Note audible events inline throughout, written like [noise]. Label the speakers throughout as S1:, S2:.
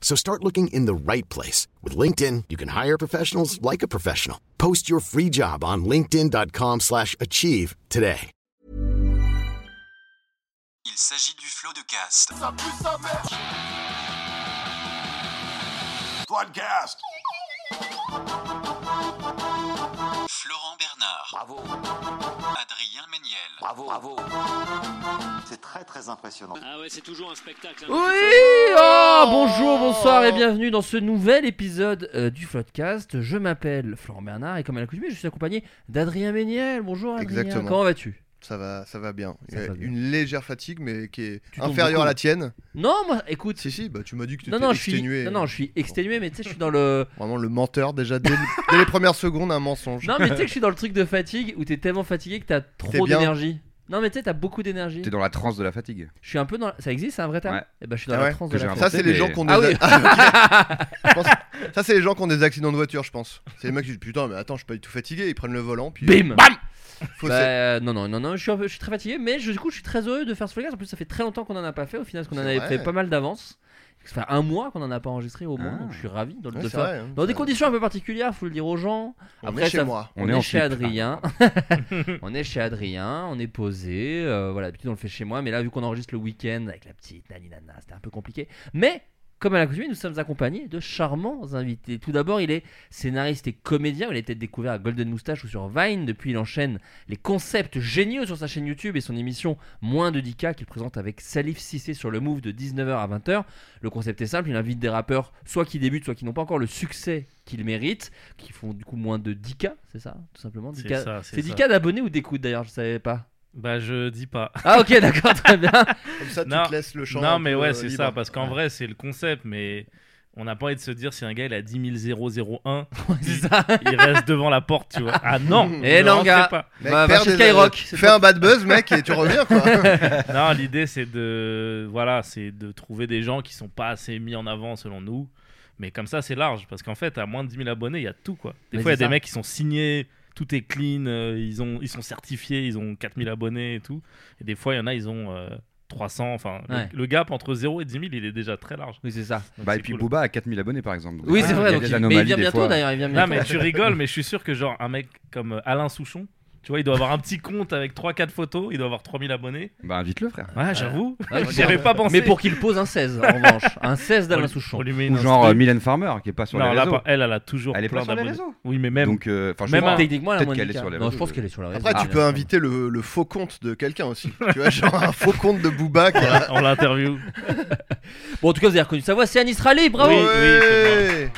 S1: So start looking in the right place. With LinkedIn, you can hire professionals like a professional. Post your free job on linkedin.com/achieve slash achieve today.
S2: Il s'agit du flot de cast.
S3: Floodcast.
S2: Florent Bernard,
S3: Bravo,
S2: Adrien Méniel,
S3: bravo, bravo. C'est très très impressionnant.
S4: Ah ouais, c'est toujours un spectacle. hein.
S5: Oui oh, Bonjour, bonsoir et bienvenue dans ce nouvel épisode euh, du Floodcast. Je m'appelle Florent Bernard et comme à l'accoutumée, je suis accompagné d'Adrien Méniel. Bonjour Adrien,
S6: Exactement.
S5: comment vas-tu
S6: Ça va, ça va bien.
S5: Ça
S6: Euh,
S5: va bien.
S6: Une légère fatigue, mais qui est
S5: Tu tombes
S6: inférieure à
S5: beaucoup.
S6: la tienne.
S5: Non, moi, écoute...
S6: Si, si, bah, tu m'as dit que tu
S5: Non
S6: étais
S5: non, je
S6: exténué.
S5: suis, non, non, je suis exténué, mais tu sais, je suis dans
S6: [laughs]
S5: le...
S6: Vraiment le menteur, déjà, dès, le- dès les premières secondes, un mensonge.
S5: Non, mais tu sais que je suis dans le truc de fatigue où t'es tellement fatigué que t'as trop
S6: bien.
S5: d'énergie. Non, mais tu sais, t'as beaucoup d'énergie.
S7: T'es dans la transe de la fatigue.
S5: Je suis un peu dans... la- Ça existe, c'est un vrai terme
S7: Ouais.
S5: Eh ben, je suis dans
S6: Ah
S5: la
S6: ouais,
S5: transe
S7: que
S5: de
S7: j'ai
S5: la
S7: un
S5: fatigue.
S6: Ça, c'est les
S7: mais-
S6: gens qui ont
S5: Ah
S6: des...
S5: oui. [laughs]
S6: Je pense- Ça, c'est les gens qui ont des accidents de voiture, je pense. C'est les mecs qui disent Putain, mais attends, je suis pas du tout fatigué. Ils prennent le volant, puis. euh,
S5: Bim
S6: Faut
S5: Bah,
S6: c'est-
S5: euh, non, non, non, non, je suis, un peu- je suis très fatigué, mais je- du coup, je suis très heureux de faire ce podcast. En plus, ça fait très longtemps qu'on en a pas fait, au final, parce qu'on en
S6: C'est
S5: avait
S6: vrai.
S5: fait pas mal d'avance. Ça fait un mois qu'on en a pas enregistré au moins,
S7: Ah.
S5: donc je suis ravi de,
S6: Ouais,
S5: de
S6: c'est
S5: faire.
S6: vrai, hein.
S5: Dans des
S6: Ça-
S5: conditions un peu particulières, faut le dire aux gens.
S6: On
S5: Après,
S6: est chez
S5: ça-
S6: moi.
S5: On,
S7: On
S5: est,
S7: est en
S5: chez
S7: slip.
S5: Adrien. [laughs] on est chez Adrien, on est posé. euh, voilà, d'habitude on le fait chez moi, mais là vu qu'on enregistre le week-end avec la petite nani nana, c'était un peu compliqué. Mais comme à l'accoutumée, nous sommes accompagnés de charmants invités. Tout d'abord, il est scénariste et comédien. Il a été découvert à Golden Moustache ou sur Vine. Depuis, il enchaîne les concepts géniaux sur sa chaîne YouTube et son émission Moins de 10K qu'il présente avec Salif Cissé sur le Move de 19h à 20h. Le concept est simple, il invite des rappeurs soit qui débutent, soit qui n'ont pas encore le succès qu'ils méritent, qui font du coup moins de 10K, c'est ça Tout simplement 10K.
S8: C'est ça,
S5: C'est
S8: ça.
S5: 10K d'abonnés ou d'écoutes d'ailleurs, je savais pas.
S8: Bah je dis pas.
S5: Ah ok, [laughs] d'accord, très bien.
S6: Comme ça, tu
S8: Non.
S6: te laisses le champ. un
S8: non mais
S6: peu,
S8: ouais
S6: euh,
S8: c'est
S6: libre.
S8: ça parce qu'en
S6: Ouais.
S8: vrai c'est le concept mais on n'a pas envie de se dire si un gars il a 10 001
S5: c'est ça.
S8: il reste devant la porte tu vois. Ah [laughs] non.
S5: Eh
S8: ne
S5: non,
S8: rentrez
S5: gars.
S8: pas.
S6: Mec,
S5: Bah, va
S6: perds
S5: chez
S6: des-
S5: Skyrock, c'est
S6: Fais
S5: toi.
S6: un bad buzz, mec, et tu reviens, quoi.
S8: Non l'idée c'est de voilà c'est de trouver des gens qui sont pas assez mis en avant selon nous. Mais comme ça c'est large parce qu'en fait à moins de 10 000 abonnés il y a tout quoi. Des
S5: Mais
S8: fois il y a
S5: c'est
S8: des
S5: ça.
S8: mecs qui sont signés. Tout est clean, euh, ils, ont, ils sont certifiés, ils ont 4000 abonnés et tout. Et des fois, il y en a, ils ont euh, 300. Enfin, le-
S5: Ouais.
S8: le, gap entre 0 et 10 000, il est déjà très large.
S5: Oui, c'est ça.
S8: Donc,
S7: Bah, et
S8: c'est
S7: puis
S8: cool.
S7: Booba a 4000 abonnés par exemple. Donc,
S5: Oui, c'est
S8: Ah,
S5: vrai.
S7: il y
S5: donc
S7: a des
S5: il- mais il
S7: anomalies
S5: vient
S7: des
S5: bientôt
S7: fois.
S5: d'ailleurs, il vient bientôt.
S8: Non, mais tu rigoles, mais je suis sûr que, genre, un mec comme euh, Alain Souchon, tu vois, il doit avoir un petit compte avec 3-4 photos, il doit avoir 3000 abonnés.
S7: Bah, invite-le, frère.
S8: Ouais, j'avoue,
S5: Ouais,
S8: [laughs] j'y avais pas pensé.
S5: Mais pour qu'il pose un 16
S8: [laughs]
S5: en revanche, un 16 d'Alain
S8: On- on
S5: Souchon.
S8: lui met
S7: Ou
S8: une
S7: genre
S8: instru.
S7: euh, Mylène Farmer qui est pas sur
S8: Non,
S7: les
S8: là,
S7: réseaux.
S8: par- elle, elle a toujours
S7: Elle est
S8: plein
S7: pas sur les
S8: d'abonnés.
S7: réseaux.
S8: Oui, mais même.
S7: Donc, euh, enfin, je
S8: Même
S7: crois.
S8: un-
S5: Techniquement, elle a
S7: Peut-être
S5: moins de
S7: qu'elle est
S5: 10K.
S7: sur les
S5: Non, je
S7: réseaux,
S5: pense
S7: euh.
S5: qu'elle est sur Ah, la
S6: Après, tu peux inviter le, le faux compte de quelqu'un aussi. Tu vois, genre un faux compte de Booba qui a-
S8: [laughs] on l'interview.
S5: Bon, en tout cas, vous avez reconnu sa voix, c'est Anis Raleigh, bravo
S8: Oui,
S6: Ouais.
S8: c'est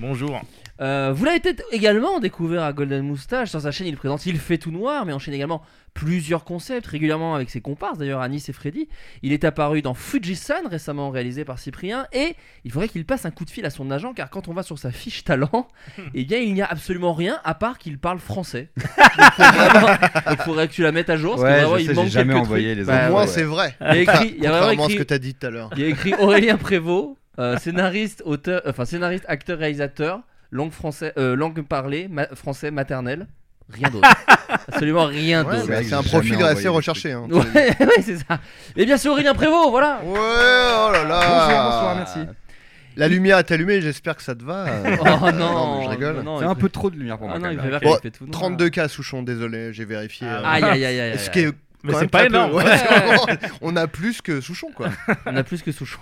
S8: Bonjour.
S5: Euh, vous l'avez peut-être également découvert à Golden Moustache. Sur sa chaîne, il présente Il fait tout noir, mais enchaîne également plusieurs concepts, régulièrement avec ses comparses, d'ailleurs à Nice et Freddy. Il est apparu dans Fujisan, récemment réalisé par Cyprien, et il faudrait qu'il passe un coup de fil à son agent, car quand on va sur sa fiche
S7: [laughs]
S5: talent, eh bien, il n'y a absolument rien à part qu'il parle
S7: [laughs]
S5: français. Donc, faut vraiment- donc, faudrait que tu la mettes à jour, parce
S7: Ouais,
S5: que vraiment,
S7: je
S5: il
S7: sais,
S5: manque
S7: j'ai jamais
S5: quelques
S7: envoyé
S5: trucs.
S7: les
S5: Bah,
S7: infos,
S6: Moi,
S5: ouais.
S7: ouais.
S6: c'est vrai.
S5: Il y a écrit- il y a vraiment
S6: Contrairement à ce
S5: écrit-
S6: que t'as dit tout à l'heure.
S5: Il y a écrit Aurélien Prévost, euh, scénariste, auteur, euh, enfin scénariste, acteur, réalisateur, langue français, euh, langue parlée, ma- français maternelle, rien d'autre, absolument rien
S6: Ouais,
S5: d'autre.
S6: mais
S7: j'ai
S6: c'est un
S7: jamais
S6: profil
S7: envoyé
S6: assez
S7: des
S6: recherché. hein.
S5: Ouais, ouais, [laughs] c'est ça. Et bien c'est Aurélien Prévost, voilà.
S6: Ouais, oh là
S7: Bonjour,
S6: là.
S7: bonsoir, merci.
S6: La lumière est allumée, j'espère que ça te va. Euh,
S5: Oh
S6: euh,
S5: non,
S6: mais je rigole.
S5: non,
S7: C'est
S5: il
S7: un
S5: fait-
S7: peu bah, trop de lumière pour moi.
S5: Ah non,
S7: quand
S5: il
S7: même.
S5: fait, 32.
S6: Bon, 32 cas Souchon, désolé, j'ai vérifié. euh,
S5: Aïe aïe aïe aïe. aïe.
S6: ce qui est
S8: Mais
S6: quand
S8: c'est
S6: même
S8: pas
S6: très peu.
S8: énorme.
S6: Ouais,
S5: [laughs] Ouais.
S6: vraiment, on a plus que Souchon, quoi.
S5: On a plus que Souchon.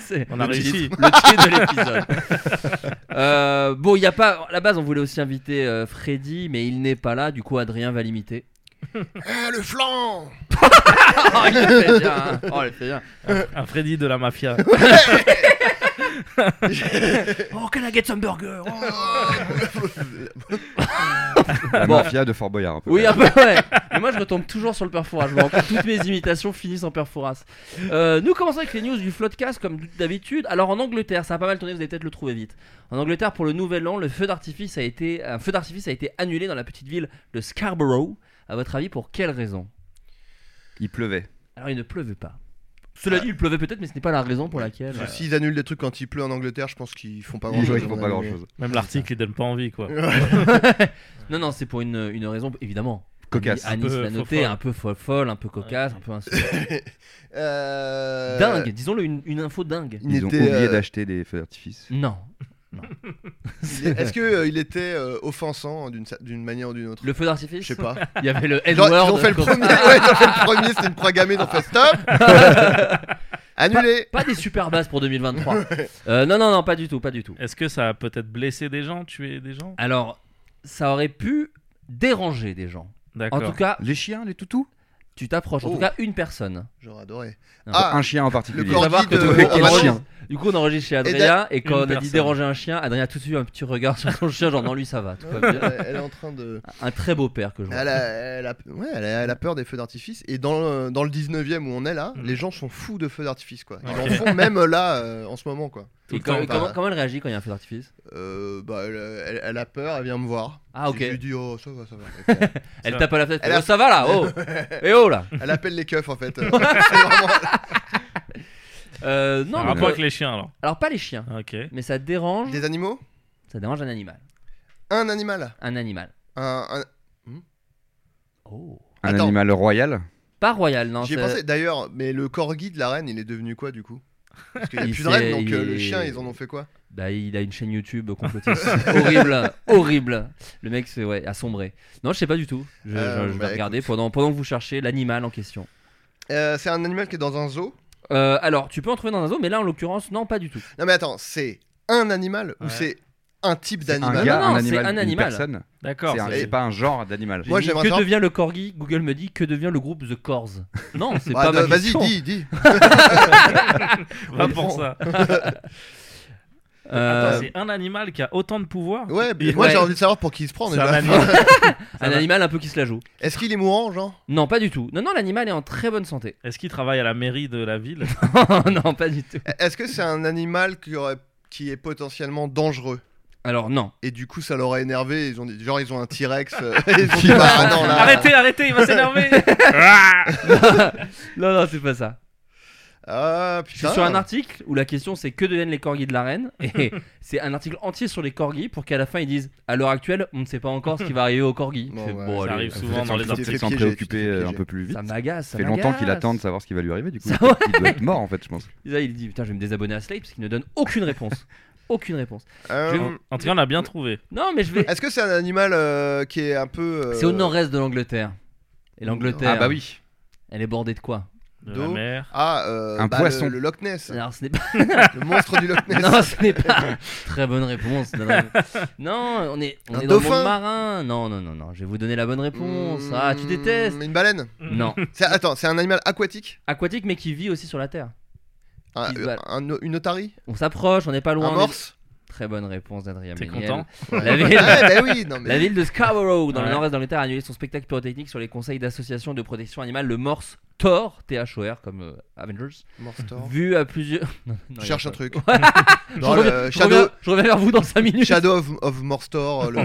S5: C'est-
S8: On a
S5: le
S8: réussi.
S5: titre- Le titre de l'épisode. [laughs] Euh, bon, il y a pas. À la base, on voulait aussi inviter euh, Freddy, mais il n'est pas là. Du coup, Adrien va l'imiter.
S6: Ah, le
S5: [laughs]
S6: flanc
S5: Oh, il le fait bien. hein. Oh, il le fait bien.
S8: Un Freddy de la mafia.
S5: Oh, can I get some burger Oh.
S7: La
S5: Bon.
S7: mafia de Fort Boyard un peu.
S5: Oui, un peu, ouais. Mais moi, je retombe toujours sur le perforas. Je me rends compte, toutes mes imitations finissent en perforas. Euh, nous commençons avec les news du Floodcast, comme d'habitude. Alors, en Angleterre, ça a pas mal tourné, vous allez peut-être le trouver vite. En Angleterre, pour le nouvel an, le feu d'artifice a été, un feu d'artifice a été annulé dans la petite ville de Scarborough. À votre avis, pour quelle raison
S7: Il pleuvait.
S5: Alors, il ne pleuvait pas. Cela dit, il pleuvait peut-être, mais ce n'est pas la raison pour
S6: [laughs]
S5: laquelle. euh,
S6: S'ils annulent des trucs quand il pleut en Angleterre, je pense qu'ils font pas grand
S7: Bonjour,
S6: chose.
S7: ils font pas grand chose.
S8: Même l'article, il donne pas envie, quoi.
S5: Non, non, c'est pour une, une raison, évidemment.
S7: Cocasse.
S5: Anis
S8: Un peu
S5: l'a noté,
S8: fofolle.
S5: un peu folle, folle, un peu cocasse, un peu insolite.
S6: Euh...
S5: Dingue, disons-le, une, une info dingue.
S6: Il
S7: Ils ont
S6: était,
S7: oublié
S6: euh,
S7: d'acheter des feux d'artifice.
S5: Non.
S6: il est- Est-ce que euh, il était euh, offensant d'une sa- d'une manière ou d'une autre
S5: Le feu d'artifice
S6: Je sais pas.
S5: Il y avait le
S6: Genre,
S5: N-word.
S6: ils ont fait le premier, ouais, ils ont fait le premier, c'était une croix gammée, ils ont fait stop Annulé
S5: Pas des super bases pour 2023.
S6: [laughs]
S5: Euh, non, non, non, pas du tout, pas du tout.
S8: Est-ce que ça a peut-être blessé des gens, tué des gens
S5: Alors, ça aurait pu déranger des gens. En
S8: D'accord.
S5: tout cas,
S7: Les chiens, les toutous
S5: tu t'approches. En
S6: Oh.
S5: tout cas, une personne.
S6: J'aurais adoré.
S5: Non.
S6: Ah,
S7: Un chien en
S6: le
S7: particulier.
S5: corps-
S6: corgi
S5: savoir que
S6: de...
S5: tu fais
S6: oh,
S5: quel
S6: bah non.
S7: chien.
S5: Du coup, on enregistre chez
S6: d'a-
S5: Adrien et, quand
S8: une
S5: on a dit
S8: personne.
S5: déranger un chien, Adrien a tout de suite eu un petit regard sur son chien, genre non, lui ça va. tout va bien.
S6: Elle est en train de...
S5: Un très beau père que je vois.
S6: Elle a, elle a- ouais, elle a- elle a peur des feux d'artifice. Et dans le, dans le 19e où on est là,
S8: Mm.
S6: les gens sont fous de feux d'artifice. quoi. Ils
S8: Ok.
S6: en font même là, euh, en ce moment. quoi.
S8: Tout
S5: Et
S8: le
S5: quand-
S8: temps,
S5: comment,
S6: bah.
S5: comment elle réagit quand il y a un feu d'artifice
S6: Euh, bah, elle, elle- elle a peur, elle vient me voir.
S5: Ah, ok.
S6: Et Je lui dis, oh, ça va,
S5: [laughs]
S6: ça va. Et puis,
S5: Elle
S8: Ça.
S5: tape à la fenêtre.
S6: Elle a-
S5: Oh, ça va là
S6: [laughs]
S5: Oh Et oh là
S6: elle appelle les keufs,
S5: [laughs]
S6: en fait. Euh, c'est vraiment-
S5: Euh, Non,
S8: Un
S5: donc,
S8: rapport
S5: euh,
S8: avec les chiens, alors.
S5: alors pas les chiens,
S8: Ok.
S5: mais ça dérange.
S6: [laughs] Des animaux
S5: Ça dérange un animal.
S6: Un animal
S5: Un animal.
S6: un,
S5: Oh.
S7: Un
S6: Attends.
S7: animal royal
S5: Pas royal, non.
S6: un... J'y ai
S5: c'est-
S6: pensé. D'ailleurs, mais le corgi de la reine, il est devenu quoi, du coup Parce qu'il n'y a
S5: Il
S6: plus de reine,
S5: s'est-
S6: donc
S5: il
S6: euh, le
S5: est-
S6: chien, ils en ont fait quoi
S5: Bah, il a une chaîne YouTube complotiste.
S6: [laughs]
S5: horrible, horrible. Le mec, c'est ouais, a sombré. Non, je sais pas du tout. Je, je-
S6: Euh,
S5: je vais
S6: bah,
S5: regarder pendant, pendant que vous cherchez l'animal en question.
S6: Euh, C'est un animal qui est dans un zoo
S5: Euh, alors, tu peux en trouver dans un zoo, mais là, en l'occurrence, non, pas du tout.
S6: Non, mais attends, c'est un animal ou
S8: Ouais.
S6: c'est un type d'animal
S7: Un gars,
S5: Non, non,
S7: un
S5: c'est
S7: animal,
S5: un
S7: une
S5: animal.
S7: personne
S8: D'accord.
S7: C'est un-
S8: c'est-
S7: C'est pas un genre d'animal.
S5: J'ai
S6: Moi,
S5: mis,
S6: j'aimerais
S5: que
S6: savoir-
S5: devient le corgi Google me dit que devient le groupe The Cors. Non, c'est
S6: Bah,
S5: pas
S6: de-
S5: ma
S6: Vas-y,
S5: question.
S6: dis, dis.
S8: Pas pour ça.
S5: Euh,
S8: Attends, c'est un animal qui a autant de pouvoir
S6: Ouais,
S5: [laughs]
S6: mais
S5: Ouais.
S6: moi j'ai envie de savoir pour qui il se
S5: Oh,
S6: prend.
S8: C'est un
S5: [laughs]
S6: déjà.
S8: animal. C'est
S5: un animal un peu qui se la joue.
S6: Est-ce qu'il est mourant, genre
S5: Non, pas du tout. Non, non, l'animal est en très bonne santé. [laughs]
S8: Est-ce qu'il travaille à la mairie de la ville
S5: non, pas du tout.
S6: Est-ce que c'est un animal qui, aurait- qui est potentiellement dangereux
S5: Alors, non.
S6: et du coup, ça l'aurait énervé. Ils ont dit, genre, ils ont un T-Rex. euh,
S5: [laughs]
S6: et ils ont dit, bah, non,
S5: Ah.
S6: là,
S8: Arrêtez, arrêtez, il va s'énerver
S5: Non, non, c'est pas ça.
S6: Ah,
S5: Je suis
S6: putain.
S5: sur un article où la question c'est que deviennent les corgis de la reine et c'est un article entier sur les corgis pour qu'à la fin ils disent à l'heure actuelle on ne sait pas encore ce qui va arriver aux corgis.
S6: Bon,
S5: Je fais,
S6: ouais,
S8: Ça arrive
S5: allez,
S8: souvent dans les
S6: Tu t'es fait
S7: Peut-être
S8: articles.
S7: s'en
S6: piéger, tu
S7: préoccuper
S6: t'es fait
S7: euh, un
S6: piéger.
S7: peu plus vite.
S5: ça m'agace.
S7: Ça
S5: Ça
S7: fait longtemps
S5: m'agace.
S7: qu'il attend de savoir ce qui va lui arriver, du coup.
S5: Ça-
S7: Il doit être mort, en fait, je pense.
S5: Là il dit putain je vais me désabonner à Slate parce qu'il ne donne aucune réponse. aucune réponse.
S6: Euh,
S5: Je vais vous-
S8: En tout cas, on a bien trouvé.
S5: Non mais je vais.
S6: Est-ce que c'est un animal euh, qui est un peu. euh,
S5: C'est au nord-est de l'Angleterre. Et l'Angleterre,
S7: Ah bah oui.
S5: elle est bordée de quoi
S8: De la
S6: D'eau.
S8: mer.
S6: Ah, euh,
S7: Un
S6: bah,
S7: poisson.
S6: Le, le Loch Ness.
S5: Alors ce n'est pas.
S6: le monstre du Loch Ness.
S5: non ce n'est pas. Très bonne réponse. Non, non. Non, on est, on est
S6: Un
S5: dans le
S6: dauphin
S5: monde marin. Non non non non. Je vais vous donner la bonne réponse.
S6: Mmh,
S5: Ah tu détestes.
S6: Une baleine.
S5: Non.
S6: C'est- Attends, c'est un animal aquatique
S5: Aquatique mais qui vit aussi sur la terre.
S6: Un-
S5: Une baleine.
S6: un- Une otarie
S5: On s'approche, on n'est pas loin.
S6: Un
S5: on est- [laughs]
S6: morse
S5: Très bonne réponse d'Adrien
S8: T'es
S5: Méniel.
S8: content
S5: La ville,
S6: Ouais, bah oui, non, [laughs] mais.
S5: la ville de Scarborough, dans
S8: Ouais.
S5: le nord-est de l'Angleterre, a annulé son spectacle pyrotechnique sur les conseils d'associations de protection animale, le Morse Thor, T-H-O-R, comme euh, Avengers,
S6: Morse Thor.
S5: vu à plusieurs. [laughs] Non, non, il y
S6: Je
S5: a
S6: cherche
S5: pas.
S6: un truc.
S5: [laughs] Je
S6: Dans
S5: reviens-
S6: le euh,
S5: je
S6: Shadow-
S5: reviens- je reviens vers vous dans 5 minutes.
S6: Shadow of, of
S5: [laughs]
S6: Morstor, le.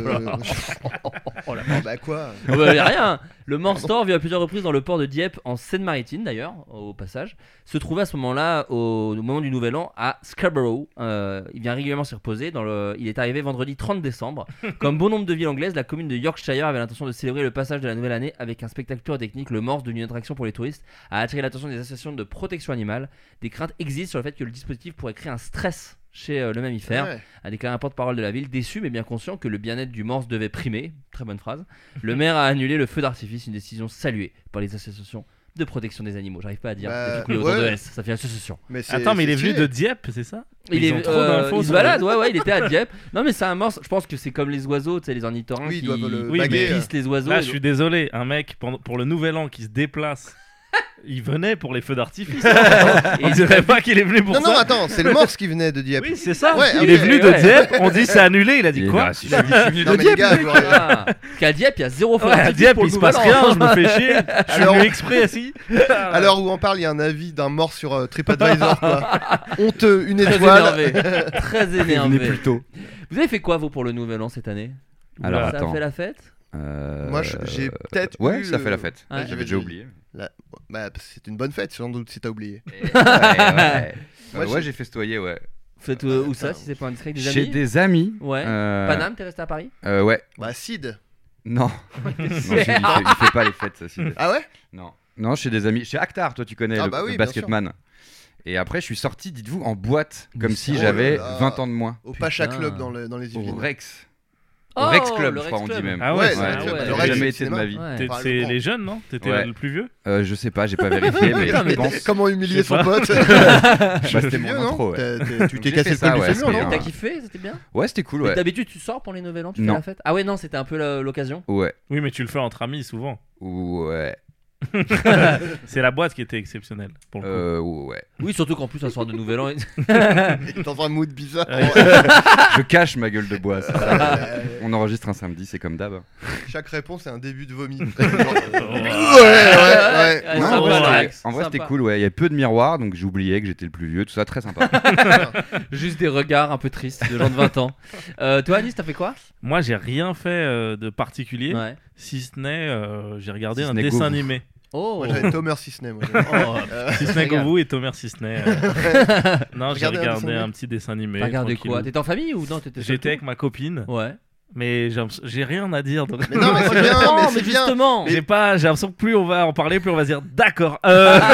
S5: Oh là.
S6: Oh, bah quoi
S5: Oh bah, y a rien. Le Morse Thor, vu à plusieurs reprises dans le port de Dieppe, en Seine-Maritime d'ailleurs, au passage, se trouvait à ce moment-là, au, au moment du Nouvel An, à Scarborough. Euh, il vient régulièrement s'y reposer. Dans le, il est arrivé vendredi 30 décembre. Comme bon nombre de villes anglaises, la commune de Yorkshire avait l'intention de célébrer le passage de la nouvelle année avec un spectacle pyrotechnique. Le Morse, devenu une attraction pour les touristes, a attiré l'attention des associations de protection animale. Des craintes existent sur le fait que le dispositif pourrait créer un stress chez euh, le mammifère
S6: Ouais.
S5: a déclaré un porte-parole de la ville, déçu mais bien conscient que le bien-être du Morse
S8: [laughs]
S5: devait primer. Très bonne phrase. Le maire a annulé le feu d'artifice, une décision saluée par les associations de protection des animaux. J'arrive pas à dire.
S6: Bah,
S5: Des trucs où il y a autant de
S6: ouais.
S5: S, ça fait association.
S6: Mais c'est-
S8: Attends, mais il est
S6: c'est
S8: venu
S6: stylé.
S8: de Dieppe, c'est ça
S5: Il
S8: Ils
S5: est
S8: ont trop
S5: euh,
S8: d'infos
S5: il se
S8: sur
S5: balade, ouais, ouais, il était à Dieppe. [laughs] Non, mais c'est un morse. Je pense que c'est comme les oiseaux, tu sais, les ornithorynques
S6: Oui, ils
S5: qui
S6: doivent le
S8: Oui,
S6: baguer. hein.
S8: mais-
S5: pissent les oiseaux.
S8: Là,
S5: et
S8: je
S5: donc-
S8: suis désolé, un mec pendant- pour le nouvel an qui se déplace, il venait pour les feux d'artifice.
S5: Et
S8: On
S5: il se-
S8: dirait pas qu'il est venu pour
S6: Non,
S8: ça.
S6: non, attends, c'est
S7: [laughs]
S6: le morse qui venait de Dieppe.
S8: Oui, c'est ça.
S6: Ouais,
S8: il
S6: ah
S8: est
S6: oui,
S8: venu
S5: euh, ouais.
S8: de
S6: [laughs]
S8: Dieppe, on dit c'est annulé, il a dit
S7: Il est
S8: quoi
S7: là, si je suis- je suis venu de
S6: non, mais les
S7: Dieppe.
S6: gars, euh, vous auriez-
S5: Ah, parce qu'à Dieppe, il y a zéro feu
S8: Ouais, à
S5: d'artifice
S8: Dieppe,
S5: pour
S8: il
S5: le
S8: se
S5: nouvel
S8: passe
S5: an.
S8: rien,
S5: [laughs]
S8: je me fais chier. Je suis
S6: Alors-
S8: venu exprès, si.
S6: à l'heure où on parle, il y a un avis d'un mort sur euh, TripAdvisor, quoi.
S5: [laughs]
S6: Honteux, une
S5: Très
S6: étoile.
S5: énervé. Très
S7: Venez
S5: énervé.
S7: plus tôt.
S5: Vous avez fait quoi, vous, pour le nouvel an cette année
S7: Alors,
S8: Oula.
S5: Ça a
S7: attends.
S5: fait la fête
S6: [laughs]
S7: Euh,
S6: Moi, je- j'ai peut-être.
S7: Ouais,
S6: eu
S7: ça fait
S6: le-
S7: la fête.
S5: Ouais.
S7: J'avais
S5: [laughs]
S7: déjà oublié.
S6: La- Bah, c'est une bonne fête, sans doute, si t'as oublié.
S7: [laughs] Ouais, ouais.
S6: Moi,
S7: Euh,
S6: j'ai-
S7: ouais, j'ai festoyé, ouais.
S5: Faites euh, où ça,
S6: Attends.
S5: si c'est pas indiscret avec des
S7: Chez
S5: amis
S7: des amis.
S5: Ouais.
S7: Euh,
S5: Paname, t'es resté à Paris
S7: euh, Ouais.
S6: Bah, Sid.
S5: [laughs]
S7: Non. non je- il, fait, il fait pas les fêtes, ça, Sid.
S6: Ah ouais
S7: Non. Non, chez des amis. Chez Actar, toi, tu connais
S6: Ah
S7: le,
S6: bah oui,
S7: le
S6: bien
S7: basketman. Et après, je suis sorti, dites-vous, en boîte,
S5: Mais
S7: comme
S5: ça-
S7: si
S5: Oh là
S7: j'avais
S6: là.
S7: 20 ans de moins.
S6: Au
S5: Putain.
S6: Pacha Club dans, le- dans les
S7: Au
S6: Yvelines.
S7: Rex.
S5: Oh,
S7: Au Rex Club,
S5: le
S7: je crois,
S5: Rex
S7: on dit
S5: Club.
S7: même.
S8: Ah
S5: ouais,
S8: ouais,
S5: ouais.
S7: J'ai
S5: Le
S6: Rex,
S7: jamais
S6: c'est
S7: été de
S6: cinéma.
S7: ma vie.
S5: Ouais.
S8: T'es-
S6: Enfin, le
S8: C'est
S6: grand.
S8: les jeunes, non T'étais
S7: Ouais.
S8: le plus vieux
S7: Euh, je sais pas, j'ai
S5: [laughs]
S7: pas vérifié, Eh, mais
S6: Putain,
S7: je
S6: Eh, mais
S7: pense.
S6: Comment
S8: Je
S6: humilier
S8: sais
S6: son
S7: [laughs]
S8: pas.
S6: pote
S7: Bah, c'était
S6: Vieux,
S7: mon
S6: non
S7: intro, ouais.
S6: T'as- t'as- Tu
S7: Donc,
S6: t'es
S7: j'ai
S6: cassé
S7: fait
S6: le col
S7: ça,
S6: du
S7: ouais,
S6: fémur,
S7: c'était
S6: non
S7: un-
S5: T'as kiffé C'était bien
S7: Ouais, c'était cool,
S5: Mais
S7: ouais.
S5: D'habitude, tu sors pour les nouvel an, tu
S7: Non.
S5: fais la fête Ah ouais, non, c'était un peu la- l'occasion.
S7: Ouais.
S8: Oui, mais tu le fais entre amis souvent.
S7: Ouais.
S8: C'est la boîte qui était exceptionnelle pour le coup.
S7: Euh, ouais.
S5: Oui, surtout qu'en plus, un soir de nouvel an. [laughs]
S6: Il est dans un mood bizarre.
S7: Euh, Je cache ma gueule de bois, c'est ça.
S6: Euh,
S7: On enregistre un samedi, c'est comme d'hab.
S6: Chaque réponse est un début de vomi.
S8: Oh.
S6: Ouais, ouais, ouais.
S5: Ouais,
S7: Non,
S8: Ah
S5: sympa,
S7: en vrai,
S5: le
S7: c'était-
S5: Rex,
S7: en vrai, c'était
S5: sympa.
S7: cool, ouais. Il y avait peu de miroirs, donc j'ai oublié que j'étais le plus vieux, tout ça, très
S6: [laughs]
S7: sympa.
S5: Juste des regards un peu tristes de gens de
S7: [laughs]
S5: 20 ans. Euh, toi, Anis, t'as fait quoi
S8: Moi, j'ai rien fait euh, de particulier,
S5: Ouais.
S8: si ce n'est euh, j'ai regardé
S7: Si ce
S8: un
S7: n'est
S8: dessin
S7: Govou.
S8: animé.
S5: Oh
S6: Moi j'avais Tomer Cisney. Moi,
S5: Oh,
S6: Euh,
S8: Si ce n'est
S5: Regarde.
S8: Govou et Thomas si
S6: [laughs]
S8: ce n'est. euh, non,
S6: Regardez
S8: j'ai
S6: un dessin
S8: regardé
S6: animé.
S8: un petit dessin animé.
S5: T'as regardé
S8: tranquille.
S5: quoi T'étais en famille ou non t'étais seul
S8: J'étais avec ma copine,
S5: Ouais.
S8: mais j'ai l'impression- j'ai rien à dire. donc- [laughs]
S6: Mais non, mais c'est bien,
S5: Non,
S6: mais
S5: mais
S6: c'est bien.
S5: justement
S8: J'ai pas, j'ai l'impression que plus on va en parler, plus on va se dire d'accord. euh, [laughs]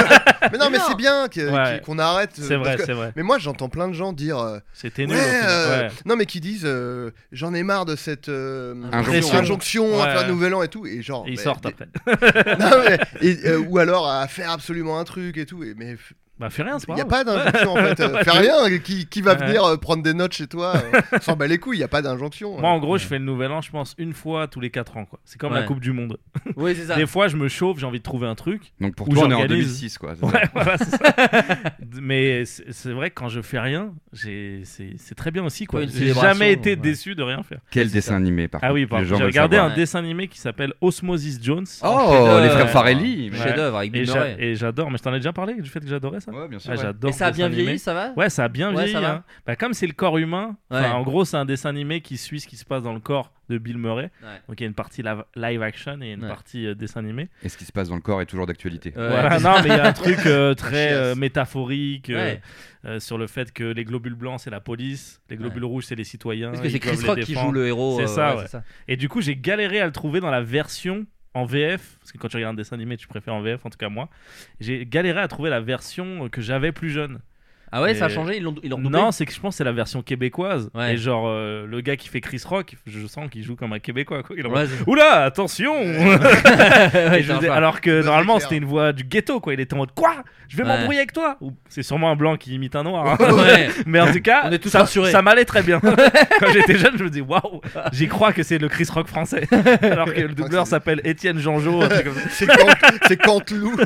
S6: Mais non, mais c'est bien que-
S8: Ouais.
S6: qu'il- qu'on arrête. euh,
S8: c'est vrai,
S6: Ah, parce que-
S8: c'est vrai.
S6: Mais moi j'entends plein de gens dire. euh,
S8: C'était
S6: ouais,
S8: nul. au final.
S6: euh,
S8: Ouais.
S6: Non, mais qui disent euh, j'en ai marre de cette euh,
S7: Injonction.
S6: injonction à
S8: Ouais.
S6: faire nouvel an et tout. Et genre.
S8: Et ils
S6: bah,
S8: sortent
S6: des- [laughs]
S8: après.
S6: Non, mais- et, euh, ou alors à faire absolument un truc et tout. Et, mais
S8: Bah, fais rien, c'est
S6: il
S8: pas
S6: n'y a pas
S8: grave.
S6: d'injonction en
S8: [laughs]
S6: fait. Euh, Fais rien. Qui, qui va
S8: Ouais.
S6: venir euh, prendre des notes chez toi euh, S'en bat les couilles, il n'y a pas d'injonction.
S8: Moi, en gros, je fais le nouvel an, je pense, une fois tous les 4 ans. quoi. C'est comme la
S5: Ouais.
S8: Coupe du Monde.
S5: Oui,
S6: Ah.
S5: c'est ça.
S8: Des fois, je me chauffe, j'ai envie de trouver un truc.
S7: Donc pour
S8: Ou
S7: toi, on est en
S8: j'organise.
S7: 2006, quoi. c'est ça.
S6: [laughs]
S8: Ouais, voilà, c'est ça. Mais c'est c'est vrai que quand je fais rien, j'ai- c'est c'est très bien aussi. quoi.
S5: Ouais, une
S8: J'ai
S5: célébration,
S8: jamais été
S5: ouais.
S8: déçu de rien faire.
S7: Quel
S5: C'est
S7: dessin
S5: ça.
S7: animé, par
S8: Ah oui,
S7: contre.
S8: pardon.
S7: les gens
S8: J'ai
S7: veulent
S8: regardé
S7: savoir.
S8: un dessin animé qui s'appelle Osmosis Jones.
S7: Oh,
S5: chef-d'œuvre.
S7: les frères Farelli. mais-
S8: Ouais.
S5: Chef-d'œuvre avec
S8: Et
S5: Bill
S8: j'a-
S5: Murray.
S8: et j'adore, mais je t'en ai déjà parlé du fait que j'adorais ça.
S7: Ouais, bien sûr.
S8: Ah,
S7: ouais.
S8: j'adore
S5: Et
S8: ce
S5: ça a bien
S8: dessin animé.
S5: vieilli, ça va
S8: Ouais, ça a bien
S5: Ouais,
S8: vieilli.
S5: ça va.
S8: hein. Bah, comme c'est le corps humain, enfin,
S5: Ouais.
S8: en gros, c'est un dessin animé qui suit ce qui se passe dans le corps de Bill Murray.
S5: Ouais.
S8: Donc il y a une partie live live action et une
S5: Ouais.
S8: partie euh, dessin animé.
S7: Et ce qui se passe dans le corps est toujours d'actualité.
S5: Euh,
S8: Voilà,
S5: Ouais.
S8: non, mais il y a un truc
S5: [laughs]
S8: euh, très
S6: Chiasse.
S8: euh, métaphorique euh,
S5: Ouais.
S8: euh, sur le fait que les globules blancs, c'est la police, les globules rouges, c'est les citoyens.
S5: Parce que
S8: Hein, ils
S5: c'est Chris
S8: doivent les
S5: Rock qui joue
S8: défendre.
S5: le héros.
S8: C'est
S5: euh,
S8: ça, ouais.
S5: c'est
S8: Et du coup, j'ai galéré à le trouver dans la version en VF, parce que quand tu regardes un dessin animé, tu préfères en VF, en tout cas moi. J'ai galéré à trouver la version euh, que j'avais plus jeune.
S5: Ah ouais, ça a
S8: Et-
S5: changé, ils l'ont ils l'ont redoublé
S8: Non, c'est que je pense que c'est la version québécoise.
S5: Ouais.
S8: Et genre, euh, le gars qui fait Chris Rock, je sens qu'il joue comme un Québécois. Quoi. Il en-
S5: Ouais, c'est-
S8: Oula, attention Et [laughs]
S5: Ouais,
S8: je vous
S5: c'est
S8: ai-
S5: un
S8: Alors que
S6: Bonne
S8: normalement
S6: éclair.
S8: c'était une voix du ghetto, quoi. Il était en mode quoi Je vais
S5: Ouais.
S8: m'embrouiller avec toi Ou- C'est sûrement un blanc qui imite un noir. hein.
S5: chat. Ah [laughs] Ouais.
S8: Mais en tout cas,
S5: On est tous
S8: ça,
S5: rassurés.
S8: ça m'allait très
S5: [laughs]
S8: bien. Quand j'étais jeune, je me dis waouh, j'y crois que c'est le Chris Rock français.
S5: [laughs]
S8: Alors que le doubleur s'appelle Étienne Janjo. un truc comme ça.
S6: C'est quand- C'est quand loup.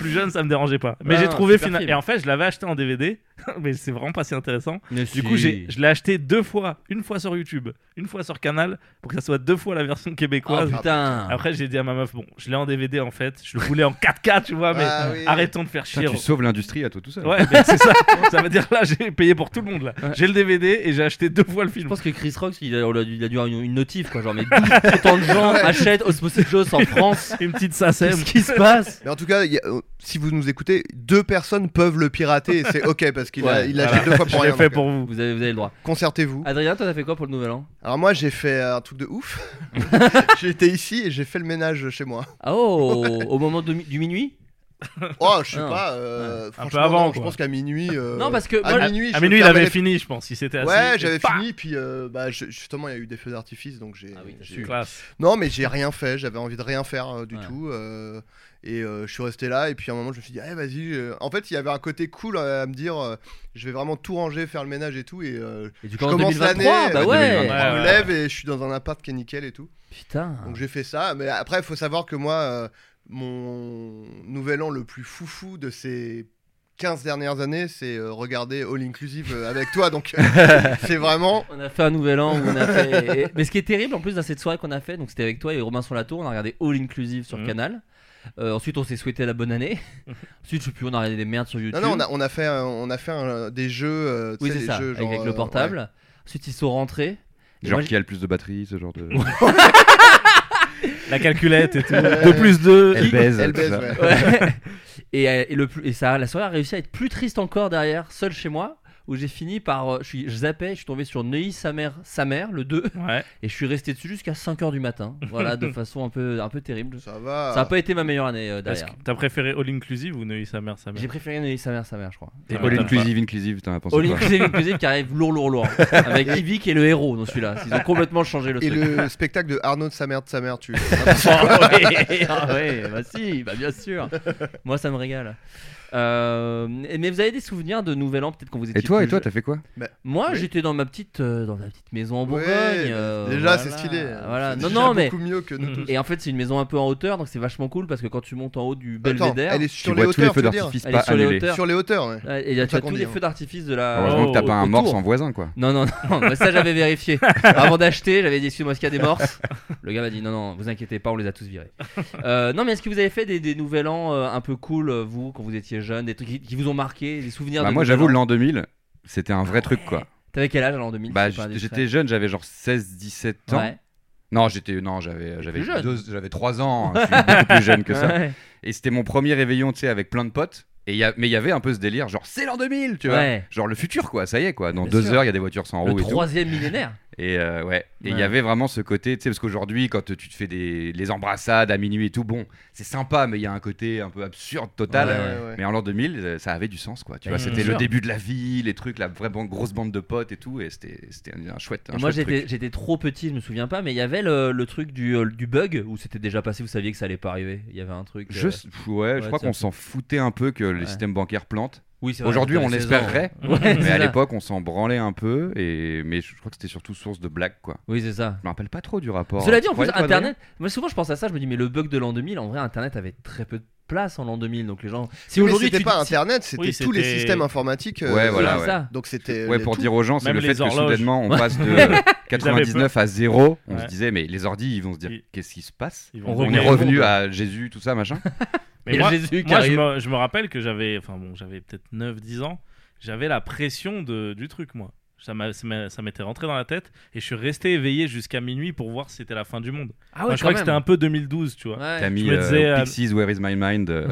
S8: Plus jeune, ça me dérangeait pas. Mais
S5: Ouais,
S8: j'ai
S5: non,
S8: trouvé
S5: Ah, super
S8: final.
S5: film.
S8: Et en fait, je l'avais acheté en DVD, [laughs] mais c'est vraiment pas si intéressant.
S5: Mais
S8: Du
S5: si.
S8: coup, j'ai- je l'ai acheté deux fois, une fois sur YouTube, une fois sur Canal, pour que ça soit deux fois la version
S5: Oh
S8: québécoise.
S5: putain
S8: Après, j'ai dit à ma meuf, bon, je l'ai en DVD en fait, je le voulais en 4K, tu vois, mais
S6: Ah oui.
S8: arrêtons de faire
S7: Putain,
S8: chier.
S7: tu sauves l'industrie à toi tout seul.
S8: Ouais, mais c'est ça. ça veut dire là, j'ai payé pour tout le monde là.
S5: Ouais.
S8: J'ai le DVD et j'ai acheté deux fois le
S5: Je
S8: film.
S5: pense que Chris Rock, il a, on l'a dû- il a dû avoir une, une notif, quoi. Genre,
S8: [laughs]
S5: mais d'où autant de gens achètent Osmosis Jones en France
S8: Une petite sacem.
S5: Qu'est-ce qui se passe
S6: Mais en tout cas, il y a- euh, si vous nous écoutez, deux personnes peuvent le pirater et c'est ok parce qu'il a-
S5: Ouais,
S6: il l'a acheté deux
S8: [laughs]
S6: fois pour
S8: Je l'ai
S6: rien.
S8: fait
S6: donc,
S8: pour Ah. vous.
S5: vous avez, vous avez le droit.
S6: euh, Concertez-vous.
S5: Adrien, toi, t'as fait quoi pour le nouvel an
S6: Alors moi j'ai fait un truc de
S8: [laughs]
S6: ouf. J'étais ici et j'ai fait le ménage chez moi.
S8: [laughs]
S5: Ah oh, au moment de mi- du minuit
S6: Oh, je sais
S5: Non.
S6: pas. euh,
S8: peu
S6: franchement,
S8: avant,
S6: non, je
S8: quoi.
S6: pense qu'à minuit. euh,
S5: Non, parce que
S6: à
S5: moi,
S6: minuit,
S8: à
S6: je
S8: minuit,
S6: me fermais
S8: Ah, il avait
S6: les-
S8: fini, je pense. Il s'était assis.
S6: Ouais,
S8: et
S6: j'avais
S8: paf
S6: fini, puis euh, bah, je- justement, il y a eu des feux d'artifice, donc j'ai.
S5: Ah oui, t'as
S6: j'ai-
S5: su.
S8: Classe.
S6: Non, mais j'ai rien fait, j'avais envie de rien faire euh, du
S5: Ouais.
S6: tout. euh, et euh, je suis resté là, et puis à un moment, je me suis dit, eh, vas-y. euh, En fait, il y avait un côté cool euh, à me dire, euh, je vais vraiment tout ranger, faire le ménage et tout. Et euh,
S5: Et tu
S6: je
S5: commences
S6: commence
S5: 2023
S6: l'année,
S5: Bah
S6: euh,
S5: ouais
S8: 2023.
S6: je me
S8: ouais,
S6: lève et je suis dans un appart qui est nickel et tout.
S5: Putain
S6: Donc j'ai fait ça, mais après, il faut savoir que moi, euh, mon nouvel an le plus foufou de ces 15 dernières années, c'est euh, regarder All Inclusive euh, avec toi. Donc
S5: [laughs]
S6: euh, c'est vraiment.
S5: On a fait un nouvel an où on a fait. et- Mais ce qui est terrible en plus dans cette soirée qu'on a fait, donc c'était avec toi et Robinson Latour, on a regardé All Inclusive sur
S8: Mhm.
S7: Mmh.
S5: Canal. Euh, ensuite, on s'est souhaité la bonne
S7: [laughs]
S5: année. ensuite, je sais plus, on a regardé des merdes sur YouTube.
S6: Non, non, on a, on a fait, euh, on a fait un- des jeux. euh, tu
S5: Oui,
S6: sais,
S5: c'est
S6: des
S5: ça,
S6: jeux
S5: avec,
S6: genre,
S5: avec
S6: euh,
S5: le portable. Ensuite, ils sont rentrés. Et
S7: Genre
S5: moi,
S7: qui a le plus de batterie, ce genre de. [laughs]
S8: La calculette et tout. 2 plus 2.
S7: Elle baise.
S6: ouais. Elle
S7: tout
S6: baise,
S7: ça.
S6: ouais.
S5: Ouais. [laughs] et, euh, et le plus, et ça, la soirée a réussi à être plus triste encore derrière, seul chez moi, où j'ai fini par. euh, je, suis, je zappais, je suis tombé sur Neuilly, sa mère, sa mère, le 2,
S8: Ouais.
S5: et je suis resté dessus jusqu'à 5h du matin. Voilà,
S7: [laughs]
S5: de façon un peu, un peu terrible.
S6: Ça va.
S5: Ça n'a pas été ma meilleure année euh,
S8: Est-ce
S5: derrière.
S8: que T'as préféré All Inclusive ou Neuilly sa mère sa mère
S5: J'ai préféré Neuilly, sa mère, sa mère, je crois.
S8: T'es
S7: Et
S8: pas
S7: All
S8: mal.
S7: inclusive, inclusive, t'en as pensé
S5: All
S7: quoi
S5: Inclusive Inclusive qui arrive lourd, lourd, lourd.
S6: [laughs]
S5: Avec Ivy qui est le héros dans celui-là. Ils ont complètement changé le
S6: Et
S5: truc.
S6: le [laughs] spectacle de Arnaud de sa mère de sa mère, tu.
S5: Ah ouais, ah ouais, bah si, bah bien sûr. Moi, ça me régale. Euh, mais vous avez des souvenirs de Nouvel An peut-être quand vous étiez
S7: Et toi,
S5: plus
S7: et toi,
S5: jeune
S7: t'as fait quoi
S5: Moi,
S6: Oui.
S5: j'étais dans ma petite, euh, dans ma petite maison en
S6: Ouais, bah,
S5: Bourgogne. euh,
S6: déjà,
S5: voilà,
S6: c'est stylé. hein.
S5: Voilà.
S6: C'est
S5: Non,
S6: déjà
S5: non, mais
S6: Beaucoup mieux que
S8: Mmh.
S6: nous tous.
S5: et en fait, c'est une maison un peu en hauteur, donc c'est vachement cool parce que quand tu montes en haut du
S6: Attends,
S5: Mm-hmm. belvédère,
S6: elle est
S7: Tu
S6: sur les
S7: vois tous les
S6: hauteurs,
S7: feux
S6: tu veux dire
S7: d'artifice
S5: Elle est
S7: pas
S5: sur les
S7: annulés.
S5: hauteurs.
S6: Sur les hauteurs, ouais.
S5: ouais, et il y a,
S6: C'est
S5: tu as
S6: ça qu'on
S5: tous
S6: dit,
S5: les
S6: hein.
S5: feux d'artifice de la.
S7: Heureusement que t'as pas un
S5: autour.
S7: morse en voisin, quoi.
S5: Non, non, non, [laughs] mais ça j'avais vérifié. Avant d'acheter, j'avais dit excuse-moi, est-ce qu'il y a des morses Le gars m'a dit non, non, vous inquiétez pas, on les a tous virés. Euh, non, mais est-ce que vous avez fait des, des nouvel an euh, un peu cool, euh, vous, quand vous étiez jeune, des trucs qui, qui vous ont marqué, des souvenirs
S7: Bah,
S5: de
S7: moi,
S5: Nouvel An
S7: j'avoue, l'an 2000, c'était un vrai truc, quoi.
S5: T'avais quel âge en 2000
S7: Bah,
S5: si c'est pas
S7: j'étais
S5: indiscret
S7: j'étais jeune, j'avais genre 16, 17 ans.
S5: Ouais.
S7: Non, j'étais non, j'avais j'avais
S5: plus jeune.
S7: deux- j'avais 3 ans, hein, je suis beaucoup plus jeune que ça.
S5: Ouais.
S7: Et c'était mon premier réveillon, tu sais, avec plein de potes. Et il y a, mais il y avait un peu ce délire, genre c'est l'an 2000, tu vois.
S5: Ouais.
S7: Genre le futur, quoi, ça y est, quoi. Dans
S5: Bien
S7: deux
S5: sûr.
S7: heures, il y a des voitures sans
S5: Le
S7: roues et tout.
S5: troisième millénaire.
S7: Et euh, ouais. Et il
S5: Ouais.
S7: y avait vraiment ce côté, tu sais, parce qu'aujourd'hui, quand tu te fais des les embrassades à minuit et tout, bon, c'est sympa, mais il y a un côté un peu absurde total.
S5: Ouais,
S6: ouais, ouais.
S7: Mais en l'an 2000, euh, ça avait du sens, quoi. Tu
S5: Bah,
S7: vois,
S5: bien
S7: c'était
S5: sûr.
S7: le début de la vie, les trucs, la vraie ban- grosse bande de potes et tout, et c'était c'était un, un chouette. un
S5: Et moi
S7: chouette
S5: j'étais
S7: truc.
S5: j'étais trop petit, je me souviens pas, mais il y avait le, le truc du, euh, du bug où c'était déjà passé, vous saviez que ça allait pas arriver. Il y avait un truc.
S7: Je,
S5: euh,
S7: pff, ouais,
S5: ouais,
S7: je crois
S5: c'est un
S7: qu'on s'en foutait un peu que le
S5: Ouais.
S7: système bancaire plante.
S5: Oui, c'est vrai,
S7: Aujourd'hui,
S5: j'avais
S7: on
S5: 16 ans. [laughs]
S7: l'espérerait,
S5: Ouais,
S7: mais
S5: c'est ça.
S7: à l'époque, on s'en branlait un peu, et... mais je crois que c'était surtout source de blagues, quoi.
S5: Oui, c'est ça.
S7: Je me rappelle pas trop du rapport.
S5: Cela dit, en
S7: Tu
S5: plus,
S7: croyais, toi,
S5: Internet. Moi, souvent, je pense à ça. Je me dis, mais le bug de l'an 2000, en vrai, Internet avait très peu de place en l'an 2000. Donc, les gens. Si
S6: Mais
S5: aujourd'hui,
S6: c'était
S5: tu.
S6: pas
S5: si-
S6: Internet, c'était
S8: Oui,
S6: tous les
S8: c'était-
S6: systèmes informatiques. euh,
S7: Ouais, voilà,
S5: c'est ça.
S6: Donc c'était.
S7: Daniel Ouais,
S6: les-
S7: pour
S6: tout.
S7: dire aux gens, c'est
S8: Même
S7: le
S8: les
S7: fait que
S8: horloges.
S7: soudainement,
S5: [laughs]
S7: on passe de 99 à 0. On
S8: Ouais.
S7: se disait, mais les ordi, ils vont se dire,
S8: Ils-
S7: qu'est-ce qui se passe
S8: Ils vont
S7: On est
S8: revenir.
S7: revenu à Jésus, tout ça, machin.
S8: Mais
S5: Et
S8: moi,
S5: Jésus qui
S8: moi, je,
S5: arrive.
S8: me, je me rappelle que j'avais, enfin bon, j'avais peut-être 9-10 ans, j'avais la pression de, du truc, moi. Ça m'a- ça m'a- ça m'était rentré dans la tête et je suis resté éveillé jusqu'à minuit pour voir si c'était la fin du monde.
S5: Ah
S8: Enfin, je crois que c'était un peu 2012,
S5: [laughs]
S8: tu vois.
S7: T'as
S5: Ouais.
S7: mis
S8: me
S7: euh,
S8: disais, euh,
S7: Pixies, Where is my mind euh,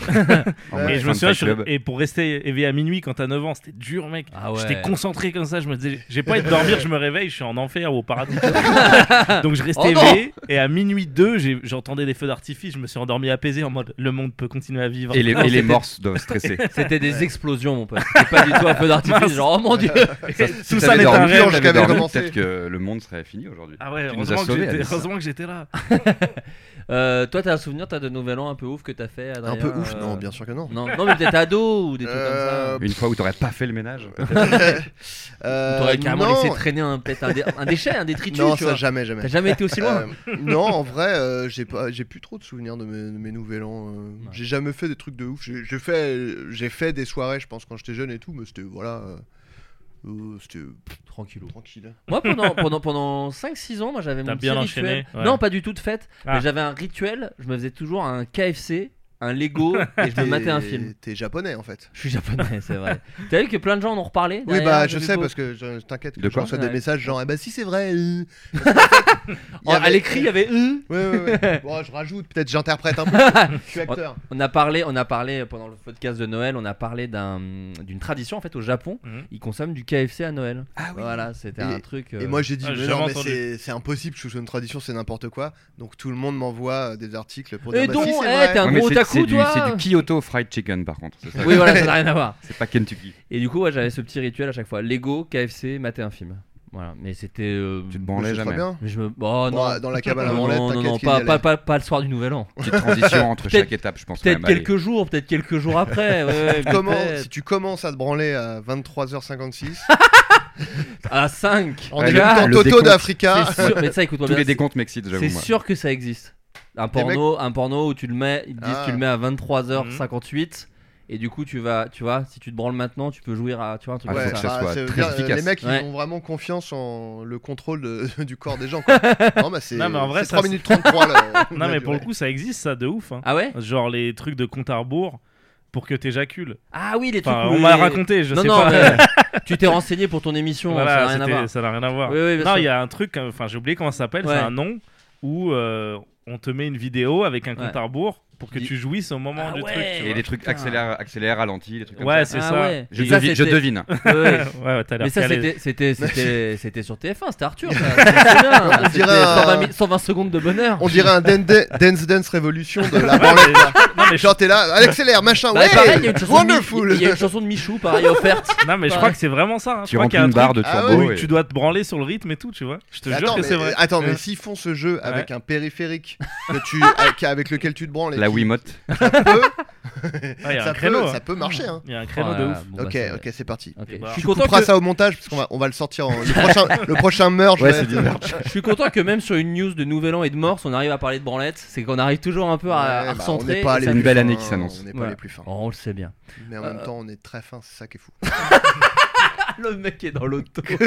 S7: en mode
S8: Et, je
S7: fan
S8: me souviens, je-
S7: club.
S8: et pour rester éveillé à minuit quand t'as 9 ans, c'était dur, mec.
S5: Ah ouais.
S8: J'étais concentré comme ça, je me disais, j'ai pas envie de dormir, je me réveille, je suis en enfer ou au paradis.
S5: [laughs]
S8: Donc je restais
S5: Oh non
S8: éveillé et à minuit 2, j'ai- j'entendais des feux d'artifice, je me suis endormi apaisé en mode le monde peut continuer à vivre.
S7: Et les, et les
S5: c'était-
S7: morses doivent stresser.
S5: C'était des explosions, mon pote. C'était pas du tout un peu d'artifice.
S8: Mince.
S5: genre, oh mon dieu.
S8: Tout
S7: Si t'avais
S8: ça n'est un
S7: dormi,
S8: rêve,
S7: si t'avais
S6: j'avais
S7: dormi,
S6: commencé.
S7: Peut-être que le monde serait fini aujourd'hui.
S8: Ah ouais,
S7: Tu nous as
S8: heureusement, que
S7: sauvés,
S8: j'étais-
S7: Alice.
S8: heureusement que
S5: [laughs]
S8: j'étais là.
S5: Euh, toi, t'as un souvenir, t'as de nouvel an un peu ouf que t'as fait, Adrien
S6: Un peu ouf,
S5: euh,
S6: non, bien sûr
S5: [laughs]
S6: que non.
S5: Non, non, mais peut-être ado ou des trucs
S6: Euh,
S5: comme ça.
S7: Une fois où t'aurais pas fait le ménage.
S6: Euh,
S5: T'aurais carrément
S6: non.
S5: laissé traîner un, peut-être un, dé- un déchet, un détritus,
S6: Non,
S5: tu
S6: ça
S5: vois.
S6: jamais, jamais.
S5: T'as jamais été aussi loin.
S6: Euh, non, en vrai, euh, j'ai pas, j'ai plus trop de souvenirs de mes, de mes nouvel an. euh, J'ai jamais fait des trucs de ouf. J'ai j'ai fait, j'ai fait des soirées, je pense, quand j'étais jeune et tout, mais c'était voilà, euh, euh, c'était
S5: Tranquillou.
S6: tranquille.
S5: Moi pendant, pendant, pendant 5-6 ans, moi j'avais mon
S8: T'as
S5: petit
S8: bien
S5: rituel.
S8: enchaîné, ouais.
S5: Non, pas du tout de fête,
S8: Ah.
S5: mais j'avais un rituel, je me faisais toujours un KFC, un
S8: [laughs]
S5: Lego et je Ah, me
S6: T'es-
S5: matais un film.
S6: T'es japonais en fait.
S5: Je suis japonais, c'est
S6: [laughs]
S5: vrai. T'as vu que plein de gens en ont reparlé
S6: Oui, bah je sais parce que je- t'inquiète, que
S7: De
S6: je
S7: quoi
S6: reçois
S5: Ouais. Oh,
S6: des messages genre, eh bah si c'est vrai.
S5: [laughs]
S6: euh. Il y
S5: À
S6: avait-
S5: l'écrit, il y avait euh eux.
S6: Ouais, ouais,
S5: [laughs]
S6: ouais. Bon, je rajoute, peut-être j'interprète un peu. je suis acteur. [laughs]
S5: On a parlé, on a parlé pendant le podcast de Noël, on a parlé d'un- d'une tradition en fait au Japon,
S8: Mhm.
S5: ils consomment du KFC à Noël.
S6: Ah oui.
S5: Voilà, c'était un truc. euh,
S6: Et moi j'ai dit,
S8: Ah, j'ai
S6: mais
S8: jamais
S6: non, mais
S8: entendu.
S6: c'est c'est impossible, je suis une tradition, c'est n'importe quoi. Donc tout le monde m'envoie euh, des articles pour
S5: Eh
S6: dire, bah,
S5: donc,
S6: si,
S5: eh,
S6: c'est vrai.
S5: t'es un
S7: Ouais, mais
S5: gros
S7: c'est C'est
S5: coup,
S7: du,
S5: toi [laughs]
S7: c'est du Kyoto Fried Chicken par contre. C'est ça,
S5: Oui, voilà, ça n'a rien à voir.
S7: C'est pas Kentucky.
S5: Et du coup, ouais, j'avais ce petit rituel à chaque fois Lego, KFC, mater un film. Voilà, mais c'était. euh,
S7: Tu te
S6: C'est
S7: branlais
S6: très
S7: jamais.
S6: bien.
S5: mais je me... Oh non.
S6: Bon, Bah, dans la cabane
S5: [laughs]
S6: à
S5: non,
S6: branlette,
S5: non, non,
S6: t'inquiète
S5: non,
S6: qu'il y
S5: pas,
S6: allait.
S5: pas, pas, pas le soir du Nouvel An.
S7: Petite transition entre
S5: Peut-être-
S7: chaque étape, je pense. quand
S5: Peut-être
S7: même, allez.
S5: quelques jours, peut-être quelques jours
S7: [laughs]
S5: après. ouais, ouais, [laughs]
S6: Comment-
S5: peut-être.
S6: si tu commences à te branler à
S5: [laughs]
S6: 23h56,
S5: À 5.
S6: en ah,
S7: Ouais,
S6: écoutant
S7: le
S6: Toto
S7: décompte.
S6: d'Africa,
S5: C'est sûr, mais ça, écoute-moi
S7: Tous
S5: bien.
S7: les décomptes m'excitent, j'avoue.
S5: C'est
S7: moi.
S5: sûr que ça existe. Un porno, un porno où tu le mets, ils te disent
S6: Ah.
S5: tu le mets à 23h58 et du coup tu vas, tu vois, si tu te branles maintenant, tu peux jouer à, tu vois, un truc
S7: Ah,
S5: comme
S7: faut que
S5: ça.
S7: ça soit
S6: c'est-
S7: très
S6: euh,
S7: efficace.
S6: Les mecs, ils
S5: Ouais.
S6: ont vraiment confiance en le contrôle de- [laughs] du corps des
S5: [laughs]
S6: gens. quoi. non, mais c'est
S8: Non, mais en vrai,
S6: c'est
S8: ça,
S6: 3
S8: c'est-
S6: minutes 33. Là,
S8: [laughs] Non, mais pour le coup, ça existe, ça, de ouf. hein.
S5: Ah ouais
S8: Genre les trucs de compte à rebours pour que t'éjacules.
S5: Ah oui, les trucs.
S8: Enfin,
S5: où
S8: on
S5: les-
S8: m'a raconté, je
S5: non,
S8: sais
S5: non,
S8: pas.
S5: mais tu t'es renseigné pour ton émission, ça
S8: Voilà,
S5: n'a rien à
S8: c'était-
S5: voir.
S8: ça n'a rien à voir.
S5: Oui, oui, bien
S8: non,
S5: sûr.
S8: il y a un truc, euh, enfin j'ai oublié comment ça s'appelle,
S5: Ouais.
S8: c'est un nom où euh, on te met une vidéo avec un compte
S5: Ouais.
S8: à rebours pour que
S5: Dis-
S8: tu jouisses au moment
S5: Ah
S8: du
S5: ouais.
S8: truc. tu
S7: Et
S8: vois.
S7: des trucs
S5: Putain.
S7: accélère, accélère, ralenti, des trucs comme
S8: Ouais,
S7: ça.
S8: c'est
S5: Ah
S8: ça.
S5: ouais.
S7: Je,
S5: Et ça,
S7: devine, je
S5: c'était-
S7: [laughs] devine.
S5: ouais.
S8: [laughs] ouais, ouais, t'as l'air
S5: Mais ça,
S8: calé.
S5: c'était- c'était c'était- c'était sur TF1, c'était Arthur. ça, je me souviens. C'était
S6: dirait un-
S5: 120 mi- 120 secondes de bonheur.
S6: On dirait un Dan- Dan- Dance Dance Revolution de
S5: [laughs]
S6: la
S8: Ouais,
S6: branlette.
S8: mais- non, mais je-
S6: Genre, t'es là, allez, accélère, machin,
S5: Bah,
S6: ouais,
S5: pareil, il y a une chanson de Mi-
S6: wonderful.
S5: il y a une chanson de Michou, pareil, offerte.
S8: non, mais je crois que c'est vraiment ça. hein. Je
S7: Tu
S8: crois
S7: rentres
S8: qu'il y a un
S7: une barre de
S6: Ah
S7: turbo.
S8: truc où
S7: et-
S8: tu dois te branler sur le rythme et tout, tu vois. Je te
S6: Mais
S8: jure
S6: attends,
S8: que
S6: mais-
S8: c'est vrai.
S6: Attends, mais
S8: Ouais.
S6: s'ils font ce jeu avec
S5: [laughs]
S6: un périphérique que tu, avec, avec lequel tu te branles, et
S7: La
S6: qui
S7: Wiimote.
S6: peut,
S8: Ah, il y a
S6: ça,
S8: un créneau.
S6: peut,
S8: hein.
S6: ça peut marcher. hein.
S8: Il y a un créneau de ouf.
S5: Bon, bah,
S6: ok,
S5: c'est-
S6: ok, c'est parti.
S5: ok.
S8: Et bah,
S5: Je suis
S6: Tu
S5: content
S6: couperas
S5: que-
S6: ça au montage parce qu'on va, on va le sortir en... le prochain le prochain merge.
S7: Ouais,
S6: va
S7: c'est
S6: être-
S7: du merch.
S5: Je suis content que même sur une news de Nouvel An et de Morse, on arrive à parler de branlette. C'est qu'on arrive toujours
S7: euh,
S5: un peu à, à
S6: Ouais, bah, on
S5: recentrer.
S6: n'est pas
S5: et
S6: les
S5: ça-
S7: Une
S6: plus
S7: belle
S6: fins,
S7: année qui s'annonce.
S6: On n'est pas
S5: Voilà.
S6: les plus fins.
S5: Oh, on le sait bien.
S6: Mais en
S5: Euh,
S6: même temps, on est très fins, c'est ça qui est fou.
S5: Ah, le mec est dans l'auto. [laughs]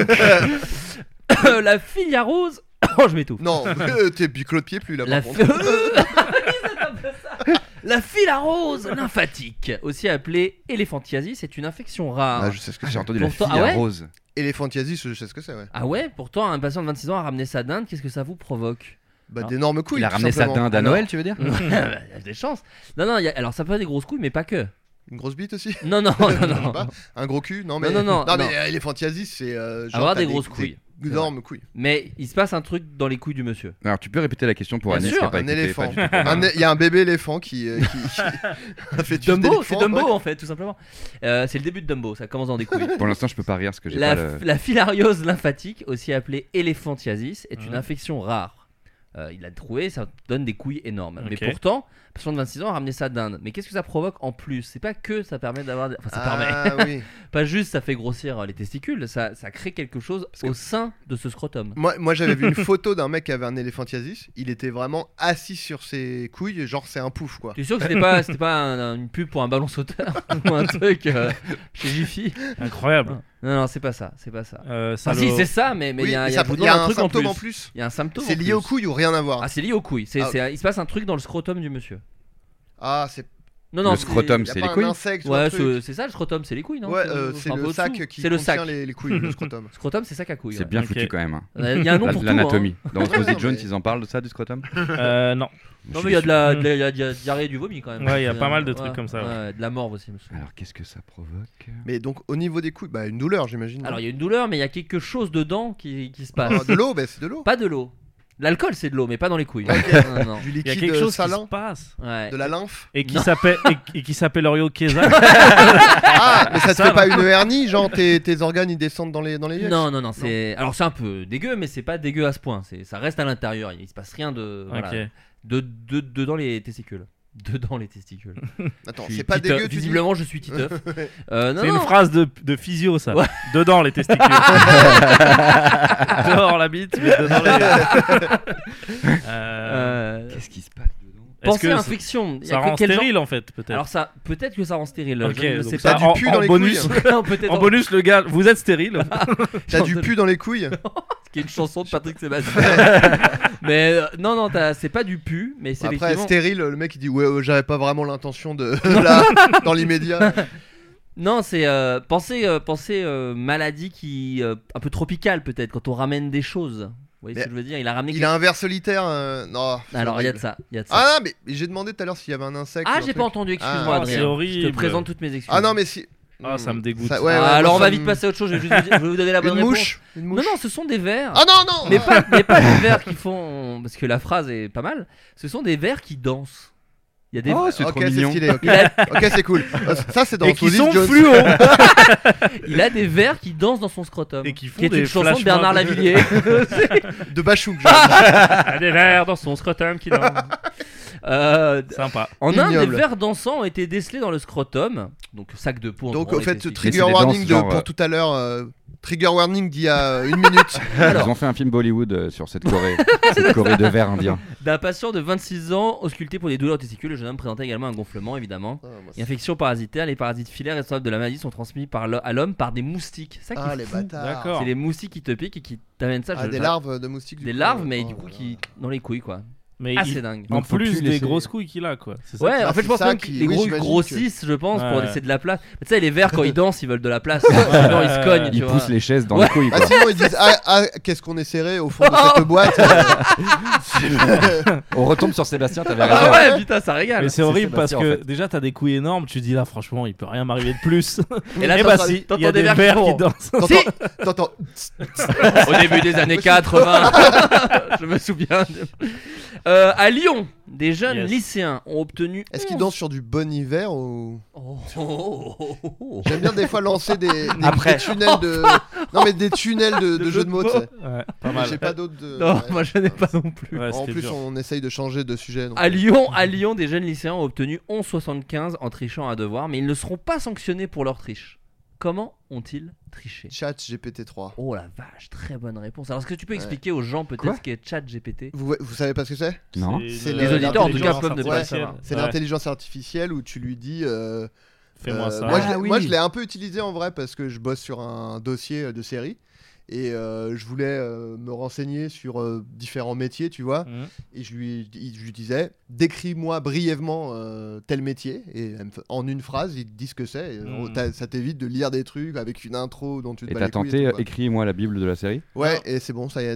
S5: Euh, la fille à rose. [coughs] Oh, je m'étouffe.
S6: Non, [laughs] euh, t'es biclot de pied plus là
S5: La,
S6: par
S5: fi-
S6: contre.
S5: [laughs] la fille à rose lymphatique, aussi appelée éléphantiasie, c'est une infection rare.
S7: Ah, je sais ce que j'ai entendu la fille
S5: Pourtant- ah ouais
S7: à rose.
S6: Éléphantiasis, je sais ce que c'est, ouais.
S5: Ah ouais, pourtant un patient de 26 ans a ramené sa dinde, qu'est-ce que ça vous provoque [laughs]
S6: Bah,
S5: Ah.
S6: d'énormes couilles.
S7: Il a
S6: tout
S7: ramené sa
S6: simplement.
S7: dinde à Noël, tu veux dire
S5: Il y a des chances. Non, non, il y a- alors ça peut être des grosses couilles, mais pas que.
S6: Une grosse bite aussi
S5: Non, [laughs] non, non,
S6: Je sais
S5: non.
S6: pas. Un gros cul Non, mais.
S5: non, non, non.
S6: mais euh, éléphantiasis, c'est. euh, genre,
S5: Avoir
S6: t'as
S5: des grosses couilles.
S6: Énormes couilles.
S5: Mais il se passe un truc dans les couilles du monsieur.
S7: Alors, tu peux répéter la question pour
S5: Bien
S7: Anis
S5: sûr.
S7: qui a pas
S6: Un
S7: écouté, pas
S6: éléphant.
S7: du tout.
S6: Un é- Il y a un bébé éléphant qui. euh, qui-
S5: [laughs]
S6: qui- a fait tuer
S5: Dumbo,
S6: l'éléphant,
S5: c'est Dumbo
S6: ouais.
S5: en fait, tout simplement. Euh, c'est le début de Dumbo, ça commence dans des couilles.
S7: Pour l'instant, je peux pas rire parce que j'ai
S5: la,
S7: pas le.
S5: la filariose lymphatique, aussi appelée éléphantiasis, est une
S6: Mhm.
S8: Ouais.
S5: infection rare. Euh, il l'a trouvé, ça donne des couilles énormes.
S8: Ok.
S5: Mais pourtant, un patient de 26 ans a ramené ça d'Inde. Mais qu'est-ce que ça provoque en plus C'est pas que ça permet d'avoir. des- Enfin, ça permet.
S6: Ah oui.
S5: Pas juste ça fait grossir euh, les testicules, ça, ça crée quelque chose au sein de ce scrotum.
S6: Moi, moi j'avais vu une photo d'un mec qui avait un éléphantiasis. Il était vraiment assis sur ses couilles, genre c'est un pouf quoi.
S5: Tu es sûr que c'était pas, c'était pas un- un- une pub pour un ballon sauteur [laughs] ou un truc euh, chez Jiffy
S8: Incroyable.
S5: Non, non, c'est pas ça, c'est pas ça.
S8: Euh,
S5: Enfin, Ah. si,
S8: salaud.
S5: c'est ça, mais mais il
S6: Oui,
S5: y a,
S6: mais
S5: il y a-
S6: ça-
S5: je vous
S6: il
S5: donne
S6: y a
S5: un,
S6: un
S5: truc en
S6: symptôme
S5: plus.
S6: en plus.
S5: Il y a un symptôme.
S6: C'est
S5: en
S6: lié
S5: plus.
S6: aux couilles ou rien à voir
S5: Ah, c'est lié aux couilles. C'est,
S6: Ah, ok.
S5: c'est- il se passe un truc dans le scrotum du monsieur.
S6: Ah, c'est
S5: Non, non,
S7: Le
S5: c'est-
S7: scrotum,
S6: y a
S7: c'est
S6: pas
S7: les
S6: un
S7: couilles.
S6: insecte ou un
S5: Ouais,
S6: truc
S5: c'est, c'est ça le scrotum, c'est les couilles, non
S6: Ouais, euh, c'est
S5: Enfin,
S6: le
S5: au-dessous.
S6: sac qui
S5: C'est le sac.
S6: contient les,
S5: [laughs]
S6: les couilles, le scrotum.
S5: Scrotum, c'est sac à couilles.
S7: C'est
S5: ouais.
S7: bien
S8: Ok.
S7: foutu quand même. hein.
S5: Il
S7: [laughs]
S5: y a un nom
S7: La-
S5: pour tout.
S7: L'anatomie. Dans
S6: Ouais,
S7: Rosie
S6: non,
S7: Jones,
S6: mais-
S7: ils en parlent de ça, du scrotum
S8: Euh, non.
S5: hein. Non, mais il y a de la, de la- il y a- il y a de la diarrhée et du vomi quand même.
S8: Mm. Ouais, il y a
S5: C'est-
S8: pas mal de trucs comme ça, ouais.
S5: ouais, de la mort aussi, je me souviens.
S7: Alors, qu'est-ce que ça provoque
S6: Mais donc au niveau des couilles, bah une douleur j'imagine.
S5: Alors, il y a une douleur, mais il y a quelque chose dedans qui, qui se passe.
S6: Ah, de l'eau, bah c'est
S5: [laughs]
S6: de l'eau.
S5: Pas de l'eau. L'alcool, c'est de l'eau, mais pas dans les couilles.
S6: Ok.
S5: Non,
S6: [laughs]
S5: non.
S6: Du
S8: Il y
S6: liquide
S8: a
S6: euh,
S8: quelque chose qui
S6: salin,
S8: se passe.
S5: Ouais.
S6: de
S5: [laughs]
S6: la lymphe.
S8: Et qui
S5: Non.
S8: s'appelle et, et qui s'appelle Orio Keza.
S6: Ah, mais ça te
S8: Ça,
S6: fait pas une hernie, genre tes, tes organes ils descendent dans les dans les yeux
S5: Non, non, non, c'est. Alors, c'est un peu dégueu, mais c'est pas dégueu à ce point. C'est... Ça reste à l'intérieur. Il il se passe rien de. [laughs] Voilà,
S8: Ok.
S5: de, de- Dedans les testicules. [laughs] Dedans les testicules.
S6: Attends,
S5: Je suis
S6: c'est pas
S5: titeuf.
S6: dégueu tu dis.
S5: euh, Visiblement, je suis
S6: [laughs]
S5: titeuf. Euh, non,
S8: C'est une
S5: non.
S8: phrase de, de physio ça.
S5: Ouais.
S8: Dedans les
S6: [laughs]
S8: testicules. Dehors la bite, mais dedans
S6: [laughs]
S8: les. Euh,
S5: Euh,
S7: Qu'est-ce qui se passe dedans
S8: Est-ce
S5: Pensez
S8: que ça-
S5: infection. Il y a
S8: ça
S5: que-
S8: rend
S5: quel genre-
S8: stérile en fait peut-être.
S5: Alors, ça, peut-être que ça rend stérile.
S8: Ok,
S5: je ne
S8: donc
S5: sais
S8: ça,
S5: pas.
S6: du
S8: en,
S6: pu
S8: en
S6: dans les
S5: [laughs]
S8: bonus,
S6: couilles.
S5: Non, peut-être
S8: en bonus le gars, vous êtes
S6: [laughs]
S8: stérile.
S6: T'as du pu dans les couilles
S5: qui est une chanson de Patrick
S8: [laughs]
S5: Sébastien. mais euh, non, non, t'as- c'est pas du pu, mais c'est
S6: Bah, Après
S5: effectivement.
S6: stérile, le mec il dit ouais euh, j'avais pas vraiment l'intention de là dans l'immédiat.
S5: Non, c'est euh, pensez, euh, pensez, euh, maladie qui euh, un peu tropicale peut-être quand on ramène des choses. Vous voyez ce
S6: Mais
S5: que je veux dire Il a ramené.
S6: Il a un verre solitaire. euh, Non. c'est
S5: Alors il y a de
S6: horrible.
S5: ça, il y a de ça.
S6: Ah mais mais j'ai demandé tout à l'heure s'il y avait un insecte.
S5: Ah,
S6: ou un
S5: j'ai
S6: truc.
S5: pas entendu. Excuse-moi,
S6: Ah,
S5: Adrien.
S8: c'est
S5: Je
S8: horrible.
S5: te présente toutes mes excuses.
S6: Ah non mais si.
S8: Ah, ça me dégoûte.
S6: Ça- ouais, ouais,
S5: Ah,
S6: moi,
S5: alors on
S6: ça
S5: va
S6: me-
S5: vite passer à autre chose. Je vais, juste
S6: [laughs]
S5: vous dire- je vais vous donner la bonne
S6: Une
S5: réponse.
S6: mouche. Une mouche.
S5: Non, non, ce sont des vers.
S6: Ah non non.
S5: mais,
S6: Ah.
S5: pas, mais pas des vers qui font. Parce que la phrase est pas mal. Ce sont des vers qui dansent. Il y a des.
S7: Oh, c'est
S6: ok,
S7: trop
S6: c'est
S7: mignon.
S6: stylé. Ok,
S5: il, a,
S6: Ok, c'est cool. Euh, Ça, c'est dans
S5: et qui
S6: Moses
S5: sont
S6: Jones.
S5: fluo.
S6: [laughs]
S5: il a des vers qui dansent dans son scrotum.
S8: Et qui font
S5: est
S8: des
S5: une chanson de
S8: flash
S5: Bernard
S8: mobs. [laughs]
S5: Lavillier. [laughs]
S6: De Bachouk,
S5: Ah.
S6: genre.
S8: Il y a Ah, des vers dans son scrotum qui dansent.
S5: Euh,
S8: Sympa.
S5: en Inde,
S6: Ignoble.
S5: les vers dansants ont été décelés dans le scrotum, donc sac de peau.
S6: Donc,
S5: on
S6: au
S5: les
S6: fait,
S5: spécifie.
S6: trigger
S7: Mais c'est des
S6: warning
S7: danses,
S6: de,
S7: genre, euh,
S6: pour tout à l'heure. euh, Trigger warning d'il y a euh,
S5: [laughs]
S6: une minute.
S5: Alors,
S7: Ils ont fait un film Bollywood euh, sur cette Corée, cette Corée de verre indien.
S5: D'un patient de 26 ans ausculté pour des douleurs testicules, le jeune homme présentait également un gonflement, évidemment. Et infection parasitaire, les parasites filaires responsables de la maladie sont transmis par l'ho- à l'homme par des moustiques. C'est Ça qui
S6: Ah,
S5: est
S6: les
S5: fou.
S6: bâtards.
S8: D'accord.
S5: C'est les moustiques qui te piquent et qui t'amènent ça.
S6: Ah,
S5: je-
S6: des
S5: je-
S6: larves de moustiques. du
S5: Des
S6: coup.
S5: larves, mais
S6: Oh
S5: du
S6: là
S5: coup,
S6: là.
S5: qui dans les couilles, quoi.
S8: Mais
S5: Ah,
S8: il-
S5: c'est dingue.
S8: en
S7: Donc, faut
S8: plus
S7: plus
S8: des
S7: laisser-
S8: grosses couilles qu'il a, quoi. C'est ça
S5: Ouais, en
S6: Ah,
S5: fait,
S6: c'est
S5: je pense
S6: ça
S5: même que
S6: qui-
S5: les
S6: oui,
S5: gros ils
S6: j'imagine
S5: grossissent, je pense, pour
S8: Ouais.
S5: laisser de la place. Mais tu sais, les vers, quand ils dansent, ils veulent de la
S6: [laughs]
S5: place. Sinon, ils se cognent, tu
S7: Ils
S5: vois.
S7: poussent les chaises dans
S5: Ouais.
S7: les couilles.
S6: Ah,
S7: quoi.
S6: sinon, ils disent Ah, ah, qu'est-ce qu'on est serré au fond de cette boîte
S7: On retombe sur Sébastien, t'avais
S5: Ah
S7: raison.
S5: ouais, putain, ça régale.
S8: Mais c'est horrible parce
S7: Sébastien, en
S8: que déjà t'as des couilles énormes, tu dis là franchement il peut rien m'arriver de plus.
S5: Et là,
S8: Eh bah
S5: t'entends-
S8: si, il y
S5: t'entends
S8: a
S5: des
S8: des
S5: vers
S8: vers qui
S5: font-
S8: dansent.
S5: Si,
S6: T'entends- T'entends
S5: Au début des [laughs] années 80, [laughs] je me souviens. de- Euh, à Lyon, des jeunes
S8: Yes.
S5: lycéens ont obtenu.
S6: Est-ce qu'ils
S5: 11
S6: dansent sur du bon hiver ou
S5: Oh, oh, oh, oh, oh.
S6: J'aime bien des fois lancer des, des-
S7: Après.
S6: des tunnels de non mais des tunnels
S8: [laughs]
S6: de, de jeux de mots. tu sais.
S8: Ouais, pas
S6: Mais
S8: mal.
S6: J'ai pas d'autres. de-
S5: Non,
S6: ouais.
S5: moi je n'ai pas non plus.
S8: Ouais,
S6: en
S8: c'était
S6: plus,
S8: dur.
S6: on essaye de changer de sujet. donc.
S5: [laughs] À Lyon, à Lyon, des jeunes lycéens ont obtenu 11,75 en trichant à devoir, mais ils ne seront pas sanctionnés pour leur triche. Comment ont-ils triché
S6: Chat GPT-3.
S5: Oh la vache, très bonne réponse. Alors, est-ce que tu peux
S6: Ouais.
S5: expliquer aux gens peut-être
S7: Quoi
S5: ce qu'est ChatGPT
S6: Vous, vous savez pas ce que c'est
S7: Non.
S6: C'est
S5: Les
S6: Euh,
S5: auditeurs, en tout cas,
S6: l'intelligence
S5: peuvent ne pas le
S6: artificielle.
S5: savoir.
S6: C'est
S8: Ouais.
S6: l'intelligence artificielle où tu lui dis. euh,
S8: Fais-moi
S6: euh,
S8: ça. [laughs]
S6: Moi, je,
S5: Ah
S6: l'ai-
S5: oui.
S6: moi, je l'ai un peu utilisé en vrai parce que je bosse sur un dossier de série et euh, je voulais euh, me renseigner sur euh, différents métiers, tu vois.
S8: Mhm.
S6: Et je lui, je lui disais, décris-moi brièvement euh, tel métier. Et elle me fa- en une phrase, il te dit ce que c'est. Et, euh,
S8: Mm.
S6: t'as- Ça t'évite de lire des trucs avec une intro dont tu te
S7: Et Ah.
S6: bats
S7: t'as
S6: les couilles
S7: tenté,
S6: et
S7: euh,
S6: tout, quoi.
S7: écris-moi la Bible de la série
S6: Ouais, et c'est bon, ça y
S7: [laughs]
S6: est.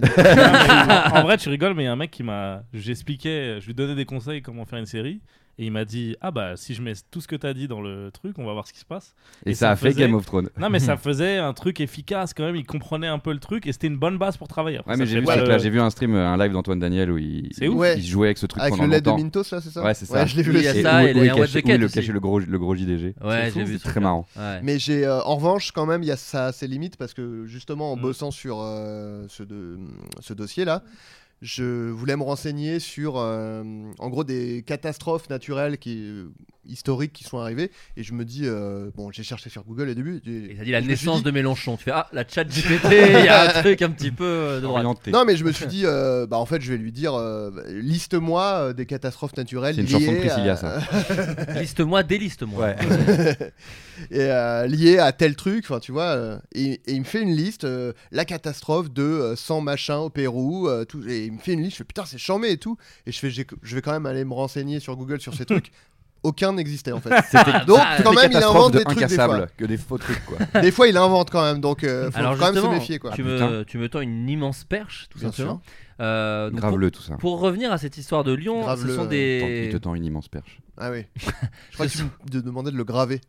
S8: en vrai, tu rigoles, mais il y a un mec qui m'a. J'expliquais, je lui donnais des conseils comment faire une série. Et il m'a dit Ah bah, si je mets tout ce que t'as dit dans le truc, on va voir ce qui se passe.
S7: Et,
S8: Et
S7: ça,
S8: ça
S7: a fait
S8: faisait-
S7: Game of Thrones.
S8: Non, mais ça faisait un truc efficace quand même. Il comprenait un peu le truc et c'était une bonne base pour travailler. Après,
S7: Ouais,
S8: ça
S7: mais j'ai
S8: fait
S7: vu,
S8: pas
S7: ce
S8: le-
S7: truc-là. J'ai vu un stream, euh, un live d'antoine Daniel où il,
S8: C'est ouf.
S6: Ouais.
S7: il jouait avec ce truc
S6: avec
S7: pendant
S6: le lait de
S7: longtemps.
S6: Mintos, là, c'est ça
S7: Ouais, c'est ça.
S6: je l'ai vu
S5: Oui,
S6: aussi.
S5: il y a
S7: Et
S5: ça
S7: où-
S5: et
S7: où
S5: les-
S7: il
S5: en What
S7: cachait-
S5: the
S7: où il
S5: Cat
S7: le
S5: aussi.
S7: cachait le gros, le gros JDG.
S5: Ouais,
S7: C'est
S5: j'ai
S7: fou,
S5: vu ce
S7: C'est très marrant.
S5: Ouais.
S6: Mais j'ai, euh, en revanche, quand même, il y a ça, ses limites, parce que justement, en
S8: Mm.
S6: bossant sur euh, ce, de- ce dossier-là, je voulais me renseigner sur, euh, en gros, des catastrophes naturelles qui, euh, historiques qui sont arrivées. Et je me dis, euh, bon, j'ai cherché sur Google au début. et-
S5: Et t'as dit la
S6: je me suis
S5: naissance
S6: dit-
S5: de Mélenchon. Tu fais ah la chat GPT, il y a un truc un petit peu euh, de droite.
S7: Orienté.
S6: Non, mais je me suis dit, euh, bah, en fait, je vais lui dire, euh, liste-moi euh, des catastrophes naturelles
S7: C'est une
S6: liées
S7: chanson de Priscilla,
S6: à-
S7: ça.
S5: Liste-moi, déliste-moi.
S7: Ouais.
S6: [laughs] et euh, lié à tel truc, enfin tu vois, euh, et, et il me fait une liste, euh, la catastrophe de euh, 100 machins au Pérou, euh, tout, et il me fait une liste, je fais putain c'est chambé et tout, et je fais j'ai- je vais quand même aller me renseigner sur Google sur ces
S7: [laughs]
S6: trucs, aucun n'existait en fait.
S5: C'était-
S6: Donc
S5: Ah,
S6: quand
S7: Des
S6: même il
S7: catastrophes
S6: invente
S7: de
S6: des trucs des fois.
S7: incassables, que des faux trucs quoi. [laughs]
S6: Des fois il invente quand même, donc euh, faut
S5: Alors
S6: quand même se
S5: justement,
S6: méfier quoi.
S5: Tu,
S7: Ah,
S5: me,
S7: putain.
S5: tu me tends une immense perche, tout
S6: Bien
S5: simplement. Euh, donc, pour,
S7: Grave-le tout ça.
S5: pour revenir à cette histoire de Lyon,
S6: Grave-le,
S5: ce sont
S6: ouais.
S7: Tant- Il te
S5: des
S7: tend une immense
S8: [laughs]
S7: perche.
S5: [laughs]
S6: Ah oui. Je crois que tu me demandais de le graver.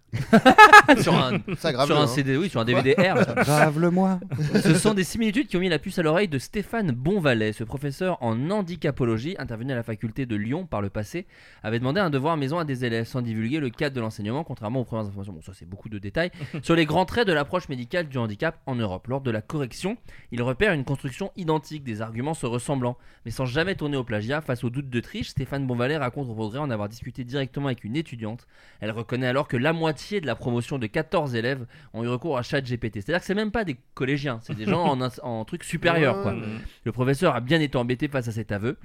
S5: [laughs] sur un
S6: Ça grave. hein.
S5: sur un CD, oui, sur un DVD-R.
S6: [laughs]
S7: Grave-le-moi
S5: Ce sont des similitudes qui ont mis la puce à l'oreille de Stéphane Bonvalet. Ce professeur en handicapologie, intervenu à la faculté de Lyon par le passé, avait demandé un devoir maison à des élèves sans divulguer le cadre de l'enseignement, contrairement aux premières informations. Bon, ça c'est beaucoup de détails. sur les grands traits de l'approche médicale du handicap en Europe. Lors de la correction, il repère une construction identique, des arguments se ressemblant, mais sans jamais tourner au plagiat. Face au doute de triche, Stéphane Bonvalet raconte au progrès en avoir discuté directement avec une étudiante. Elle reconnaît alors que la moitié de la promotion de 14 élèves ont eu recours à ChatGPT. C'est-à-dire que c'est même pas des collégiens, c'est des gens en, ins- en truc supérieur. Quoi.
S8: Mmh.
S5: Le professeur a bien été embêté face à cet aveu.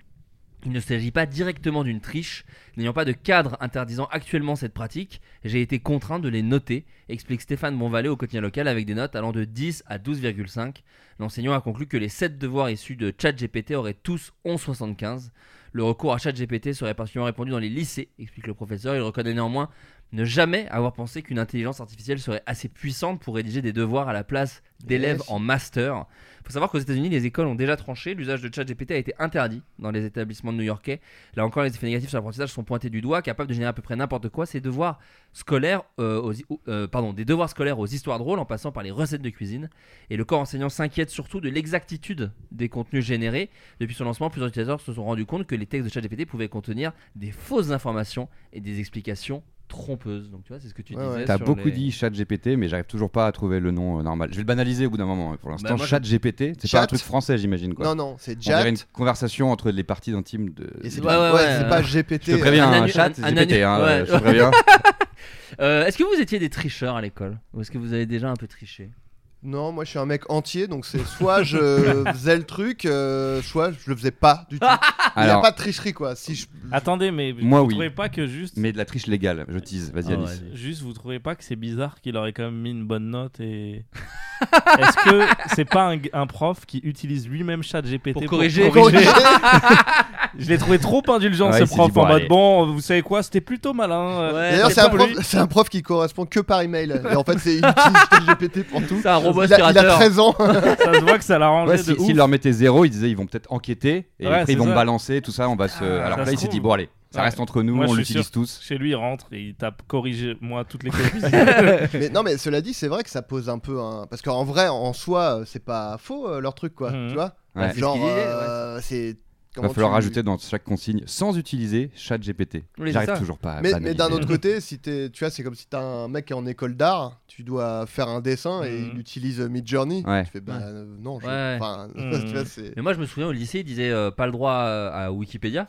S5: Il ne s'agit pas directement d'une triche, n'ayant pas de cadre interdisant actuellement cette pratique, j'ai été contraint de les noter, explique Stéphane Bonvalet au quotidien local avec des notes allant de 10 à 12,5. L'enseignant a conclu que les 7 devoirs issus de ChatGPT auraient tous 11,75. Le recours à ChatGPT serait particulièrement répandu dans les lycées, explique le professeur. Il reconnaît néanmoins ne jamais avoir pensé qu'une intelligence artificielle serait assez puissante pour rédiger des devoirs à la place d'élèves
S6: Yes.
S5: en master. Il faut savoir qu'aux États-Unis, les écoles ont déjà tranché. L'usage de ChatGPT a été interdit dans les établissements new-yorkais. Là encore, les effets négatifs sur l'apprentissage sont pointés du doigt, capables de générer à peu près n'importe quoi. Ces devoirs scolaires, euh, aux, aux- euh, pardon, des devoirs scolaires aux histoires drôles, en passant par les recettes de cuisine. Et le corps enseignant s'inquiète surtout de l'exactitude des contenus générés. Depuis son lancement, plusieurs utilisateurs se sont rendus compte que les textes de ChatGPT pouvaient contenir des fausses informations et des explications trompeuses. Donc tu vois, c'est ce que tu
S6: Ouais,
S5: disais.
S6: ouais.
S7: T'as
S5: sur
S7: beaucoup
S5: les-
S7: dit chat GPT, mais j'arrive toujours pas à trouver le nom euh, normal. Je vais le banaliser au bout d'un moment. hein.
S8: Bah,
S7: Pour l'instant,
S5: moi, je-
S7: chat GPT, c'est
S6: Chat.
S7: pas un truc français, j'imagine quoi.
S6: Non, non, c'est
S7: On dirait
S6: Jat.
S7: une conversation entre les parties intimes de.
S6: Et c'est
S5: Ouais,
S6: pas,
S5: ouais,
S6: ouais,
S5: ouais,
S6: c'est
S5: euh,
S6: pas
S7: Je te
S6: GPT.
S7: préviens,
S5: Un
S7: un
S5: annu-
S7: chat,
S5: un-
S7: c'est
S5: un
S7: GPT.
S5: annu-
S7: hein,
S5: ouais.
S7: euh, Je te
S6: [laughs]
S7: préviens.
S5: Euh, Est-ce que vous étiez des tricheurs à l'école Ou est-ce que vous avez déjà un peu triché
S6: Non, moi je suis un mec entier, donc c'est soit je faisais le truc, euh, soit je le faisais pas du tout. Il n'y a
S7: Alors,
S6: pas de tricherie quoi. Si je...
S8: Attendez, mais
S7: Moi,
S8: vous
S7: oui.
S8: trouvez pas que juste,
S7: mais de la triche légale, je tease. Vas-y,
S5: Ah,
S7: Alice.
S5: vas-y.
S8: juste vous trouvez pas que c'est bizarre qu'il aurait quand même mis une bonne note et [laughs] est-ce que c'est pas un, g- un prof qui utilise lui-même ChatGPT
S5: Pour corriger.
S8: Je l'ai trouvé trop indulgent
S7: Ouais,
S8: ce
S7: il s'est
S8: prof
S7: dit, bon,
S8: en mode
S7: allez.
S8: bon, vous savez quoi, c'était plutôt malin. euh,
S5: Ouais,
S6: D'ailleurs,
S8: c'est
S6: c'est un,
S8: pas
S6: prof-
S8: lui.
S6: c'est un prof qui correspond que par email. Et en fait, c'est il utilise GPT pour tout.
S5: C'est un robot
S6: Il a, il a
S5: aspirateur.
S6: 13 ans.
S8: Ça se voit que ça l'a rangé
S7: Ouais,
S8: de
S7: si-
S8: ouf.
S7: S'ils leur mettaient zéro, ils disaient ils vont peut-être enquêter et
S8: Ouais,
S7: après
S8: c'est
S7: ils vont
S8: ça.
S7: me balancer, tout ça. On va se.
S8: Ah,
S7: Alors
S8: ça
S7: que
S8: se
S7: là, il s'est dit
S8: trouve.
S7: bon, allez, ça
S8: Ouais.
S7: reste entre nous,
S8: Moi, je
S7: on
S8: suis
S7: l'utilise
S8: sûr.
S7: tous.
S8: Chez lui, il rentre et il tape corrigez-moi toutes les copies.
S6: mais non, mais cela dit, c'est vrai que ça pose un peu un. Parce qu'en vrai, en soi, euh, c'est pas faux euh, leur truc quoi.
S8: Mhm.
S6: Tu vois
S7: Ouais. C'est ce
S6: Genre,
S5: qu'il disait, ouais.
S6: euh, c'est.
S7: Il
S6: comment
S7: va falloir
S6: tu-
S7: rajouter dans chaque consigne sans utiliser chat GPT.
S5: Oui, c'est
S7: J'arrive
S5: ça.
S7: toujours Ah, pas à
S6: Mais, mais
S7: banaliser.
S6: d'un autre
S7: [laughs]
S6: côté, si t'es- tu vois, c'est comme si t'as un mec qui est en école d'art, tu dois faire un dessin et
S8: Mhm.
S6: il utilise Mid Journey.
S7: Ouais.
S6: Tu fais bah euh, non, je.
S5: Ouais.
S6: Enfin, [laughs]
S8: Mhm.
S6: tu
S5: [laughs]
S6: vois, c'est.
S5: Mais moi, je me souviens au lycée, ils disaient euh, pas le droit à, à Wikipédia.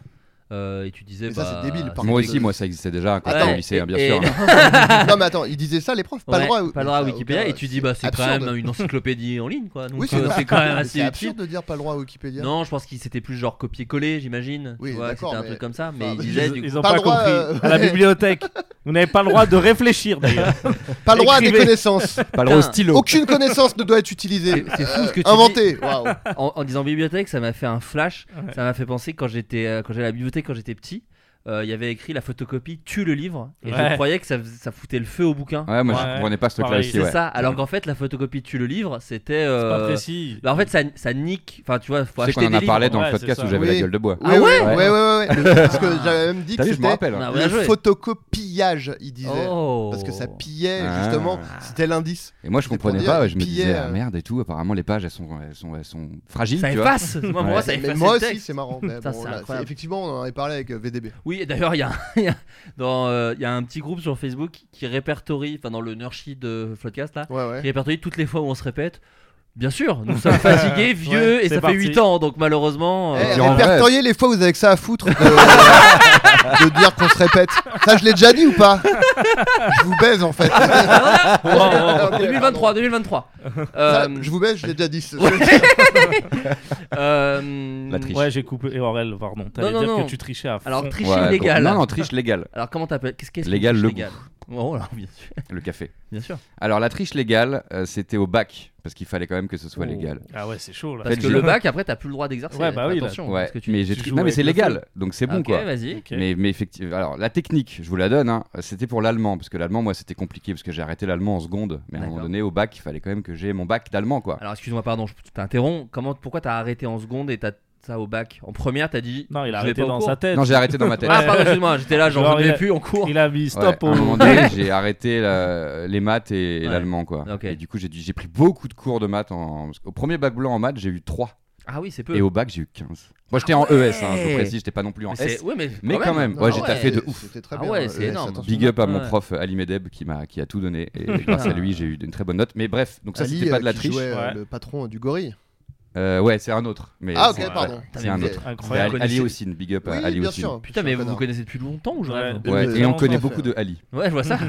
S5: Euh, et tu disais.
S6: Mais ça,
S5: bah,
S6: c'est débile, par
S7: Moi
S6: contre,
S7: aussi,
S6: euh,
S7: moi ça existait déjà quand
S5: Ouais,
S7: j'étais au lycée, hein, bien
S5: et-
S7: [laughs] sûr.
S5: et-
S6: non, mais attends, il disait ça, les profs Pas
S5: Ouais,
S6: le droit à-
S5: pas le droit à
S6: ça,
S5: Wikipédia.
S6: aucun-
S5: Et tu dis, bah, c'est quand
S6: absurde.
S5: même une encyclopédie en ligne, quoi. Donc,
S6: Oui, c'est
S5: euh, c'est quand même
S6: Mais
S5: assez
S6: C'est
S5: utile.
S6: absurde de dire pas le droit à Wikipédia.
S5: Non, je pense qu'il c'était plus genre copier-coller, j'imagine.
S6: Oui,
S5: tu vois,
S6: d'accord,
S5: c'était un
S6: mais-
S5: truc comme ça. Mais
S6: Enfin, [laughs]
S5: ils
S6: ils-
S5: disaient,
S8: ils,
S5: du
S8: ils
S5: coup,
S8: ont
S6: Pas
S8: pas,
S6: le droit,
S8: compris.
S6: euh,
S8: À la bibliothèque, vous n'avez pas le droit de réfléchir d'ailleurs.
S6: Pas le droit à des
S5: [laughs]
S8: Écrivez.
S6: connaissances.
S7: Pas le droit au
S5: Putain.
S7: stylo.
S6: Aucune connaissance ne doit être utilisée.
S5: C'est- c'est fou ce que tu Ah
S6: Inventé. Waouh.
S5: en, en disant bibliothèque, ça m'a fait un flash.
S8: Ouais.
S5: Ça m'a fait penser quand j'étais euh, quand j'allais à la bibliothèque quand j'étais petit. euh, Il y avait écrit la photocopie tue le livre et je
S8: Ouais.
S5: croyais que ça, fais- ça foutait le feu au bouquin.
S7: Ouais, moi
S8: Ouais.
S7: je comprenais pas ce truc-là
S8: Pareil,
S7: aussi.
S5: C'est
S7: ouais.
S5: ça. Alors qu'en fait, la photocopie tue le livre, c'était.
S8: C'est pas
S5: euh,
S8: précis. [laughs]
S5: bah, en fait, ça, ça nique. Enfin, tu vois, faut
S7: Tu sais
S5: acheter
S7: qu'on en
S5: des
S7: a
S5: livres.
S7: parlé dans le
S8: Ouais, c'est
S7: podcast
S8: ça.
S7: où j'avais la
S6: Oui.
S7: gueule de bois.
S6: Oui, oui, ouais, ouais,
S5: [laughs]
S6: ouais, ouais. Parce que j'avais même dit
S7: T'as
S6: que
S7: vu, je me
S6: c'était
S7: rappelle. hein.
S5: Ah, bien
S6: le
S5: joué.
S6: photocopillage, il disait.
S5: Oh.
S6: Parce que ça pillait,
S7: Ah.
S6: justement. C'était l'indice.
S7: Et moi je
S6: C'était pour
S7: comprenais
S6: dire,
S7: pas, ouais,
S6: il
S7: je me
S6: pillait,
S7: disais ah,
S6: euh,
S7: merde et tout, apparemment les pages elles sont, elles sont, elles sont fragiles.
S5: Ça
S7: tu vois.
S5: efface. Moi, pour
S7: Ouais.
S5: moi, ça
S6: Mais
S5: efface.
S6: moi
S5: le
S6: aussi,
S5: texte.
S6: c'est marrant. mais
S5: Putain,
S6: bon,
S5: c'est
S6: là,
S5: incroyable.
S6: Effectivement, on en avait parlé avec euh, VDB.
S5: Oui, et d'ailleurs, il y, a un- [laughs] il y a- dans, euh, il y a un petit groupe sur Facebook qui répertorie, enfin dans le Nurshi de Floodcast, là,
S6: Ouais, ouais.
S5: qui répertorie toutes les fois où on se répète. Bien sûr, nous
S6: [laughs]
S5: sommes fatigués, vieux, et
S8: c'est
S5: ça
S8: parti.
S5: fait 8 ans, donc malheureusement. euh,
S6: Eh,
S7: Et
S6: [laughs]
S7: puis en
S6: répertoriez les fois où vous avez que ça à foutre de, [laughs] de dire qu'on se répète. Ça, je l'ai déjà dit ou pas Je vous baise en fait.
S8: Oh,
S5: En 2023, 2023.
S6: Ça,
S5: Euh, [laughs]
S6: je vous baise, je l'ai déjà dit. ce-
S5: euh,
S7: La triche.
S8: Ouais, j'ai coupé. Et Aurel, pardon. T'allais
S5: Non, non,
S8: dire
S5: non.
S8: que tu trichais à fond.
S5: Alors, tricher
S7: Ouais,
S5: illégal.
S7: Non, non, triche légale,
S5: Alors, comment t'appelles Qu'est-ce qu'est-ce
S7: Légal,
S5: qu'une
S7: le
S5: triche légale Oh, alors, bien sûr.
S7: le café.
S5: Bien sûr.
S7: Alors la triche légale, euh, c'était au bac, parce qu'il fallait quand même que ce soit
S5: Oh.
S7: légal.
S8: Ah ouais, c'est chaud là.
S5: Parce
S7: fait,
S5: que
S7: je-
S5: le bac, après, t'as plus le droit d'exercer.
S8: Ouais, bah oui, là.
S5: Attention.
S7: Ouais,
S5: Oh, parce que tu...
S7: mais j'ai
S8: tu
S7: tri-
S8: joues
S7: non mais
S8: avec
S7: c'est
S8: le
S7: légal, donc c'est
S5: Ah,
S7: bon
S5: ok,
S7: quoi.
S5: vas-y.
S8: Ok.
S7: Mais, mais effectivement, alors la technique, je vous la donne, hein, c'était pour l'allemand, parce que l'allemand, moi, c'était compliqué, parce que j'ai arrêté l'allemand en seconde, mais à un moment
S5: D'accord.
S7: donné, au bac, il fallait quand même que j'ai mon bac d'allemand, quoi.
S5: Alors, excuse-moi, pardon, je t'interromps. Comment, pourquoi t'as arrêté en seconde et t'as ça au bac En première, t'as dit.
S8: Non, il a
S5: je vais
S8: arrêté
S5: pas au
S8: dans
S5: cours.
S8: sa tête.
S7: Non, j'ai arrêté dans
S5: [laughs]
S7: ma tête.
S5: Ah, pardon,
S8: [laughs]
S5: excuse-moi, j'étais là, j'en
S8: Genre, il
S5: revenais
S8: a-
S5: plus en cours.
S8: Il a mis
S7: Ouais,
S8: stop
S7: à
S8: au.
S7: un moment donné, j'ai arrêté la- les maths et, et
S5: Ouais.
S7: l'allemand, quoi.
S5: Ok.
S7: Et du coup, j'ai dû- j'ai pris beaucoup de cours de maths. En... parce qu'au premier bac blanc en maths, j'ai eu 3.
S5: Ah oui, c'est peu.
S7: Et au bac, j'ai eu 15. Moi, j'étais
S5: Ah
S7: en
S5: ouais.
S7: ES, hein, je vous précise, j'étais pas non plus en
S5: Mais
S7: S.
S5: c'est- ouais, mais,
S7: Mais quand même,
S6: Non,
S7: ouais,
S6: ah
S7: j'ai
S6: ouais,
S7: taffé de
S6: c'est-
S7: ouf.
S6: C'était très
S5: Ah
S6: bien.
S5: ouais, c'est
S6: euh,
S5: énorme.
S6: attention.
S7: Big up à
S5: Ouais.
S7: mon prof euh, Ali Medeb qui a, qui a tout donné.
S5: [laughs]
S7: Et grâce à lui, j'ai eu une très bonne note. Mais bref, donc ça,
S6: Ali,
S7: c'était pas
S6: euh,
S7: de la
S6: qui
S7: triche.
S6: jouait, euh,
S8: Ouais.
S6: Le patron euh, du gorille.
S7: Euh, ouais, c'est un autre. Mais
S6: Ah ok,
S7: c'est-
S6: pardon.
S7: ouais, C'est un
S6: Ok.
S7: autre. ah, Mais
S8: Incroyable.
S7: Ali, Ali aussi, une big up à
S6: Oui,
S7: Ali
S6: bien
S7: aussi.
S6: sûr.
S5: Putain,
S6: Je suis
S5: mais
S6: un
S5: vous vous
S6: connard.
S5: connaissez depuis longtemps ou je
S8: Ouais.
S5: rêve
S7: Ouais,
S6: Euh,
S7: et on
S8: longtemps,
S7: connaît
S6: ça
S7: beaucoup
S6: fait,
S7: de Ali.
S5: Ouais, je vois
S8: [laughs]
S5: ça.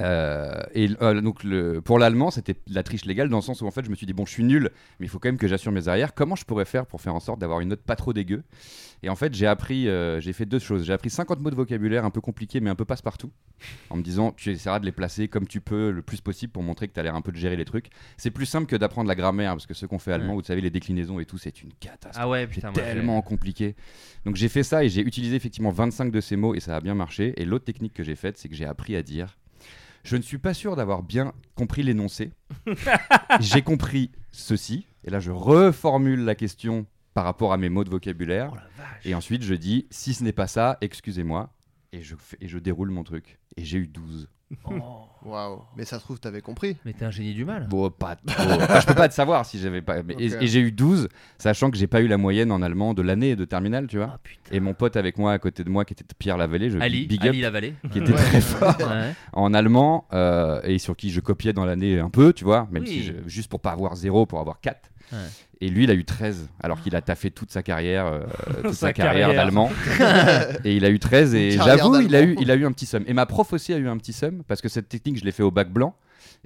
S7: Euh, et euh, donc le, pour l'allemand, c'était la triche légale dans le sens où en fait je me suis dit bon je suis nul, mais il faut quand même que j'assure mes arrières. Comment je pourrais faire pour faire en sorte d'avoir une note pas trop dégueu Et en fait, j'ai appris, euh, j'ai fait deux choses. J'ai appris 50 mots de vocabulaire un peu compliqués, mais un peu passe-partout, en me disant tu essaieras de les placer comme tu peux le plus possible pour montrer que tu as l'air un peu de gérer les trucs. C'est plus simple que d'apprendre la grammaire, parce que ceux qu'on fait allemand,
S5: Ouais.
S7: vous savez, les déclinaisons et tout, c'est une catastrophe.
S5: Ah ouais,
S7: C'est
S5: putain, moi, j'ai-
S7: tellement compliqué. Donc j'ai fait ça et j'ai utilisé effectivement 25 de ces mots et ça a bien marché. Et l'autre technique que j'ai faite, c'est que j'ai appris à dire Je ne suis pas sûr d'avoir bien
S5: [laughs]
S7: compris l'énoncé. j'ai compris ceci. Et là, je reformule la question par rapport à mes mots de vocabulaire.
S5: Oh la vache.
S7: Et ensuite, je dis Si ce n'est pas ça, excusez-moi. Et je, fais- et je déroule mon truc. Et j'ai eu 12.
S5: Oh.
S6: Waouh. Mais ça se trouve, t'avais compris.
S5: Mais t'es un génie du mal.
S7: Bon, pas trop. Enfin, je peux pas te savoir si j'avais pas. mais-
S6: Ok.
S7: Et, et j'ai eu 12, sachant que j'ai pas eu la moyenne en allemand de l'année de terminale, tu vois.
S5: Ah putain.
S7: Et mon pote avec moi à côté de moi qui était Pierre Lavallée, je
S5: Ali,
S7: big
S5: Ali
S7: up, [laughs]
S5: Lavallée.
S7: qui était très fort
S5: Ouais.
S7: en allemand euh, et sur qui je copiais dans l'année un peu, tu vois, même
S5: Oui.
S7: si je- juste pour pas avoir zéro, pour avoir 4.
S5: Ouais.
S7: Et lui, il a eu 13, alors qu'il a taffé toute sa
S5: [laughs]
S7: carrière, euh, toute sa,
S8: Sa
S7: carrière,
S8: carrière.
S7: d'allemand. et il a eu 13, et
S6: Une carrière
S7: j'avoue, il, a eu-
S6: d'allemand.
S7: il a eu un petit seum. Et ma prof aussi a eu un petit seum, parce que cette technique, je l'ai fait au bac blanc.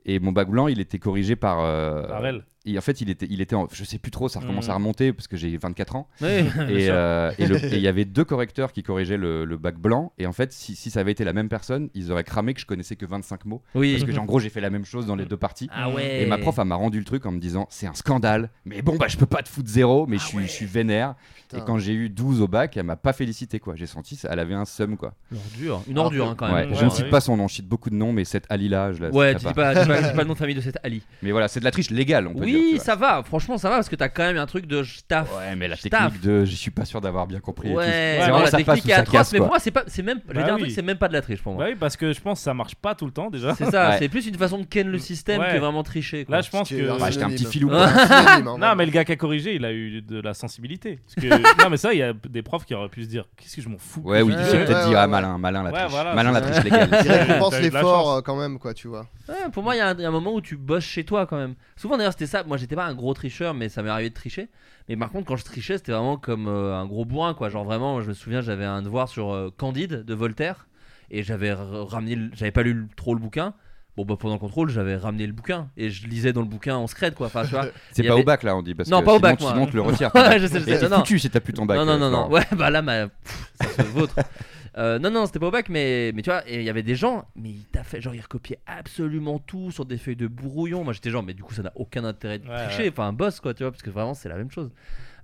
S7: Et mon bac blanc, il était corrigé par. euh,
S8: Pavel.
S7: et en fait, il était, il était en- je sais plus trop, ça recommence
S5: Mm.
S8: Mhm.
S7: à remonter, parce que j'ai 24 ans
S5: Ouais,
S7: [laughs]
S5: [laughs] bien
S7: et
S5: sûr.
S7: euh, et le- et il y avait deux correcteurs qui corrigeaient le, le bac blanc et en fait si, si ça avait été la même personne ils auraient cramé que je connaissais que 25 mots
S5: oui.
S7: parce que
S5: [laughs]
S7: j'ai- en gros j'ai fait la même chose dans les deux parties
S5: Ah ouais.
S7: et ma prof elle m'a rendu le truc en me disant c'est un scandale mais bon bah je peux pas te foutre zéro
S5: Ah
S7: mais je, suis, je suis vénère
S6: Putain.
S7: et quand j'ai eu 12 au bac elle m'a pas félicité quoi j'ai senti ça- elle avait un seum quoi
S5: L'ordure. Une
S6: Alors
S5: ordure
S6: que-
S5: hein, quand même.
S7: Ouais.
S8: ouais,
S7: je ne
S8: ouais.
S7: cite pas son nom je cite beaucoup de noms mais cette Ali là je la
S5: Ouais,
S7: citerai
S5: dis
S7: Bah, pas.
S5: pas, dis, pas, dis pas le nom de famille de cette Ali.
S7: mais voilà c'est de la triche légale on peut dire
S5: Oui,
S7: tu vois.
S5: ça va, franchement ça va parce que t'as quand même un truc de je taffe.
S7: ouais mais la
S5: Je taffe.
S7: technique de je suis pas sûr d'avoir bien compris et tout.
S5: Ouais,
S7: C'est
S5: non,
S7: vraiment
S5: la
S7: ça passe
S5: technique
S7: ou
S5: est
S7: ça
S5: atroce,
S7: casse,
S5: mais
S7: quoi.
S5: pour moi c'est pas, c'est même, je vais
S8: Bah
S5: dire un
S8: oui.
S5: truc, c'est même pas de la triche pour
S8: Bah
S5: moi.
S8: oui, parce que je pense que ça marche pas tout le temps déjà.
S5: C'est ça,
S7: Ouais.
S5: c'est plus une façon de ken le système
S8: Ouais.
S5: que vraiment tricher. Quoi.
S8: Là, je pense
S6: Ce qui est
S8: que.
S6: un
S7: Bah, j'étais un petit
S6: synonyme.
S7: filou,
S6: Ouais, un synonyme, hein,
S8: Non,
S6: vraiment.
S8: mais le gars qui a corrigé, il a eu de la sensibilité. Parce
S7: [laughs]
S8: que... non, mais ça, il y a des profs qui auraient pu se dire Qu'est-ce que je m'en fous
S7: Ouais, oui,
S6: Ouais,
S7: ils se sont
S6: ouais,
S7: peut-être dit,
S6: ouais,
S7: ah,
S6: ouais.
S7: malin, malin la
S8: Ouais,
S7: triche.
S8: voilà,
S7: malin la
S6: c'est
S7: triche légale.
S6: Il récompense
S8: T'as eu de la
S6: l'effort
S8: chance.
S6: euh, quand même, quoi, tu vois.
S5: Ouais, pour moi, il y, a un- il y a un moment où tu bosses chez toi quand même. Souvent d'ailleurs, c'était ça. Moi, j'étais pas un gros tricheur, mais ça m'est arrivé de tricher. Mais par contre, quand je trichais, c'était vraiment comme euh, un gros bourrin, quoi. Genre vraiment, je me souviens, j'avais un devoir sur euh, Candide de Voltaire et j'avais r- ramené, le- j'avais pas lu le- trop le bouquin. Bon, bah pendant le contrôle, j'avais ramené le bouquin et je lisais dans le bouquin en secret, quoi. Enfin, tu vois.
S7: C'est
S5: Il y
S7: pas
S5: avait-
S7: au bac là, on dit. [laughs] Parce
S5: Non,
S7: que
S5: pas au
S7: sinon,
S5: bac, moi.
S7: Sinon, on te le retire.
S5: [laughs]
S7: ton
S5: Ouais,
S7: bac.
S5: je sais, je
S7: Et
S5: sais.
S7: t'es
S5: Non, non.
S7: foutu si t'as plus ton bac.
S5: non, non,
S7: euh,
S5: non, non.
S7: Florent.
S5: Ouais, bah là, ma... pff, ça se vautre. [laughs] Euh, non, non, c'était pas au bac, mais, mais tu vois, et il y avait des gens, mais ils taffaient, genre ils recopiaient absolument tout sur des feuilles de brouillon. Moi j'étais genre, mais du coup ça n'a aucun intérêt de
S8: Ouais,
S5: tricher,
S8: ouais.
S5: enfin un boss quoi, tu vois, parce que vraiment c'est la même chose.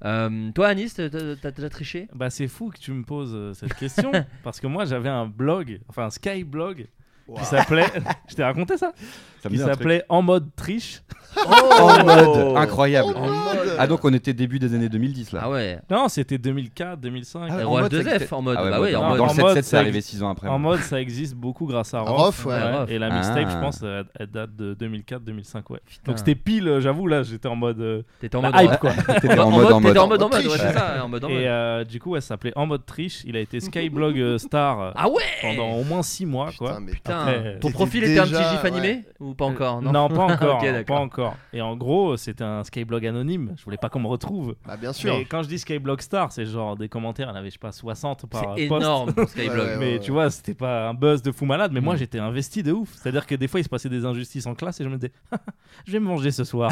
S5: Euh, toi, Anis, t'as- t'as t'as déjà triché
S8: Bah, c'est fou que tu me poses euh, cette question.
S7: [laughs]
S8: parce que moi, j'avais un blog, enfin un Skyblog, qui s'appelait. [laughs] je t'ai raconté ça
S7: Ça me
S8: Qui
S7: dit un truc.
S8: s'appelait En mode triche.
S7: Oh, En mode incroyable.
S6: En mode-
S7: Ah, donc on était début des années 2010 là.
S5: Ah ouais,
S8: Non, c'était 2004, 2005.
S7: Ah ouais, ah en
S5: Roi
S7: mode, ça
S5: 2F, en mode,
S7: Ah ouais,
S5: bah
S7: bon,
S5: oui, en
S7: dans,
S5: mode.
S7: dans le
S8: en mode,
S7: 7-7, c'est
S8: ça
S7: arrivé 6 ans après.
S8: En
S7: moi.
S8: mode, ça existe beaucoup grâce à
S6: À
S8: Rof.
S6: Rof, ouais.
S5: Ouais, Rof.
S8: Et la mixtape,
S7: Ah.
S8: je pense, elle, elle date de 2004-2005, ouais.
S5: Putain.
S8: Donc c'était pile, euh, j'avoue, là, j'étais en mode euh,
S5: T'étais en
S8: la
S5: mode.
S8: hype,
S5: [laughs]
S8: quoi.
S7: Ah, T'étais
S5: En mode, t'étais en mode, en mode,
S6: triche.
S5: ouais, c'est ça, en mode, en
S8: Et
S5: mode.
S8: euh, du coup, elle s'appelait En mode triche. Il a été Skyblog euh, star euh,
S5: Ah ouais
S8: pendant au moins 6 mois, quoi.
S6: Putain, mais
S5: Putain,
S8: Après, euh,
S5: ton
S6: t'étais
S5: profil était un petit
S6: déjà-
S5: gif animé ou pas encore [laughs]
S8: non, pas encore,
S5: Ok, d'accord.
S8: pas encore. Et en gros, euh, c'était un Skyblog anonyme. Je voulais pas qu'on me retrouve.
S6: Bah, bien sûr.
S8: Mais quand je dis Skyblog star, c'est genre des commentaires. Elle avait je sais pas 60 par
S5: C'est
S8: euh, post.
S5: énorme pour Skyblog.
S6: Ouais, ouais,
S8: Mais tu vois, c'était pas un buzz de fou malade, mais moi
S5: Mm.
S8: j'étais investi de ouf. C'est-à-dire que des fois il se passait des injustices en classe et je me disais, [laughs] je vais me manger ce soir.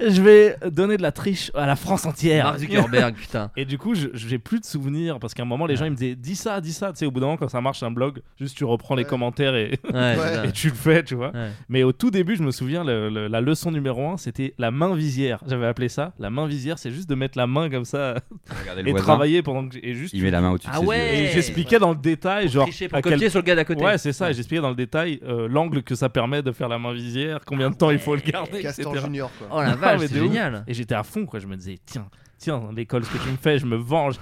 S8: je vais donner de la triche à la France entière.
S5: Mark Zuckerberg, putain.
S8: Et du coup, je- j'ai plus de souvenirs parce qu'à un moment les gens ils me disaient, dis ça, dis ça. Tu sais, au bout d'un moment quand ça marche un blog, juste tu reprends les
S6: Ouais.
S8: commentaires et,
S5: Ouais,
S6: Ouais.
S5: putain.
S8: [laughs] et tu le fais, tu vois.
S5: Ouais.
S8: Mais au tout début, je me souviens, le- le- la leçon numéro 1, c'était la main visière. J'avais appelé ça. La main visière, c'est juste de mettre la main comme ça
S7: Regardez le
S8: et
S7: voisin,
S8: travailler pendant que. j'- Et juste.
S7: Il met la main au-dessus de
S5: Ah
S7: ses
S5: ouais.
S7: yeux.
S8: Et j'expliquais dans le détail, genre.
S5: tricher pour
S8: à quel-
S5: copier sur le gars d'à côté.
S8: Ouais, c'est ça. Et j'expliquais dans le détail euh, l'angle que ça permet de faire la main visière, combien de temps il faut le garder, etc.
S6: Ah Castor Junior, quoi.
S5: Oh la
S8: Non,
S5: vache,
S8: mais
S5: c'est
S8: de ouf.
S5: génial.
S8: Et j'étais à fond, quoi. Je me disais, tiens, tiens, l'école, ce que tu me fais, je
S7: [laughs]
S8: me venge.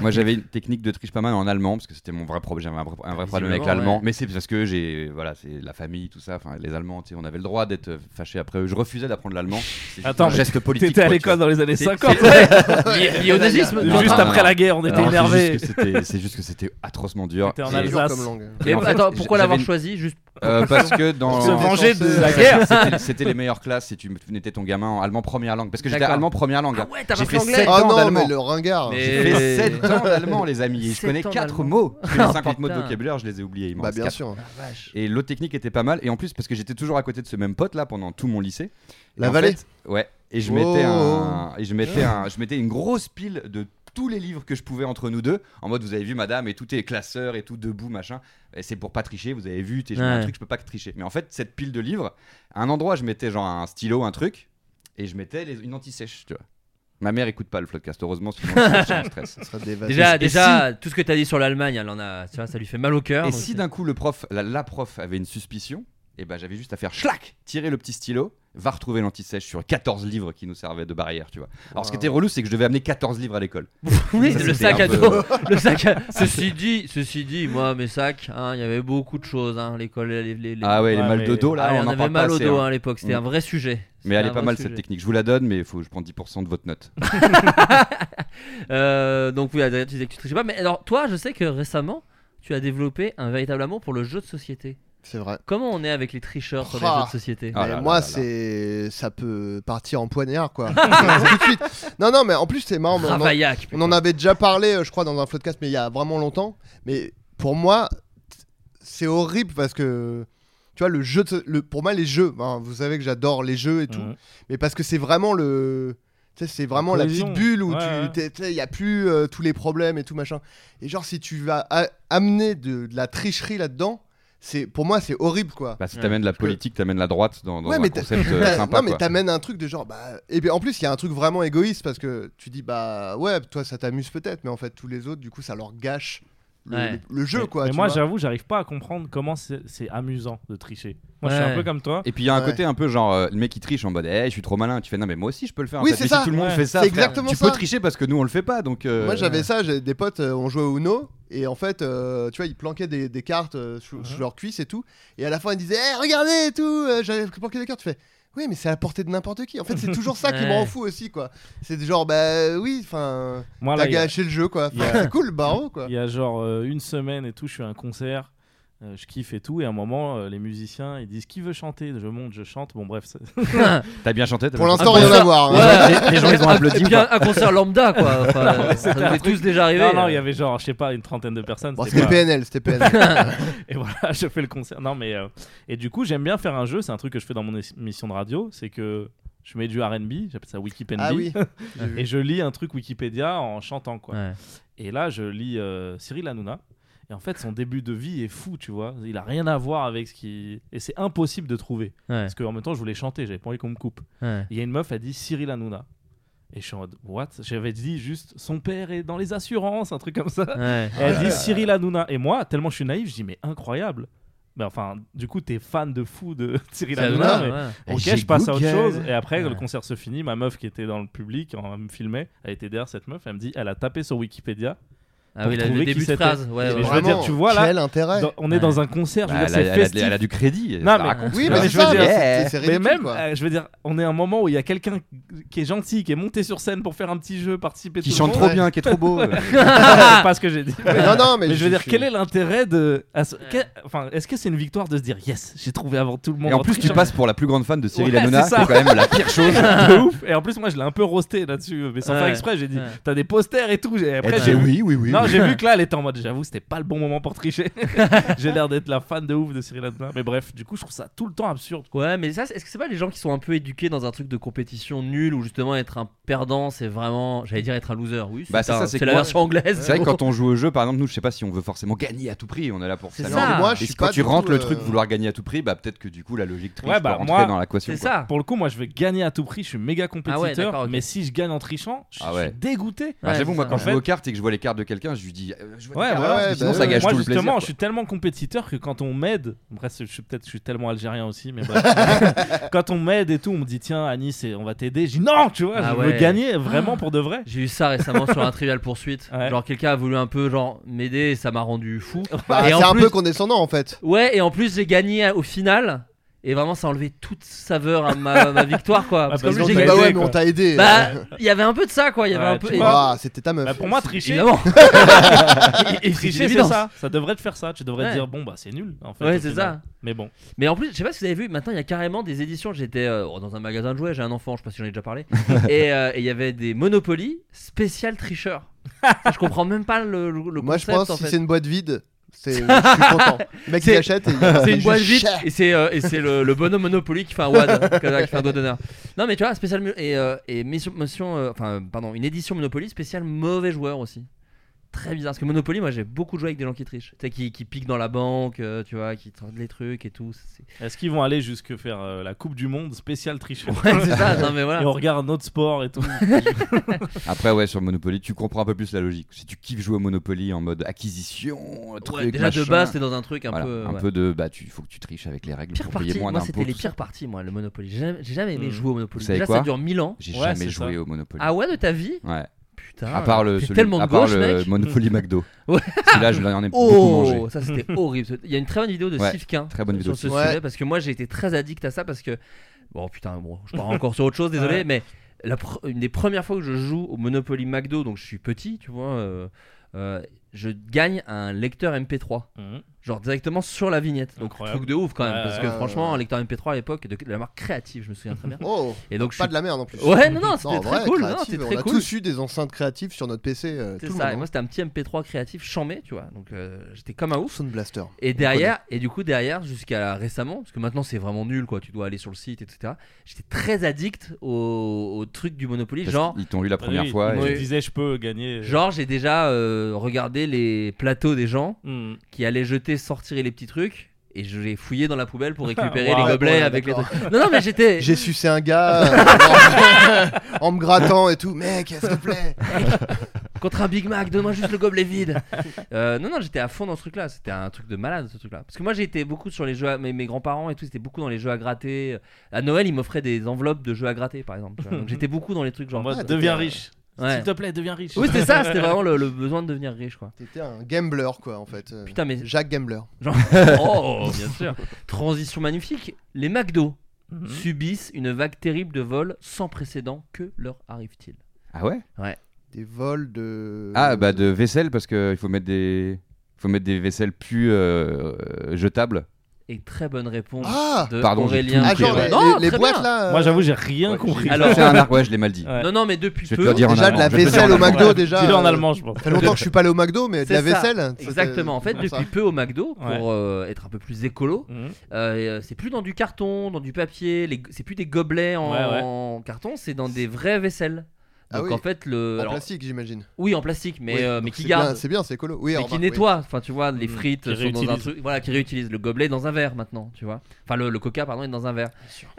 S7: Moi j'avais une technique de triche pas mal en allemand parce que c'était mon vrai problème. J'avais un vrai, un vrai problème avec
S5: Visiblement,
S7: l'allemand.
S5: ouais.
S7: Mais c'est parce que j'ai. Voilà, c'est la famille, tout ça. Enfin, les Allemands, tu sais, on avait le droit d'être fâchés après eux. Je refusais d'apprendre l'allemand. C'est
S8: Attends,
S7: un
S8: mais
S7: geste politique.
S8: T'étais à
S7: quoi, tu
S8: l'école dans les années
S5: C'est-
S8: 50.
S5: Lié- lié au nazisme.
S7: [laughs] Non,
S8: Juste
S7: non,
S8: après
S7: non.
S8: la guerre, on était
S7: Non, c'est
S8: énervés.
S7: juste que c'était- C'est juste que c'était atrocement dur.
S8: T'étais en
S7: Et-
S8: Alsace.
S6: Dur comme langue.
S5: Et
S7: en fait,
S5: attends,
S7: j-
S5: pourquoi
S7: j'avais
S5: l'avoir
S7: une-
S5: choisi Juste
S7: Euh, parce que dans
S8: Se venger de
S6: Chanceux.
S8: la guerre.
S7: c'était- c'était les meilleures classes si tu mettais ton gamin en allemand première langue parce que j'étais
S5: D'accord.
S7: allemand première langue.
S5: Ah ouais, t'as
S7: J'ai
S5: pas
S7: fait
S5: fait anglais.
S7: sept
S6: Ah
S7: ans
S6: non,
S7: d'allemand.
S6: mais le ringard.
S5: Mais-
S7: Oh, J'ai
S5: Et-
S7: fait 7 ans d'allemand les amis et je
S5: Sept
S7: connais
S5: ans
S7: 4
S5: d'allemand.
S7: mots. Sur les
S5: Oh,
S7: 50 mots de
S5: putain.
S7: vocabulaire, je les ai oubliés, il m'en
S6: Bah,
S7: reste
S6: bien
S7: quatre.
S6: sûr.
S5: Ah, vache.
S7: Et l'autre technique était pas mal et en plus parce que j'étais toujours à côté de ce même pote là pendant tout mon lycée. Et
S6: La
S7: en
S6: vallée
S7: fait, Ouais. Et je
S6: Oh.
S7: mettais un et je mettais un je mettais une grosse pile de tous les livres que je pouvais entre nous deux, en mode vous avez vu madame et tout est classeur et tout debout machin, et c'est pour pas tricher, vous avez vu, t'es je mets un
S5: Ouais.
S7: truc, je peux pas que tricher. Mais en fait, cette pile de livres, à un endroit, je mettais genre un stylo, un truc, et je mettais les- une anti-sèche, tu vois. Ma mère écoute pas le podcast, heureusement, sinon elle serait en stress.
S6: Ça serait
S5: [laughs]
S6: dévastant.
S5: Déjà,
S7: et
S5: déjà tout ce que t'as dit sur l'Allemagne, elle en a, tu vois, ça lui fait mal au cœur.
S7: Et
S5: donc
S7: si
S5: c'est-
S7: d'un coup le prof, la, la prof avait une suspicion, et ben j'avais juste à faire schlac, tirer le petit stylo, va retrouver l'anti-sèche sur 14 livres qui nous servaient de barrière, tu vois. Alors ce qui
S5: Bah
S6: Wow.
S7: était relou, c'est que je devais amener 14 livres à l'école.
S5: [laughs] Oui,
S7: Ça,
S5: le
S7: c'était
S5: sac
S7: un
S5: à
S7: peu-
S5: dos. [laughs] Le sac à- Ceci dit, ceci dit, moi mes sacs, hein, il y avait beaucoup de choses. Hein, L'école, les, les, les-
S7: Ah ouais, les
S8: Ouais,
S7: mal
S8: mais-
S7: de dos là,
S5: Ah,
S7: on,
S5: on,
S7: en
S5: avait
S7: parle
S5: mal
S7: pas
S5: au
S7: assez,
S5: dos
S7: hein.
S5: à l'époque. C'était
S7: Mm.
S5: un vrai sujet.
S7: Mais elle
S5: C'était
S7: est
S5: un
S7: pas
S5: vrai
S7: mal
S5: sujet.
S7: cette technique. Je vous la donne, mais faut, je prends 10% de votre note.
S5: Euh, donc oui, Adrien, tu disais que tu trichais pas. Mais alors, toi, je sais que récemment, tu as développé un véritable amour pour le jeu de société.
S6: C'est vrai.
S5: Comment on est avec les tricheurs sur les
S6: Ah.
S5: jeux de société
S7: Ah
S6: Mais
S7: là là
S6: moi,
S7: là là.
S6: c'est ça peut partir en poignard, quoi. Tout de suite. Non, non, mais en plus, c'est marrant. mais on en-
S5: Ravaillac.
S6: On en avait déjà parlé, euh, je crois, dans un podcast, mais il y a vraiment longtemps. Mais pour moi, t- c'est horrible parce que, tu vois, le jeu, de- le, pour moi, les jeux, hein, vous savez que j'adore les jeux et tout,
S8: Mhm.
S6: mais parce que c'est vraiment le. Tu sais, c'est vraiment la
S8: cohésion.
S6: petite bulle où
S8: Ouais,
S6: tu-
S8: ouais.
S6: t'es- tu sais, il n'y a plus euh, tous les problèmes et tout machin. Et genre, si tu vas a- amener de, de la tricherie là-dedans, c'est pour moi, c'est horrible quoi.
S7: Bah, si t'amènes la
S6: que-
S7: politique, t'amènes la droite dans, dans
S6: Ouais,
S7: un
S6: mais t'as- [laughs]
S7: concept euh,
S6: T'as-
S7: sympa.
S6: non mais
S7: quoi.
S6: t'amènes un truc de genre bah et bien en plus il y a un truc vraiment égoïste parce que tu dis bah ouais toi ça t'amuse peut-être mais en fait tous les autres du coup ça leur gâche le,
S5: Ouais.
S6: le- le jeu
S8: Mais-
S6: quoi.
S8: Mais
S6: tu
S8: moi,
S6: vois.
S8: j'avoue, j'arrive pas à comprendre comment c'est c'est amusant de tricher. Moi, je suis
S5: Ouais.
S8: un peu comme toi.
S7: Et puis il y a un
S6: Ouais.
S7: côté un peu genre euh, le mec qui triche en mode eh je suis trop malin. Tu fais non mais moi aussi je peux le faire. en
S6: Oui,
S7: fait.
S6: c'est
S7: Mais
S6: ça.
S7: Si tout le monde
S8: Ouais.
S7: fait ça,
S6: C'est
S7: frère,
S6: exactement
S7: tu
S6: ça.
S7: peux tricher parce que nous on le fait pas. Donc euh,
S6: Moi j'avais ça, j'ai des potes, euh, on jouait au Uno, et en fait, euh, tu vois, ils planquaient des, des cartes euh, sous,
S8: Mhm.
S6: sous leurs cuisses et tout, et à la fin ils disaient, Eh, regardez et tout, euh, j'avais planqué des cartes, tu fais. Oui, mais c'est à la portée de n'importe qui. En fait, c'est toujours ça qui me
S5: Ouais.
S6: rend fou aussi, quoi. C'est genre, bah oui, enfin,
S8: Moi,
S6: t'as
S8: Ah, là, il y a-
S6: gâché le jeu, quoi.
S8: il y a-
S6: Enfin, C'est [laughs] cool, barreau, quoi.
S8: Il y a genre euh, une semaine et tout, je suis à un concert, euh, je kiffe et tout, et à un moment, euh, les musiciens, ils disent qui veut chanter Je monte, je chante. Bon, bref, c'est-
S7: T'as bien chanté. t'as
S6: Pour
S7: bien
S6: l'instant,
S7: chanté.
S6: rien
S5: ça-
S6: à voir. hein.
S5: Ouais.
S7: Les gens, ils ont
S5: Un-
S7: applaudi,
S5: Et puis un, un concert lambda, quoi.
S7: [laughs]
S5: Enfin, ça nous est tous déjà arrivé.
S8: Non, non, il y avait genre, je sais pas, une trentaine de personnes.
S6: Bon,
S8: c'était
S6: c'était
S8: pas-
S6: PNL, c'était PNL.
S8: [laughs] Et voilà, [laughs] je fais le concert. Non, mais. euh, Et du coup, j'aime bien faire un jeu, c'est un truc que je fais dans mon é- émission de radio, c'est que je mets du RB, j'appelle ça Wikipédia.
S6: ah oui. J'ai vu.
S8: Et je lis un truc Wikipédia en chantant, quoi.
S5: Ouais.
S8: Et là, je lis euh, Cyril Hanouna. Et en fait, son début de vie est fou, tu vois. Il a rien à voir avec ce qui. Et c'est impossible de trouver.
S5: Ouais.
S8: Parce qu'en même temps, je voulais chanter, j'avais pas envie qu'on me coupe.
S5: Ouais.
S8: Il y a une meuf, elle dit Cyril Hanouna. Et je suis en mode, what J'avais dit juste, son père est dans les assurances, un truc comme ça.
S5: Ouais.
S8: Et elle dit Cyril Hanouna. Et moi, tellement je suis naïf, je dis, mais incroyable. Mais enfin, du coup, t'es fan de fou de [laughs] Cyril
S5: Ça
S8: Hanouna.
S5: va,
S8: mais-
S5: ouais.
S7: Eh,
S8: Ok,
S7: j'ai
S8: je passe à autre
S7: Google.
S8: chose. Et après,
S5: Ouais.
S8: le concert se finit. Ma meuf qui était dans le public, elle me filmait. Elle était derrière cette meuf. Elle me dit elle a tapé sur Wikipédia.
S5: Ah
S8: Pour
S5: oui, là, le
S8: trouver qui
S5: début de
S8: c'était.
S5: phrase. Ouais,
S8: Et
S5: ouais.
S8: je veux dire, tu vois, là,
S6: Quel intérêt
S8: Dans- on
S5: Ouais.
S8: est dans un concert. je
S7: Bah,
S8: veux
S7: elle,
S8: dire,
S7: a,
S8: c'est
S7: elle a-
S8: festif.
S7: elle a du crédit.
S8: Non,
S7: ça
S8: mais-
S7: raconte.
S6: Oui,
S8: Non,
S6: mais
S8: mais
S6: c'est
S8: je veux
S6: ça,
S8: dire,
S6: mais
S7: yeah.
S6: c'est- c'est
S8: mais
S6: ridicule,
S8: même,
S6: quoi.
S8: euh, je veux dire, on est à un moment où il y a quelqu'un qui est gentil, qui est monté sur scène pour faire un petit jeu, participer.
S7: Qui
S8: tout
S7: chante
S8: le
S7: trop
S8: monde.
S6: Ouais.
S7: bien, qui est trop beau.
S8: [laughs] C'est pas ce que j'ai dit.
S6: Mais
S8: euh, Mais,
S6: non, non, mais,
S8: je veux dire,
S6: suis-
S8: quel est l'intérêt de. à ce-
S5: Ouais.
S8: que- Enfin, est-ce que c'est une victoire de se dire yes, j'ai trouvé avant tout le monde
S7: Et en plus, tu
S8: trichant
S7: passes pour la plus grande fan de Cyril
S8: Ouais,
S7: Hanouna, qui
S8: c'est ça.
S7: est quand même la pire chose.
S8: de ouf. Et en plus, moi, je l'ai un peu roasté là-dessus, mais sans
S5: Ouais.
S8: faire exprès. J'ai dit,
S5: Ouais.
S8: t'as des posters et tout. Et
S7: Elle
S8: après,
S7: dit
S8: j'ai vu.
S7: Eh, oui, oui, oui.
S8: non,
S7: oui.
S8: j'ai vu que là, elle était en mode, j'avoue, c'était pas le bon moment pour tricher. [laughs] j'ai l'air d'être la fan de ouf de Cyril Hanouna. Mais bref, du coup, je trouve ça tout le temps absurde.
S5: Ouais, mais ça, c'est- est-ce que c'est pas les gens qui sont un peu éduqués dans un truc de compétition nulle où justement être un perdant, c'est vraiment, j'allais dire être un loser, oui, c'est
S7: Bah, c'est
S5: un-
S7: ça, c'est
S5: c'est la
S7: que moi-
S5: version anglaise.
S7: C'est vrai que quand on joue au jeu, par exemple, nous, je sais pas si on veut forcément gagner à tout prix, on est là pour
S5: C'est
S7: s'amuser.
S5: ça.
S6: Non, mais moi, je
S7: Et
S6: suis
S7: quand
S6: pas
S7: tu
S6: du
S7: rentres
S6: tout,
S7: le
S6: euh,
S7: truc vouloir gagner à tout prix, bah peut-être que du coup la logique triche
S8: Ouais, bah,
S7: peut rentrer
S8: moi,
S7: dans l'équation.
S5: [laughs] c'est
S7: quoi.
S5: ça.
S8: Pour le coup, moi, je vais gagner à tout prix. Je suis méga compétiteur.
S5: d'accord, ok.
S8: Mais si je gagne en trichant, je,
S7: Ah ouais.
S8: je suis dégoûté.
S7: Bah,
S5: Ouais,
S7: J'avoue,
S5: c'est
S7: moi
S5: ça.
S7: quand
S8: En
S7: je
S8: fait-
S7: joue aux cartes et que je vois les cartes de quelqu'un, je lui dis euh, je vois
S8: Ouais,
S7: tes cartes,
S8: ouais,
S7: parce que
S6: ouais,
S7: sinon
S6: bah,
S7: ça gâche
S8: moi
S7: tout le
S8: justement,
S7: plaisir.
S8: je suis tellement compétiteur que quand on m'aide, bref, je suis peut-être, je suis tellement algérien aussi, mais bref. quand on m'aide et tout, on me dit tiens, Anis, on va t'aider. Je dis non, tu vois,
S5: Ah
S8: je
S5: ouais.
S8: veux gagner vraiment pour de vrai.
S5: J'ai eu ça récemment sur un trivial poursuite.
S8: Ouais.
S5: Genre quelqu'un a voulu un peu genre m'aider et ça m'a rendu fou.
S6: [laughs] Bah,
S5: et
S6: c'est
S5: en
S6: un
S5: plus-
S6: peu condescendant en fait.
S5: Ouais, et en plus j'ai gagné à- au final et vraiment ça a enlevé toute saveur à ma, à ma victoire quoi.
S8: Ah,
S5: Parce que
S8: parce
S6: Ils
S5: lui,
S6: ont
S8: qu'on
S5: j'ai
S6: dit,
S8: t'a
S6: bah
S5: gagné.
S8: aidé,
S6: ouais, mais
S8: quoi.
S6: on t'a aidé. euh.
S5: Bah, il y avait un peu de ça quoi. Il y avait
S8: Ouais,
S5: un peu.
S8: tu
S5: et-
S8: vois.
S6: Ah, c'était ta meuf.
S8: Bah, pour moi, tricher,
S5: Évidemment.
S8: [laughs]
S5: Et- et
S8: tricher, c'est
S5: évident.
S8: ça. Ça devrait te faire ça. Tu devrais
S5: Ouais.
S8: te dire bon bah c'est nul. En fait,
S5: Ouais,
S8: au
S5: c'est
S8: final.
S5: ça.
S8: Mais bon.
S5: Mais en plus, je sais pas si vous avez vu, maintenant il y a carrément des éditions. J'étais euh, dans un magasin de jouets, j'ai un enfant, je sais pas si j'en ai déjà parlé. et euh, et il y avait des Monopoly spécial tricheur. Ça, je comprends même pas le, le- le
S6: Moi, je
S5: concept
S6: pense
S5: en
S6: si
S5: fait.
S6: c'est une boîte vide,
S5: [laughs]
S6: C'est, je suis content. Le mec qui
S5: C'est-
S6: achète et il va
S5: [laughs] C'est
S6: faire
S5: une boîte
S6: du
S5: vite
S6: cher.
S5: et c'est euh, et c'est le, le bonhomme Monopoly qui fait un wad, qui fait un doigt d'honneur. Non mais tu vois spécial mu- et, euh, et mission, motion, euh, enfin euh, pardon une édition Monopoly spéciale mauvais joueur aussi. Très bizarre parce que Monopoly moi j'ai beaucoup joué avec des gens qui trichent, tu sais qui, qui piquent dans la banque, euh, tu vois, qui tentent les trucs et tout.
S7: [laughs]
S5: C'est
S8: Est-ce qu'ils vont aller jusque faire euh, la Coupe du Monde spéciale tricheur
S5: Ouais, c'est ça. Non mais
S8: Et on
S5: voilà.
S8: regarde notre sport
S5: [laughs]
S8: et tout.
S7: Après, ouais, sur Monopoly, tu comprends un peu plus la logique. Si tu kiffes jouer au Monopoly en mode acquisition, truc,
S5: Ouais, déjà de
S7: machin,
S5: base t'es dans un truc un
S7: voilà,
S5: peu.
S7: un
S5: ouais.
S7: peu de bah, tu faut que tu triches avec les règles
S5: Pire
S7: pour
S5: partie.
S7: payer moins
S5: Moi c'était
S7: d'impôts.
S5: les
S7: tout ça. Mm.
S5: pires parties moi le Monopoly. J'ai jamais, j'ai jamais aimé
S8: Hmm.
S5: jouer au Monopoly.
S7: Vous savez
S5: Déjà
S7: quoi
S5: ça dure 1000 ans.
S7: J'ai
S8: Ouais,
S7: jamais
S8: c'est
S7: joué
S8: ça.
S7: au Monopoly.
S5: Ah ouais de ta vie
S7: Ouais.
S5: Putain.
S7: À part le,
S5: t'es
S7: celui-
S5: Ah, tellement de
S7: à part
S5: gauche,
S7: le
S5: mec. [laughs]
S7: Monopoly McDo.
S5: Ouais.
S7: Celui-là, je l'en ai beaucoup mangé.
S5: Oh, ça c'était horrible. Il y a une très bonne vidéo de
S7: Ouais,
S5: Sivkin
S7: très bonne vidéo
S5: sur ce
S6: de Sivkin.
S5: sujet
S6: Ouais.
S5: parce que moi j'ai été très addict à ça parce que bon putain bon, je pars encore sur autre chose désolé
S8: Ouais.
S5: mais la pr- une des premières fois que je joue au Monopoly McDo donc je suis petit tu vois euh, euh, je gagne un lecteur MP3
S8: Mhm.
S5: genre directement sur la vignette donc
S8: Incroyable.
S5: truc de ouf quand même
S8: Ouais,
S5: parce que
S6: ouais, ouais.
S5: franchement un lecteur MP3 à l'époque de, de la marque créative je me souviens très
S6: [laughs]
S5: bien
S6: Oh,
S5: et donc je
S6: pas
S5: suis-
S6: de la merde en plus.
S5: Ouais, non, non, c'était
S6: en
S5: très
S6: vrai,
S5: cool, non,
S6: créative,
S5: c'était
S6: on
S5: très
S6: a
S5: cool.
S6: tous eu des enceintes créatives sur notre PC. euh,
S5: c'est
S6: tout
S5: ça
S6: le
S5: et
S6: monde.
S5: moi c'était un petit MP3 créatif chambé tu vois donc euh, j'étais comme un
S6: hein.
S5: ouf
S6: Sound Blaster.
S5: Et derrière, et du coup derrière, jusqu'à récemment, parce que maintenant c'est vraiment nul, quoi. Tu dois aller sur le site, etc. J'étais très addict au, au truc du Monopoly,
S7: Parce
S5: genre,
S7: qu'ils t'ont eu la
S8: Ah
S7: première
S8: oui,
S7: fois.
S8: Je
S7: et-
S5: Oui.
S8: disais, je peux gagner.
S5: genre j'ai déjà euh, regardé les plateaux des gens
S8: Hmm.
S5: qui allaient jeter, sortir les petits trucs, et je les fouillais dans la poubelle
S6: [laughs]
S5: pour récupérer
S8: Wow,
S5: les
S8: ouais,
S5: gobelets
S6: ouais,
S5: avec les
S6: d'accord.
S5: trucs. Non, non, mais
S6: [laughs]
S5: j'étais.
S6: [laughs] J'ai sucé
S5: [laughs]
S6: un gars euh, en, [laughs] en me grattant et tout. Mec, s'il te plaît.
S5: Contre un Big Mac, donne-moi juste le gobelet vide. Euh, non, non, j'étais à fond dans ce truc-là. C'était un truc de malade, ce truc-là. Parce que moi, j'étais beaucoup sur les jeux. À... Mes, mes grands-parents et tout, c'était beaucoup dans les jeux à gratter. À Noël, ils m'offraient des enveloppes de jeux à gratter, par exemple. tu vois. Donc j'étais beaucoup dans les trucs
S8: En
S5: genre. euh,
S8: mode,
S6: Ah,
S8: deviens
S6: t'étais,
S8: riche.
S5: Ouais.
S8: S'il te plaît, deviens riche.
S5: Oui,
S8: [laughs]
S5: c'était ça. C'était vraiment le, le besoin de devenir riche, quoi.
S6: T'étais un gambler, quoi, en fait. euh,
S5: Putain, mais.
S6: Jacques Gambler. [laughs]
S5: Genre... Oh, bien sûr. Transition magnifique. Les McDo
S8: Mhm.
S5: subissent une vague terrible de vols sans précédent. Que leur arrive-t-il
S7: Ah ouais
S6: Des vols de.
S7: Ah bah de vaisselle parce que il faut mettre des faut mettre des vaisselles plus euh, euh, jetables.
S5: Et très bonne réponse
S6: Ah
S5: de
S7: Pardon, j'ai
S5: Aurélien.
S7: tout
S6: Ah, genre
S7: compris,
S6: les,
S5: Non,
S6: les- les
S5: très
S6: boîtes
S5: bien.
S6: là. euh,
S8: Moi, j'avoue, j'ai rien
S7: Ouais,
S8: compris.
S7: j'ai-
S5: Alors-
S7: j'ai fait un ar- ouais, je l'ai mal dit.
S8: Ouais.
S5: Non, non, mais depuis
S7: Je vais te
S5: peu.
S7: le dire en
S6: Déjà de
S7: allemand,
S6: la
S7: je vais te le dire en
S6: vaisselle au
S7: allemand.
S6: McDo, déjà.
S8: Dis-le en
S6: euh,
S5: [laughs]
S8: allemand, je pense.
S6: Ça fait longtemps que je suis pas allé au McDo, mais de
S5: C'est
S6: la
S5: ça.
S6: vaisselle. ça fait-
S5: Exactement. En fait,
S6: comme ça.
S5: depuis peu au McDo, pour
S8: Ouais.
S5: euh, être un peu plus écolo,
S8: Mhm.
S5: euh, c'est plus dans du carton, dans du papier, les- c'est plus des gobelets en,
S8: Ouais, ouais.
S5: en carton, c'est dans des vraies vaisselles.
S6: Ah
S5: Donc
S6: oui.
S5: en fait, le.
S6: En
S5: alors,
S6: plastique, j'imagine.
S5: Oui, en plastique, mais,
S6: Oui,
S5: euh, mais
S6: donc
S5: qui
S6: c'est
S5: garde.
S6: bien- C'est bien, c'est écolo. Oui,
S5: mais
S6: bah, remarque,
S5: qui
S6: oui.
S5: nettoie, enfin tu vois, les
S8: Mhm.
S5: frites
S8: Qui
S5: sont dans un
S8: réutilise.
S5: truc, voilà, qui réutilise le gobelet est dans un verre maintenant, tu vois. Enfin le, le coca pardon est dans un verre.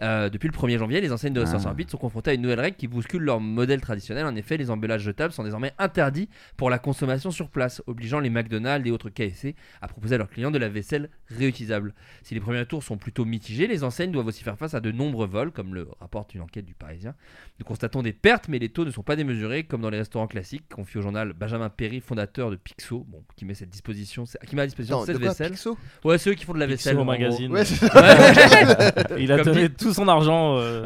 S5: Euh, depuis le 1er janvier, les enseignes de restauration
S7: Ah.
S5: rapide sont confrontées à une nouvelle règle qui bouscule leur modèle traditionnel. En effet, les emballages jetables sont désormais interdits pour la consommation sur place, obligeant les McDonald's et autres KFC à proposer à leurs clients de la vaisselle réutilisable. Si les premiers tours sont plutôt mitigés, les enseignes doivent aussi faire face à de nombreux vols, comme le rapporte une enquête du Parisien. Nous constatons des pertes, mais les taux ne sont pas démesurés, comme dans les restaurants classiques, confie au journal Benjamin Perry, fondateur de Pixo, bon, qui met cette disposition, qui met à disposition
S6: Attends, de
S5: cette
S6: quoi,
S5: vaisselle.
S6: Pixo
S5: Ouais, ceux qui font de la
S8: Pixo
S5: vaisselle. en gros.
S8: magazine. [laughs]
S6: Ouais, c'est-
S5: Ouais.
S8: Il a
S5: Comme
S8: donné tout son argent
S5: [laughs]
S8: euh,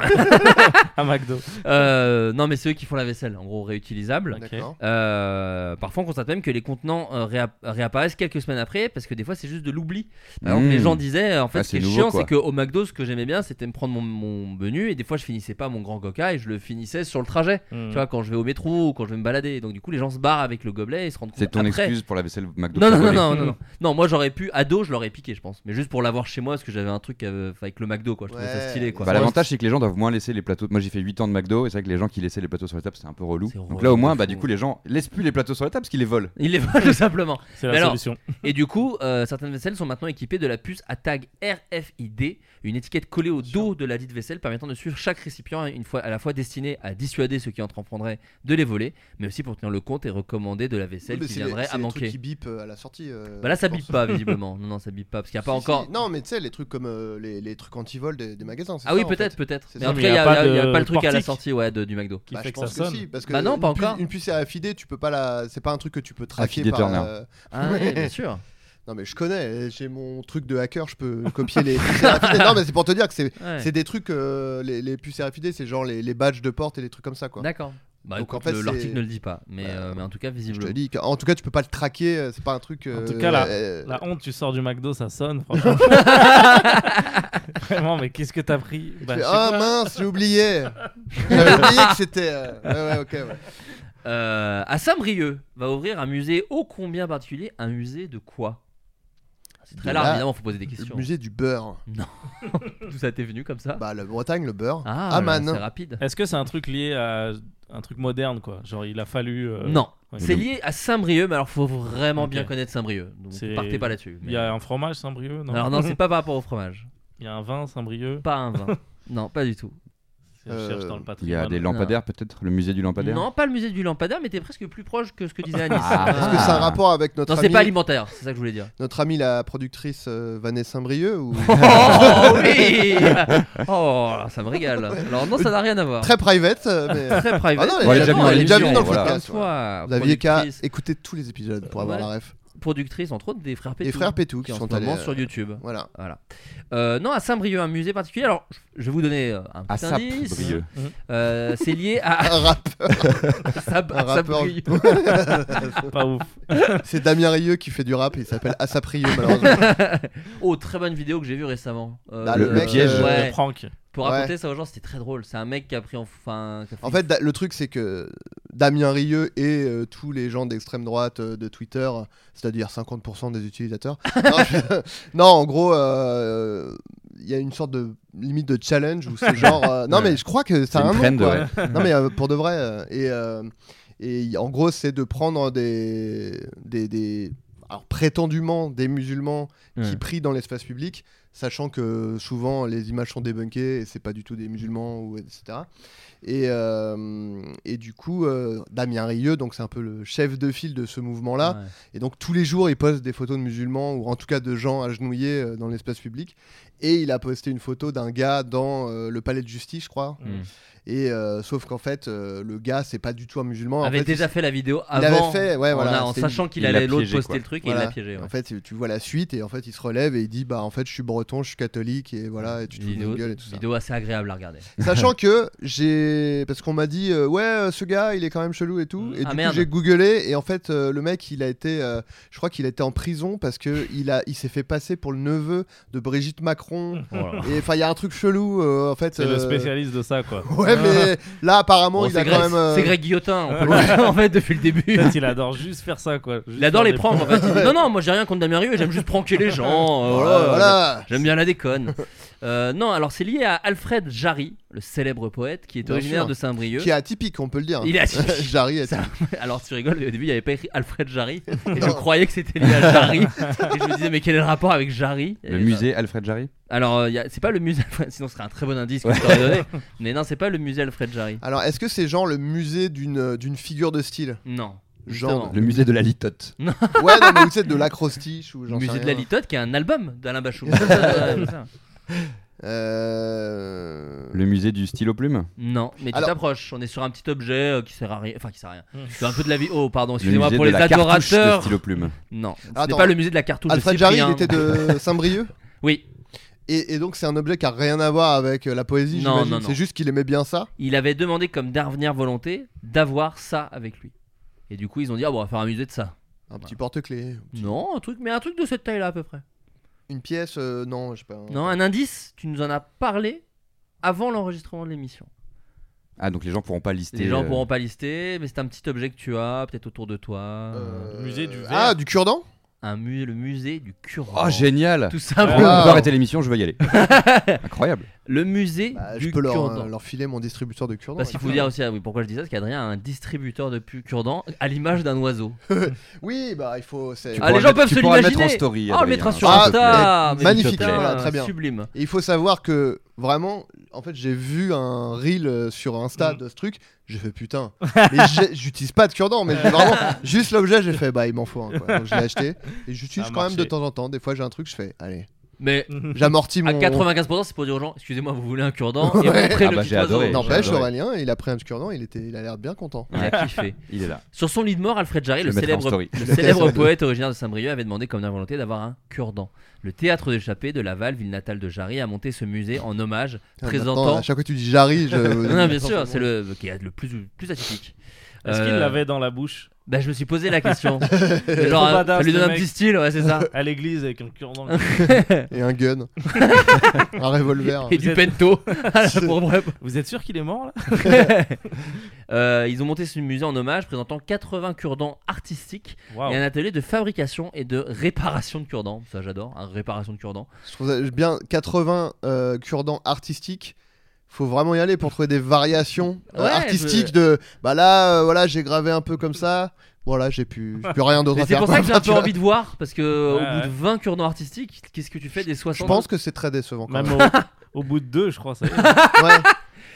S8: à McDo.
S5: Euh, non, mais ceux qui font la vaisselle, en gros, réutilisable.
S6: D'accord.
S5: Euh, parfois, on constate même que les contenants euh, réa- réapparaissent quelques semaines après parce que des fois, c'est juste de l'oubli. Par exemple,
S7: Mmh.
S5: les gens disaient euh, en fait,
S7: Ah,
S5: ce qui
S7: c'est
S5: est
S7: nouveau,
S5: chiant,
S7: quoi.
S5: c'est qu'au McDo, ce que j'aimais bien, c'était me prendre mon, mon menu et des fois, je finissais pas mon grand coca et je le finissais sur le trajet.
S8: Hmm.
S5: Tu vois, quand je vais au métro ou quand je vais me balader. Donc, du coup, les gens se barrent avec le gobelet et se rendent compte
S7: C'est ton
S5: après.
S7: excuse pour la vaisselle McDo.
S5: Non, non, non,
S7: survolée.
S5: non, non, non.
S8: Mhm.
S5: Non, moi j'aurais pu, ado, je l'aurais piqué, je pense. Mais juste pour l'avoir chez moi, parce que j'avais un truc euh, avec le McDo, quoi. Je trouvais ça
S6: Ouais.
S5: stylé, quoi.
S7: Bah,
S6: Ouais.
S7: L'avantage c'est que les gens doivent moins laisser les plateaux. Moi j'ai fait 8 ans de McDo et c'est vrai que les gens qui laissaient les plateaux sur la table c'est un peu relou.
S5: C'est
S7: Donc
S5: relou
S7: là au
S5: de
S7: moins
S5: fou.
S7: bah du coup les gens laissent plus les plateaux sur la table parce qu'ils les volent.
S5: Il les voit [laughs] tout simplement.
S8: C'est
S5: Mais
S8: la
S5: alors-
S8: solution.
S5: Et du coup, euh, certaines vaisselles sont maintenant équipées de la puce à tag RFID, une étiquette collée au dos de la dite vaisselle permettant de suivre chaque récipient, une fois, à la fois destinée à dissuader ceux qui entreprendraient de les voler, mais aussi pour tenir le compte et recommander de la vaisselle
S6: Mais
S5: qui
S6: c'est les-
S5: viendrait
S6: c'est
S5: à
S6: les trucs
S5: manquer.
S6: qui bip à la sortie. euh,
S5: Bah là, ça
S6: je pense.
S5: bip
S6: [laughs]
S5: pas visiblement. Non, non, ça bip pas parce qu'il n'y a pas
S6: Si,
S5: encore.
S6: si. Non, mais tu sais, les trucs comme euh, les, les trucs anti-vol des, des magasins. c'est
S5: Ah
S6: ça,
S5: oui,
S6: en
S5: peut-être,
S6: fait.
S5: peut-être.
S6: C'est
S5: Mais
S6: ça.
S5: en tout
S8: Mais
S5: cas, il n'y
S8: y a
S5: a,
S8: pas
S5: il y a
S8: de
S5: pas le truc à la
S8: portique.
S5: sortie ouais, de- du
S6: [laughs]
S5: McDo.
S8: Qui
S6: Bah,
S8: fait
S6: je
S8: que ça
S6: pense que si,
S8: sonne.
S6: parce que
S5: Bah non, pas
S6: une puce-
S5: encore.
S6: Une puce à affidée, tu peux pas la. C'est pas un truc que tu peux traquer
S7: Affidée
S6: par.
S7: Turner.
S6: euh,
S5: Ah,
S6: [laughs]
S5: ouais, bien sûr.
S6: Non, mais je connais. euh, J'ai mon truc de hacker, je peux copier les puces à affidée. Non, mais c'est pour te dire que c'est
S5: Ouais.
S6: c'est des trucs. euh, les, les puces à affidée, c'est genre les, les badges de porte et les trucs comme ça, quoi.
S5: D'accord. Bah,
S6: hein. Donc, en
S5: écoute,
S6: fait,
S5: le-
S6: c'est-
S5: l'article ne le dit pas, mais,
S6: Bah,
S5: euh, mais en tout cas,
S6: Je te
S5: visiblement.
S6: dis. En tout cas, tu peux pas le traquer. euh, C'est pas un truc.
S8: En
S6: euh,
S8: tout cas, la-
S6: euh,
S8: La honte, tu sors du McDo, ça sonne,
S6: [laughs]
S8: franchement. Vraiment, mais qu'est-ce que t'as pris
S6: tu
S8: Bah,
S6: fais,
S8: je sais
S6: ah
S8: pas.
S6: mince, j'ai oublié.
S5: [laughs]
S6: J'avais oublié que c'était. euh, Ouais, ouais, ok. ouais.
S5: Euh, à Saint-Brieuc va ouvrir un musée ô combien particulier, un musée de quoi C'est très
S6: de
S5: large,
S6: là,
S5: évidemment, faut poser des
S6: Le
S5: questions.
S6: musée du beurre.
S5: Tout ça t'est venu comme ça
S6: Bah, la Bretagne, le beurre.
S5: Ah,
S6: Amman.
S5: c'est rapide.
S8: Est-ce que c'est un truc lié à un truc moderne, quoi Genre, il a fallu. euh,
S5: Non,
S8: ouais.
S5: c'est lié à Saint-Brieuc, mais alors faut vraiment
S8: Ok.
S5: bien connaître Saint-Brieuc. Donc
S8: C'est-
S5: partez pas là-dessus.
S8: Il
S5: mais-
S8: y a un fromage Saint-Brieuc non
S5: Alors non, c'est pas par rapport au fromage.
S8: [laughs] Il y a un vin Saint-Brieuc
S5: Pas un vin. non, pas du tout.
S8: Je
S6: Euh,
S8: cherche dans le
S7: Il y
S8: patrimoine.
S7: a des lampadaires, peut-être Le musée du lampadaire
S5: Non, pas le musée du lampadaire, mais t'es presque plus proche que ce que disait Anis.
S7: Ah,
S6: Est-ce que c'est un rapport avec notre
S5: Non, c'est
S6: amie,
S5: pas alimentaire, c'est ça que je voulais
S6: [laughs]
S5: dire.
S6: notre amie la productrice euh, Vanessa
S5: [laughs]
S6: Saint-Brieuc ou... [laughs]
S5: Oh oui [laughs] Oh, alors ça me régale. Alors non, ça n'a rien à voir.
S6: Très private, euh,
S5: [laughs]
S6: mais.
S5: Très private.
S6: Ah non, elle
S7: est déjà
S5: J'adore,
S7: venue- elle est déjà
S5: géniale.
S7: venue dans le Voilà.
S6: podcast,
S5: Calme-toi.
S6: Vous aviez qu'à
S5: Productrice-
S6: écouter tous les épisodes pour avoir
S5: Ouais.
S6: la ref.
S5: Productrice, entre autres, des frères
S6: Les
S5: Pétou.
S6: frères Pétou
S5: qui
S6: qui
S5: en
S6: sont
S5: ce
S6: allés.
S5: moment
S6: euh,
S5: sur YouTube.
S6: Voilà.
S5: Voilà. Euh, non, à Saint-Brieuc, un musée particulier. Alors, je- je vais vous donner euh, un
S7: À
S5: petit
S7: Sap,
S5: indice.
S7: Brieuc.
S8: Mmh.
S5: Euh, c'est lié à,
S6: Un rappeur.
S5: à Sap-
S6: Un
S5: à
S6: rappeur.
S5: Saint-Brieuc.
S8: Pas ouf.
S6: [laughs] C'est Damien Rieu qui fait du rap et il s'appelle Assaprieux malheureusement.
S5: [laughs] oh, très bonne vidéo que j'ai vue récemment. Euh,
S6: Ah, le mec,
S7: piège.
S6: euh,
S5: ouais.
S8: Le prank.
S5: Pour
S6: Ouais.
S5: raconter ça aux gens, c'était très drôle. C'est un mec qui a pris en, enfin, qui a
S6: En
S5: fait-
S6: fait, da- le truc, c'est que Damien Rieu et euh, tous les gens d'extrême droite euh, de Twitter, c'est-à-dire 50% des
S7: [laughs]
S6: utilisateurs. non, je- non, en gros, euh, il y a une sorte de limite de challenge où
S7: [laughs]
S6: c'est genre. euh, non,
S7: Ouais.
S6: mais je crois que
S7: C'est
S6: ça a un
S7: une
S6: nom,
S7: trend,
S6: quoi. [laughs]
S7: ouais.
S6: Non, mais euh, pour de vrai. euh, et euh, et y- en gros, c'est de prendre des. des, des- alors, prétendument des musulmans
S5: Ouais.
S6: qui prient dans l'espace public, sachant que souvent les images sont débunkées et c'est pas du tout des musulmans, ou etc. Et, euh, et du coup, euh, Damien Rieu, donc c'est un peu le chef de file de ce mouvement-là,
S5: Ouais.
S6: et donc tous les jours, il poste des photos de musulmans ou en tout cas de gens agenouillés euh, dans l'espace public. Et il a posté une photo d'un gars dans euh, le palais de justice, je crois.
S8: Mm.
S6: Et euh, sauf qu'en fait, euh, le gars, c'est pas du tout un musulman. En
S5: avait
S6: fait,
S5: déjà fait la vidéo
S6: il
S5: avant.
S6: avait fait, ouais,
S5: en
S6: voilà,
S5: a- en
S6: c'est-
S5: sachant qu'il
S7: il
S5: allait
S7: l'a
S5: l'autre
S7: piégé,
S5: poster
S7: quoi.
S5: le truc et il
S6: Voilà.
S5: l'a piégé. ouais.
S6: En fait, tu- tu vois la suite et en fait, il se relève et il dit bah en fait, je suis breton, je suis catholique et voilà, et tu te fous de
S5: vidéo,
S6: notre gueule et tout ça.
S5: vidéo assez agréable à regarder. [laughs]
S6: Sachant que j'ai. Parce qu'on m'a dit, euh, ouais, euh, ce gars, il est quand même chelou et tout.
S5: Mm.
S6: Et
S5: Ah,
S6: du
S5: merde.
S6: coup, j'ai googlé. Et en fait, euh, le mec, il a été. euh, je crois qu'il a été en prison parce que [laughs] il a- il s'est fait passer pour le neveu de Brigitte
S8: [laughs]
S6: Macron.
S5: Voilà.
S6: et enfin, il y a un truc chelou, euh, en fait.
S8: C'est le
S6: euh,
S8: spécialiste de ça, quoi.
S6: [laughs] Ouais, mais là, apparemment,
S5: Ah. Bon,
S6: il
S5: c'est
S6: a
S5: Greg,
S6: quand même. euh,
S5: c'est Greg Guillotin, on peut le dire, [laughs] en fait, depuis le début.
S8: Peut-être il adore juste faire ça, quoi. Juste
S5: Il adore
S8: faire
S5: les
S8: des
S5: pranks, en
S8: pranks.
S5: fait. Il dit, non, non, moi j'ai rien contre Damien Rieu, j'aime juste pranker les gens. euh,
S6: Voilà.
S5: voilà.
S6: voilà.
S5: J'aime bien la déconne. Euh, non, alors c'est lié à Alfred Jarry, le célèbre poète qui est
S6: Bien
S5: originaire
S6: sûr.
S5: de Saint-Brieuc.
S6: Qui est atypique, on peut le dire. [laughs]
S5: Il est atypique.
S6: Jarry est atypique.
S5: [laughs] Alors tu rigoles, mais au début il n'y avait pas écrit Alfred
S6: [laughs]
S5: Jarry. Et je croyais que c'était lié à Jarry. et je me disais, mais quel est le rapport avec Jarry
S7: Le
S5: Et,
S7: musée Alfred Jarry
S5: Alors, euh, y a- c'est pas le musée, sinon ce serait un très bon indice que je t'aurais donné. Mais non, c'est pas le musée Alfred Jarry.
S6: Alors, est-ce que c'est genre le musée d'une euh, d'une figure de style
S5: Non.
S6: Genre.
S7: Le musée de la litote.
S6: Ouais, non, mais vous savez, de l'acrostiche ou
S5: Le
S6: j'en sais
S5: musée de
S6: rien.
S5: la litote qui est un album d'Alain
S6: [laughs]
S5: Bachung. Ouais, c'est ça.
S6: Euh...
S7: Le musée du stylo plume
S5: non, mais tu
S6: Alors- Hmm.
S5: t'approches. On est sur un petit objet euh, qui sert à rien. Enfin, qui sert à rien.
S8: Mm.
S5: C'est un peu de la vie. Oh, pardon,
S7: Le
S5: excusez-moi
S7: musée
S5: pour
S7: de
S5: les
S7: la cartouche de
S5: adorateurs.
S7: stylo plume.
S5: Non, ce n'est
S6: Attends.
S5: pas le musée de la cartouche de
S6: Alfred Jarry,
S5: Cyprien.
S6: il était
S5: [laughs]
S6: de Saint-Brieuc
S5: Oui,
S6: et, et donc c'est un objet qui a rien à voir avec euh, la poésie,
S5: Non,
S6: j'imagine.
S5: non, non.
S6: C'est juste qu'il aimait bien ça.
S5: il avait demandé comme dernière volonté d'avoir ça avec lui. Et du coup, ils ont dit ah bon, on va faire un musée de ça.
S6: Un petit porte-clés,
S5: Non, un truc, mais un truc de cette taille-là à peu près.
S6: une pièce, euh, non, je sais pas.
S5: Non, un indice. Tu nous en as parlé avant l'enregistrement de l'émission.
S7: Ah, donc les gens pourront pas lister.
S5: Les gens
S7: euh,
S5: pourront pas lister, mais c'est un petit objet que tu as peut-être autour de toi.
S6: Euh,
S8: Musée du verre.
S6: Ah, du cure-dent
S5: Un mu- le musée du Curant.
S7: Oh, génial
S5: Tout Ah.
S7: On peut
S5: simplement.
S6: Wow.
S7: arrêter l'émission, je veux y
S5: [laughs]
S7: aller. Incroyable.
S5: Le musée
S6: Bah, Je
S5: du
S6: peux leur,
S5: Curant.
S6: euh, leur filer mon distributeur de cure-dent.
S5: Parce qu'il faut dire aussi, ah oui, pourquoi je dis ça, parce qu'Adrien a un distributeur de pu- cure-dents à l'image d'un oiseau.
S6: Oui, bah il faut. c'est-
S7: Tu
S5: Ah, les
S7: pourras
S5: gens
S7: le mettre-
S5: peuvent
S7: tu
S5: se
S7: pourras le
S5: l'imaginer.
S7: mettre en story,
S5: Ah, on le
S7: Adrien,
S5: mettra
S7: hein,
S5: sur
S6: s'il te
S5: Insta.
S6: plaît.
S5: mais
S6: Magnifique,
S5: s'il te plaît, euh,
S6: voilà, très bien.
S5: Sublime.
S6: Et il faut savoir que vraiment, en fait, j'ai vu un reel euh, sur Insta
S8: Mm.
S6: de ce truc. J'ai fait putain,
S8: [laughs]
S6: mais j'ai- j'utilise pas de cure-dent, mais j'ai vraiment juste l'objet. J'ai fait bah il m'en faut un. Quoi. Donc je l'ai acheté et j'utilise
S8: Ça a
S6: quand même de
S8: marché.
S6: temps en temps. Des fois j'ai un truc, je fais allez,
S5: Mais
S6: j'amortis
S5: à
S6: mon.
S5: 95%, c'est pour dire aux gens, excusez-moi, vous voulez un cure-dent Et
S6: Ouais.
S5: montrez
S7: Ah
S5: le
S7: bah,
S5: petit
S7: j'ai
S5: oiseau.
S7: adoré. Non,
S6: N'empêche,
S7: J'adorais.
S6: Aurélien, il a pris un cure-dent, il, était... il a l'air bien content.
S5: Il a kiffé.
S7: Il est là.
S5: Sur son lit de mort, Alfred Jarry,
S7: Je
S5: le
S7: le mettrai en
S5: célèbre,
S7: story.
S5: le
S6: Je le
S5: célèbre
S6: mettrai en
S5: poète originaire de Saint-Brieuc, avait demandé comme volonté d'avoir un cure-dent. Le théâtre d'échappée de Laval, ville natale de Jarry, a monté ce musée en hommage,
S6: Putain, maintenant,
S5: présentant. [laughs]
S6: à chaque fois que tu dis Jarry, je.
S5: Non, non, bien sûr, c'est le qui est le plus, plus atypique.
S8: Est-ce
S5: Euh,
S8: qu'il l'avait dans la bouche
S5: Bah, je me suis posé la
S6: [laughs]
S5: question. Genre, euh,
S8: badass,
S5: ça lui
S8: le
S5: donne un
S8: mec.
S5: petit style, ouais, c'est ça.
S8: à l'église avec un cure-dent
S5: [laughs]
S6: Et un gun. un revolver.
S5: Et du
S8: êtes- [laughs]
S5: pento. [laughs] Pour vrai.
S8: Vous êtes sûr qu'il est mort là
S5: Euh, ils ont monté ce musée en hommage, présentant 80 cure-dents artistiques
S8: Waouh.
S5: et un atelier de fabrication et de réparation de cure-dents. Ça, j'adore, hein, réparation de cure-dents.
S6: Je trouve ça bien 80 euh, cure-dents artistiques. Faut vraiment y aller pour trouver des variations euh,
S5: Ouais,
S6: artistiques
S5: je-
S6: de bah là euh, voilà j'ai gravé un peu comme ça voilà j'ai pu j'ai plus rien d'autre
S5: Mais
S6: à
S5: c'est
S6: faire
S5: pour ça que j'ai un
S6: [laughs] Tu
S5: peu
S6: vois,
S5: envie de voir, parce que
S8: Ouais,
S5: au bout
S8: ouais.
S5: de 20 cure-dents artistiques, qu'est-ce que tu fais des 60
S6: je pense que c'est très décevant quand
S8: Même
S6: même.
S8: au, au bout de deux, je crois. Ça y est.
S5: [laughs]
S8: À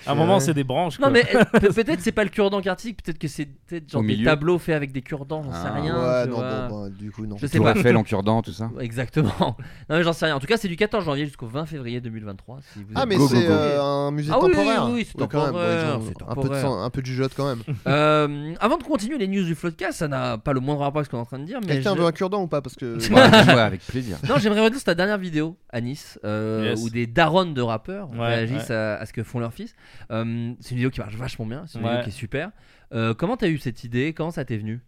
S6: Ouais.
S8: un moment, c'est des branches.
S5: Non,
S8: quoi.
S5: mais euh,
S6: [laughs]
S5: pe- peut-être c'est pas le cure-dent artistique, peut-être que c'est peut-être genre
S7: Au
S5: des
S7: milieu.
S5: tableaux faits avec des cure-dents, j'en sais
S7: Ah,
S5: rien.
S6: ouais
S5: tu
S6: non
S5: vois.
S6: bon, bah, du coup non
S5: Je sais
S7: Tour
S5: pas.
S7: Eiffel en cure-dent,
S5: [laughs]
S7: tout ça.
S5: Exactement. Non, mais j'en sais rien. En tout cas, c'est du 14 janvier jusqu'au 20 février 2023. si vous
S6: ah
S5: êtes
S6: mais
S7: Go, go,
S6: c'est
S7: go.
S6: euh, un musée
S5: Ah oui, oui,
S6: temporaire
S5: oui, c'est
S6: quand même, bon, ils
S5: temporaire,
S6: ont
S5: c'est
S6: un peu de
S5: temporaire.
S6: sang- un peu du jote
S5: [laughs]
S6: quand même
S5: Euh, avant de continuer les news du Floodcast, ça n'a pas le moindre rapport avec ce qu'on est en train de dire. Mais
S6: quelqu'un
S5: je-
S6: veut un cure-dent ou pas parce que
S7: Ouais, ouais, avec plaisir.
S5: Non, j'aimerais revenir sur ta dernière vidéo à Nice, euh,
S8: Yes.
S5: où des darons de rappeurs
S8: Ouais,
S5: réagissent à, à ce que font leurs fils. Euh, c'est une vidéo qui marche vachement bien, c'est une
S8: Ouais.
S5: vidéo qui est super. Euh, comment t'as eu cette idée Comment ça t'est venu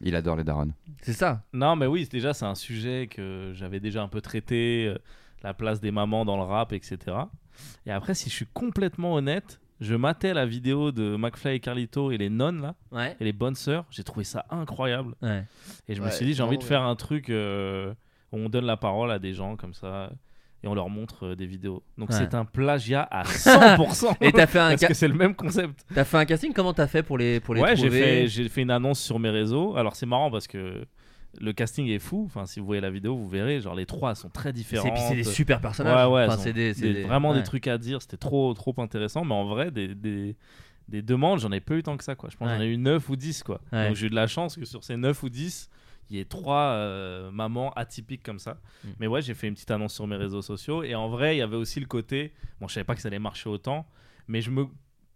S7: Il adore les darons.
S5: C'est ça
S8: Non, mais oui, c'est- déjà, c'est un sujet que j'avais déjà un peu traité, euh, la place des mamans dans le rap, etc. Et après, si je suis complètement honnête, je matais la vidéo de McFly et Carlito et les nonnes, là,
S5: Ouais.
S8: et les bonnes sœurs. J'ai trouvé ça incroyable.
S5: Ouais.
S8: Et je me
S6: Ouais,
S8: suis dit, j'ai envie de
S6: vraiment,
S8: faire un truc euh, où on donne la parole à des gens comme ça et on leur montre euh, des vidéos. Donc
S5: Ouais.
S8: c'est un plagiat à 100%.
S5: [laughs] Et t'as fait, un
S8: [laughs] Parce
S5: ca-
S8: que c'est le même concept.
S5: t'as fait un casting Comment t'as fait pour les, pour les
S8: ouais, j'ai
S5: trouver
S8: fait, j'ai fait une annonce sur mes réseaux. Alors c'est marrant parce que le casting est fou. Enfin, si vous voyez la vidéo, vous verrez. Genre les trois sont très différents.
S5: C'est, puis c'est des super personnages.
S8: Ouais, ouais.
S5: Enfin,
S8: sont
S5: c'est des, c'est
S8: des-
S5: des-
S8: Vraiment
S5: ouais.
S8: des trucs à dire. C'était trop, trop intéressant. Mais en vrai, des, des, des demandes, j'en ai peu eu tant que ça. Quoi. Je pense que j'en ai eu 9 ou 10. Quoi.
S5: Ouais.
S8: Donc j'ai eu de la chance que sur ces 9 ou 10, il y ait trois euh, mamans atypiques comme ça.
S5: Mm.
S8: Mais ouais, j'ai fait une petite annonce sur mes réseaux sociaux. Et en vrai, il y avait aussi le côté. Bon, je savais pas que ça allait marcher autant. Mais je me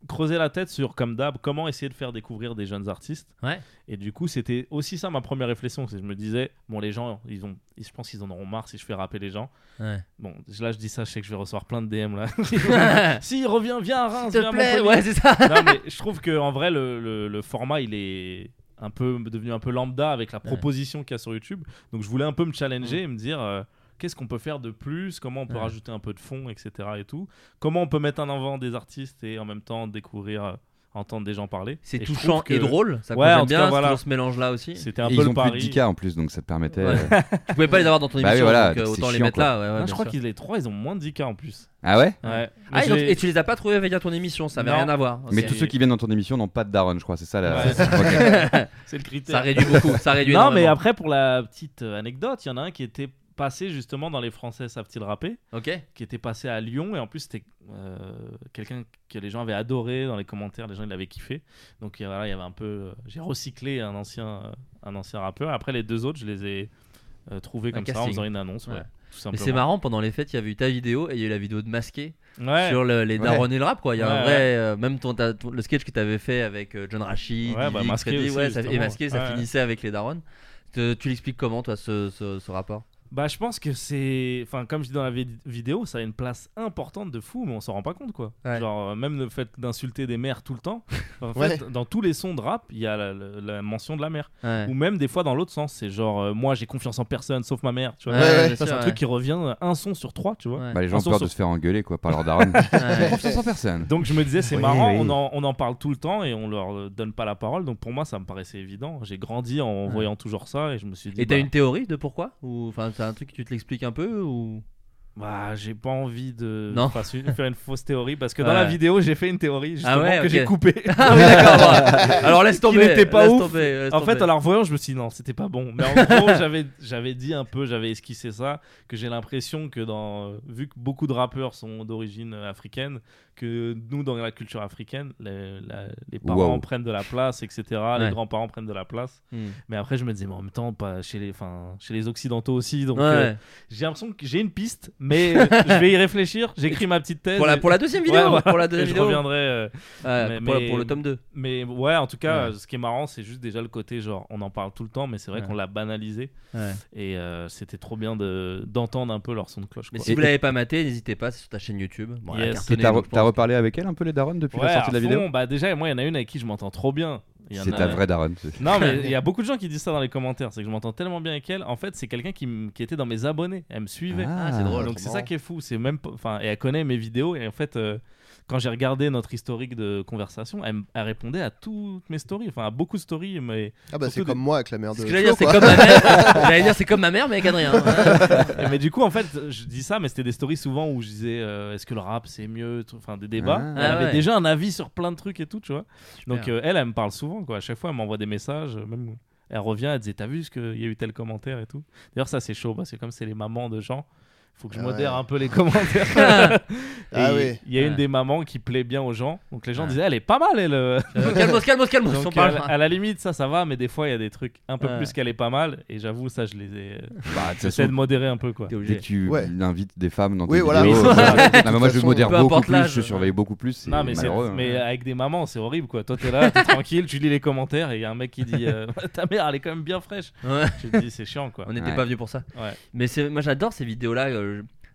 S8: creusais la tête sur, comme d'hab, comment essayer de faire découvrir des jeunes artistes.
S5: Ouais.
S8: Et du coup, c'était aussi ça ma première réflexion. C'est que je me disais, bon, les gens, ils ont, ils- je pense qu'ils en auront marre si je fais rappeler les gens.
S5: Ouais.
S8: Bon, là, je dis ça, je sais que je vais recevoir plein de DM là.
S5: [laughs]
S8: [laughs] si, reviens, viens à
S5: S'il
S8: Reims, viens
S5: te
S8: à
S5: plaît,
S8: Montpellier.
S5: ouais, c'est ça.
S8: non, mais je trouve que en vrai, le, le- le format, il est un peu devenu un peu lambda avec la proposition qu'il y a sur YouTube. Donc, je voulais un peu me challenger et me dire. euh, Qu'est-ce qu'on peut faire de plus Comment on peut
S5: Mm. Ouais.
S8: rajouter un peu de fond, etc. Et tout. Comment on peut mettre en avant des artistes et en même temps découvrir, euh, entendre des gens parler.
S5: C'est
S8: Et je
S5: touchant
S8: trouve que
S5: et drôle. Ça
S8: Ouais,
S5: convient
S8: en tout
S5: bien.
S8: cas,
S5: c'est
S8: voilà.
S5: toujours ce mélange-là aussi.
S8: C'était un
S7: Et
S8: peu
S7: ils
S8: le
S7: ont plus de
S8: pari.
S7: 10K en plus, donc ça te permettait.
S5: Ouais.
S7: euh,
S5: Tu pouvais pas les avoir dans ton
S7: Bah oui,
S5: émission,
S7: voilà,
S5: donc euh,
S7: c'est
S5: autant les
S7: chiant,
S5: mettre
S7: quoi.
S5: là. ouais, ouais,
S8: Non, je
S5: bien
S8: crois
S5: sûr.
S8: qu'ils les trois, ils ont moins de 10K en plus.
S7: Ah ouais
S8: Ouais.
S5: Ah,
S8: Mais
S5: ils ont-
S8: j'ai-
S5: et tu les as pas trouvés via ton émission, ça avait
S8: Non.
S5: rien à voir.
S7: Mais
S5: Ok.
S7: tous ceux qui viennent dans ton émission n'ont pas de daron, je crois, c'est ça la.
S8: Ouais.
S7: [laughs] Ok.
S8: C'est le critère.
S5: Ça réduit beaucoup, ça réduit
S8: non, mais
S5: énormément.
S8: après, pour la petite euh, anecdote, il y en a un qui était passé justement dans les Français savent-ils rapper,
S5: Ok.
S8: qui était passé à Lyon et en plus c'était euh, quelqu'un que les gens avaient adoré dans les commentaires, les gens ils l'avaient kiffé. Donc euh, voilà, il y avait un peu, euh, j'ai recyclé un ancien, euh, un ancien rappeur. Après les deux autres, je les ai euh, trouvés
S5: Un
S8: comme ça en
S5: casting.
S8: faisant une annonce, ouais,
S5: Ouais.
S8: tout
S5: Mais
S8: simplement.
S5: c'est marrant, pendant les fêtes, il y avait eu ta vidéo et il y a eu la vidéo de Masqué
S8: Ouais.
S5: sur le- les
S7: Ouais.
S5: darons et le rap. Quoi. Il y a un
S8: Ouais,
S5: vrai. euh, même ton, ta- ton- le sketch que tu avais fait avec euh, John Rachid,
S8: Ouais,
S5: Didi,
S8: bah, Masqué
S5: Freddy,
S8: aussi,
S5: ouais, ça- et
S8: justement.
S5: Masqué, ça
S8: Ouais.
S5: finissait avec les darons. Te- tu l'expliques comment, toi, ce, ce- ce rapport
S8: Bah, je pense que c'est. Enfin, comme je dis dans la vid- vidéo, ça a une place importante de fou, mais on s'en rend pas compte, quoi.
S5: Ouais.
S8: Genre, euh, même le fait d'insulter des mères tout le temps.
S5: [laughs]
S8: En fait, dans tous les sons de rap, il y a la, la- la mention de la mère.
S5: Ouais.
S8: Ou même des fois dans l'autre sens, c'est genre, euh, moi j'ai confiance en personne sauf ma mère, tu vois.
S5: Ouais,
S6: ouais,
S5: bien
S8: Ça, c'est
S5: sûr,
S8: un
S5: ouais.
S8: truc qui revient euh, un son sur trois, tu vois.
S5: Ouais.
S7: Bah, les
S8: En
S7: gens ont
S8: son-
S7: peur de
S8: son-
S7: se faire engueuler quoi par leur
S5: [laughs]
S7: daron.
S5: Ouais.
S7: Confiance en personne.
S8: Donc je me disais, c'est
S7: Oui,
S8: marrant,
S7: oui.
S8: On, en, on en parle tout le temps et on leur euh, donne pas la parole. Donc pour moi, ça me paraissait évident. J'ai grandi en
S5: Ouais.
S8: voyant toujours ça et je me suis dit.
S5: Et t'as
S8: bah,
S5: une théorie de pourquoi Ou enfin, c'est un truc que tu te l'expliques un peu ou...
S8: Bah, j'ai pas envie de
S5: Non.
S8: faire su- faire une fausse théorie parce que dans
S5: Ouais.
S8: la vidéo, j'ai fait une théorie justement
S5: Ah ouais,
S8: que
S5: ok.
S8: j'ai coupée.
S5: Ah oui, [laughs] d'accord. bah, Alors laisse
S8: Qui
S5: tomber.
S8: n'était pas
S5: laisse
S8: ouf.
S5: tomber, laisse
S8: en fait,
S5: tomber.
S8: en la revoyant, je me suis dit non, c'était pas bon. Mais en
S5: [laughs]
S8: gros, j'avais j'avais dit un peu, j'avais esquissé ça, que j'ai l'impression que dans vu que beaucoup de rappeurs sont d'origine euh, africaine, que nous dans la culture africaine, les, la- les parents
S7: Wow.
S8: prennent de la place, etc.
S5: Ouais.
S8: Les grands-parents prennent de la place.
S5: Hmm.
S8: Mais après, je me disais mais en même temps, pas chez les, enfin, chez les occidentaux aussi. Donc
S5: Ouais.
S8: euh, j'ai l'impression que j'ai une piste, mais euh, je
S5: [laughs]
S8: vais y réfléchir. J'écris ma petite thèse.
S5: pour, la,
S8: et-
S5: pour la deuxième vidéo.
S8: Ouais, voilà.
S5: Pour la
S8: et
S5: deuxième
S8: je
S5: vidéo.
S8: reviendrai. euh,
S5: Ouais,
S8: Mais-
S5: pour,
S8: mais-
S5: pour le tome 2.
S8: mais ouais, en tout cas,
S5: Ouais.
S8: ce qui est marrant, c'est juste déjà le côté genre, on en parle tout le temps, mais c'est vrai
S5: Ouais.
S8: qu'on l'a banalisé. Et euh, c'était trop bien de- d'entendre un peu leur son de cloche.
S5: Mais
S8: quoi.
S5: si
S7: Et-
S5: vous l'avez pas maté, n'hésitez pas, c'est sur ta chaîne YouTube. Bon, elle a
S8: Yes.
S7: Et
S5: cartonné,
S7: t'as
S5: donc
S7: re-
S5: je
S7: t'as
S5: pense.
S7: reparlé avec elle un peu les darons depuis
S8: Ouais,
S7: la sortie
S8: à
S7: de la vidéo
S8: fond, bah déjà, moi, il y en a une avec qui je m'entends trop bien. Il y en
S7: C'est
S8: a-
S7: ta vraie daronne.
S8: [laughs] Non, mais il y a beaucoup de gens qui disent ça dans les commentaires. C'est que je m'entends tellement bien avec elle. En fait, c'est quelqu'un qui, m- qui était dans mes abonnés. Elle me suivait. Oh,
S7: Ah,
S6: c'est drôle.
S8: Donc c'est
S6: Trop
S8: ça
S6: marrant.
S8: qui est fou. C'est même, pas- enfin, et elle connaît mes vidéos. Et en fait, euh, quand j'ai regardé notre historique de conversation, elle, m- elle répondait à toutes mes stories. Enfin, à beaucoup de stories. Mais
S6: Ah bah c'est
S8: Surtout
S6: comme moi avec la mère
S5: Ce
S6: de.
S5: que j'allais
S6: Flo,
S5: dire, c'est
S6: quoi.
S5: comme ma
S8: [laughs]
S5: mère. J'allais dire, c'est comme ma mère, mais avec Adrien. hein.
S8: Ah, Et mais du coup, en fait, je dis ça, mais c'était des stories souvent où je disais euh, est-ce que le rap c'est mieux tout- Enfin, des débats.
S7: Ah.
S8: elle
S5: Ah
S8: avait
S5: ouais.
S8: déjà un avis sur plein de trucs et tout, tu vois. Donc,
S5: Super.
S8: euh, elle, elle me parle souvent, quoi. À chaque fois, elle m'envoie des messages. euh, Même elle revient, elle disait T'as vu ce qu'il y a eu tel commentaire et tout. D'ailleurs, ça, c'est chaud parce que comme c'est les mamans de gens, faut que je
S6: Ah
S8: modère
S6: ouais.
S8: un peu
S5: [laughs]
S8: les commentaires. Et
S6: [laughs] Ah oui.
S8: Il y a une
S5: Ouais.
S8: des mamans qui plaît bien aux gens. Donc, les gens
S5: Ouais.
S8: disaient Elle est pas mal,
S5: [laughs]
S8: elle. euh.
S5: Euh, calmos, calmos, calmos. on
S8: [laughs] Donc, euh, à,
S5: parle.
S8: la- à la limite, ça, ça va, mais des fois, il y a des trucs un peu
S5: Ouais.
S8: plus qu'elle est pas mal. Et j'avoue, ça, je les ai. euh,
S7: Bah, de toute
S8: J'essaie de
S7: façon,
S8: modérer un peu, quoi.
S5: T'es
S7: dès
S5: obligé.
S7: que tu
S6: Ouais.
S7: invites des femmes dans tes
S6: Oui, voilà.
S7: vidéos,
S8: Oui,
S7: euh,
S8: ça.
S7: non, mais
S6: toute
S7: moi je
S6: façon,
S7: modère
S5: peu
S7: beaucoup
S5: importe
S7: plus,
S5: l'âge,
S7: je surveille beaucoup plus, c'est
S8: Non, mais, c'est-
S7: malheureux. hein.
S8: mais avec des mamans, c'est horrible quoi. Toi, t'es là, t'es tranquille, tu lis les commentaires et il y a un mec qui dit euh, [laughs] Ta mère, elle est quand même bien fraîche.
S5: Ouais.
S8: Tu te dis, c'est chiant quoi.
S5: On n'était
S7: Ouais.
S5: pas vieux pour ça.
S8: Ouais.
S5: Mais c'est- moi j'adore ces vidéos là.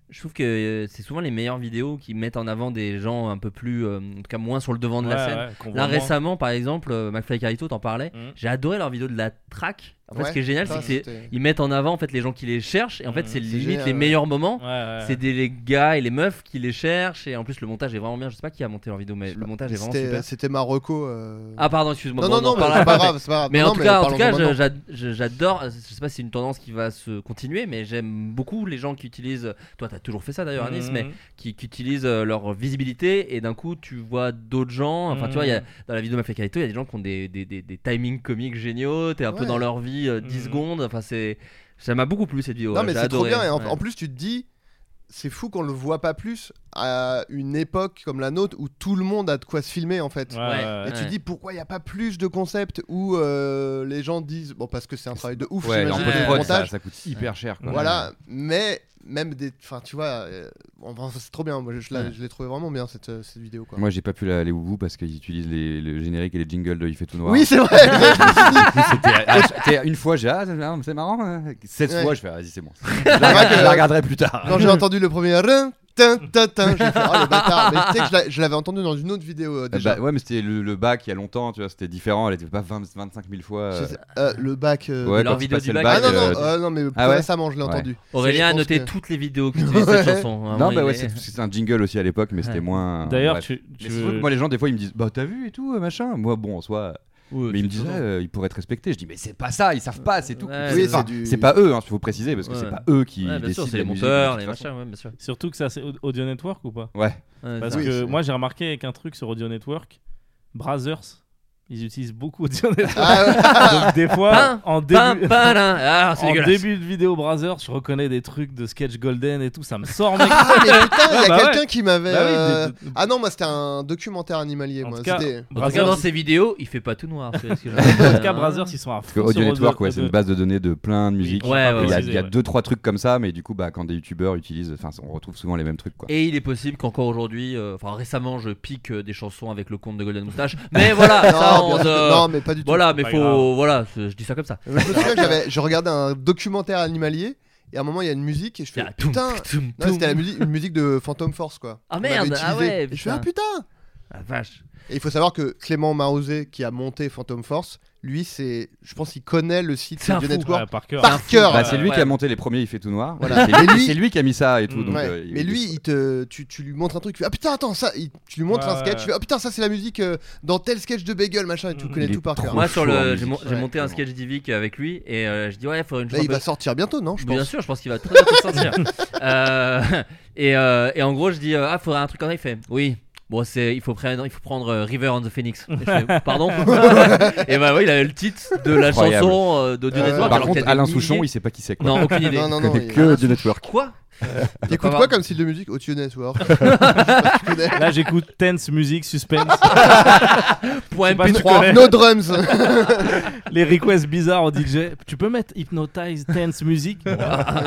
S5: je trouve que euh, c'est souvent les meilleures vidéos qui mettent en avant des gens un peu plus, euh, en tout cas moins sur le devant de la
S8: Ouais,
S5: scène.
S8: ouais, qu'on voit
S5: Là
S8: moins.
S5: récemment par exemple, euh, McFly et Carito t'en parlait.
S8: Mm.
S5: J'ai adoré leur vidéo de la track. En fait,
S6: Ouais.
S5: ce qui est génial, c'est
S6: Ça,
S5: que c'est-
S6: c'était-
S5: ils mettent en avant en fait les gens qui les cherchent et en fait
S8: Mm.
S5: c'est
S6: C'est
S5: limite
S6: génial,
S5: les
S6: ouais.
S5: meilleurs moments.
S8: Ouais, ouais.
S5: C'est des les gars et les meufs qui les cherchent et en plus le montage est vraiment bien. Je sais pas qui a monté leur vidéo, mais le montage est vraiment
S6: C'était
S5: super.
S6: c'était Marocco. euh,
S5: Ah pardon, excuse-moi.
S6: Non,
S5: bon,
S6: non,
S5: on en
S6: non, mais
S5: parlera
S6: c'est pas
S5: après.
S6: grave, c'est pas grave.
S5: Mais
S6: Ah, Non,
S5: en
S6: non,
S5: tout cas, en tout
S6: parlons-en
S5: cas, je-
S6: maintenant.
S5: j'ad- je- j'adore. euh, Je sais pas si c'est une tendance qui va se continuer, mais j'aime beaucoup les gens qui utilisent. Toi, t'as toujours fait ça d'ailleurs, Anis, mais
S8: Mhm.
S5: qui, qui utilisent euh, leur visibilité et d'un coup, tu vois d'autres gens. Enfin, tu vois, il
S8: Mhm.
S5: y a- dans la vidéo de Mafia Carito, il y a des gens qui ont des, des, des- des timings comiques géniaux. T'es un peu
S6: Ouais.
S5: dans leur vie euh, 10
S8: Mhm.
S5: secondes. Enfin, c'est. Ça m'a beaucoup plu cette vidéo.
S6: Non,
S5: ouais,
S6: mais
S5: j'ai
S6: c'est trop
S5: adoré.
S6: bien. Et en,
S5: Ouais.
S6: en plus, tu te dis, c'est fou qu'on le voit pas plus à une époque comme la nôtre où tout le monde a de quoi se filmer en fait.
S8: Ouais,
S5: Ouais.
S8: ouais,
S6: Et
S8: ouais.
S6: tu te dis pourquoi il n'y a pas plus de concepts où euh, les gens disent bon parce que c'est un travail de ouf
S7: Ouais,
S6: j'imagine,
S7: en
S5: Ouais.
S6: le
S7: post-prod, ça,
S6: montage
S7: ça coûte hyper cher. quoi.
S6: voilà mais même des enfin tu vois euh, enfin, c'est trop bien moi je, je l'ai-
S5: Ouais.
S6: je l'ai trouvé vraiment bien cette, euh, cette vidéo quoi.
S7: Moi, j'ai pas pu la- aller au bout parce qu'ils utilisent les, le générique et les jingles de Il fait tout noir.
S6: Oui c'est vrai.
S7: C'était- ah, c'était- une fois, j'ai ah, c'est c'est marrant. hein. Sept
S6: Ouais.
S7: fois, je fais vas-y, c'est bon. Je la, regarde-
S6: que-
S7: je la regarderai plus tard.
S6: Quand j'ai entendu le premier rin, tin, tin, tin, j'ai fait oh le bâtard mais tu sais que je l'a- je l'avais entendu dans une autre vidéo euh,
S7: Euh,
S6: déjà.
S7: bah, ouais, mais c'était le, le bac il y a longtemps, tu vois, c'était différent. Elle était pas 20, 25 000 fois. euh,
S6: Je sais- euh, le bac. euh,
S7: ouais,
S5: Leur
S7: quand tu
S5: vidéo
S7: passais
S5: du
S7: le
S5: bac,
S6: Ah
S7: bac.
S6: non, non,
S7: euh,
S6: euh, non, mais plus
S7: Ah ouais
S6: récemment, je l'ai
S7: Ouais.
S6: entendu.
S5: Aurélien a
S6: je pense
S5: noté
S6: que-
S5: toutes les vidéos qui utilisent cette
S6: Ouais.
S5: chanson. hein,
S7: Non,
S5: il
S7: bah ouais,
S5: est-
S7: c'est c'est un jingle aussi à l'époque, mais c'était
S5: Ouais.
S7: moins.
S8: D'ailleurs,
S7: bref.
S8: tu. tu
S7: Mais c'est vrai que moi, les gens, des fois, ils me disent Bah, t'as vu et tout, euh, machin. Moi, bon, en soi.
S5: Ouais,
S7: Mais ils me
S5: c'est
S7: disaient
S5: faisant.
S7: euh, Ils pourraient être respectés. Je dis Mais c'est pas ça, ils savent pas, c'est tout.
S5: Ouais,
S7: C'est-
S5: oui,
S7: enfin,
S6: c'est du-
S7: C'est pas eux, il faut préciser, parce que
S5: Ouais.
S7: c'est pas eux qui
S5: Ouais, bien
S7: décident.
S5: sûr, c'est
S7: la
S5: les
S7: musique,
S5: monteurs,
S7: de
S5: les
S7: toute façon.
S5: machins, ouais, bien sûr.
S8: Surtout que ça, c'est Au- Audio Network ou pas
S7: Ouais.
S5: Ouais,
S8: Parce
S5: ça-
S6: Oui,
S8: que
S6: c'est-
S8: moi, j'ai remarqué avec un truc sur Audio Network, Brazzers, ils utilisent beaucoup Audio
S5: [laughs]
S8: Network.
S6: Ah ouais.
S8: Donc, des fois,
S5: Pain,
S8: en
S5: Pain,
S8: début.
S5: pain, là.
S8: [laughs]
S5: Ah, c'est
S8: en
S5: dégueulasse.
S8: début de vidéo Brazzers, je reconnais des trucs de sketch golden et tout, ça me
S5: [laughs]
S8: sort, mec.
S6: Ah, mais putain, il y a
S8: Bah ouais.
S6: quelqu'un qui m'avait.
S8: Bah oui,
S6: euh,
S8: des- des-
S6: Ah non, moi c'était un documentaire animalier.
S8: En
S6: Moi.
S8: tout cas,
S6: C'était-
S5: En tout cas, dans
S8: Brazzers-
S5: ces vidéos, il fait pas tout noir. c'est
S8: [laughs]
S5: ce que j'ai
S8: En
S5: envie de
S8: tout cas,
S5: dire.
S8: Brazzers, ils sont à
S7: Euh, Parce
S8: fond.
S7: que Audio
S8: sur
S7: Network,
S8: Audio-
S7: ouais, c'est une base de données de plein de musiques.
S5: Ouais, ouais,
S7: Et Il y a,
S5: ouais.
S7: il y a deux, trois trucs comme ça, mais du coup, bah, quand des youtubeurs utilisent, enfin, on retrouve souvent les mêmes trucs, quoi.
S5: Et il est possible qu'encore aujourd'hui, euh, enfin récemment, je pique euh, des chansons avec le compte de Golden Moustache. Mais voilà, ça,
S6: [laughs] non,
S5: on,
S6: bien sûr.
S5: euh,
S6: non, mais pas du tout.
S5: voilà, mais
S8: Pas
S5: faut,
S8: grave.
S5: voilà, c'est- je dis ça comme ça.
S6: Je me souviens que j'avais- je regardais un documentaire animalier et à un moment il y a une musique et je fais
S5: Ah, toum,
S6: putain.
S5: toum,
S6: Non, c'était
S5: toum.
S6: la musique, une musique de Phantom Force quoi.
S5: Ah
S6: On avait
S5: merde, ah
S6: utilisé.
S5: ouais,
S6: Et je fais ah
S5: putain.
S6: putain.
S5: Ah, vache.
S6: Et il faut savoir que Clément Marouzet qui a monté Phantom Force, lui c'est, je pense, qu'il connaît le site
S5: C'est un
S6: de
S5: fou.
S6: Network
S8: Ouais, par cœur.
S6: par cœur.
S7: Bah, c'est lui
S5: Ah, ouais.
S7: qui a monté les premiers, il fait tout noir.
S6: Voilà.
S7: C'est
S6: Mais
S7: lui,
S6: lui-
S7: c'est lui qui a mis ça et tout.
S8: Mm.
S7: donc,
S6: Ouais.
S7: euh, il-
S6: mais lui, il te, tu, tu lui montres un truc, tu fais, ah putain, attends, ça, il- tu lui montres
S8: Ouais,
S6: un sketch,
S8: ouais.
S6: tu fais, ah putain, ça c'est la musique euh, dans tel sketch de Bagel, machin, et tu
S8: Il
S6: connais
S7: est
S6: tout par cœur.
S7: trop
S5: Moi
S7: chaud
S5: sur
S7: en
S5: le,
S7: musique.
S5: j'ai mon- j'ai
S6: Ouais,
S5: monté un
S6: vraiment.
S5: sketch Divic avec lui et euh, je dis ouais, il faudrait une
S6: Là,
S5: chanson.
S6: il va sortir bientôt, non Je
S5: Bien
S6: pense.
S5: sûr, je pense qu'il va très bientôt
S6: [laughs]
S5: sortir. Euh, et, euh, et en gros, je dis euh, ah, faudrait un truc comme ça. Il fait oui. Bon, c'est il faut prendre, il faut prendre euh, River on the Phoenix. Et je
S6: [laughs]
S5: fais, Pardon. [laughs] et bah oui, il avait le titre de la
S7: Incroyable.
S5: chanson euh, d'Audio
S6: Euh,
S5: Network.
S7: Par
S5: alors qu'il y a
S7: contre,
S5: des
S7: Alain
S5: milliers-
S7: Souchon, il sait pas qui c'est, quoi.
S5: Non, aucune idée.
S6: Non, non,
S7: Il
S6: non.
S7: connaît
S6: il-
S7: que du network.
S5: Quoi
S6: T'écoutes quoi comme style de musique Audio Network. Je sais pas si tu connais.
S8: Là, j'écoute Tense Music Suspense.
S5: [laughs] Point
S8: Je sais pas si tu
S5: MP3.
S8: connais.
S6: No drums.
S8: les requests bizarres au DJ. Tu peux mettre Hypnotize Tense Music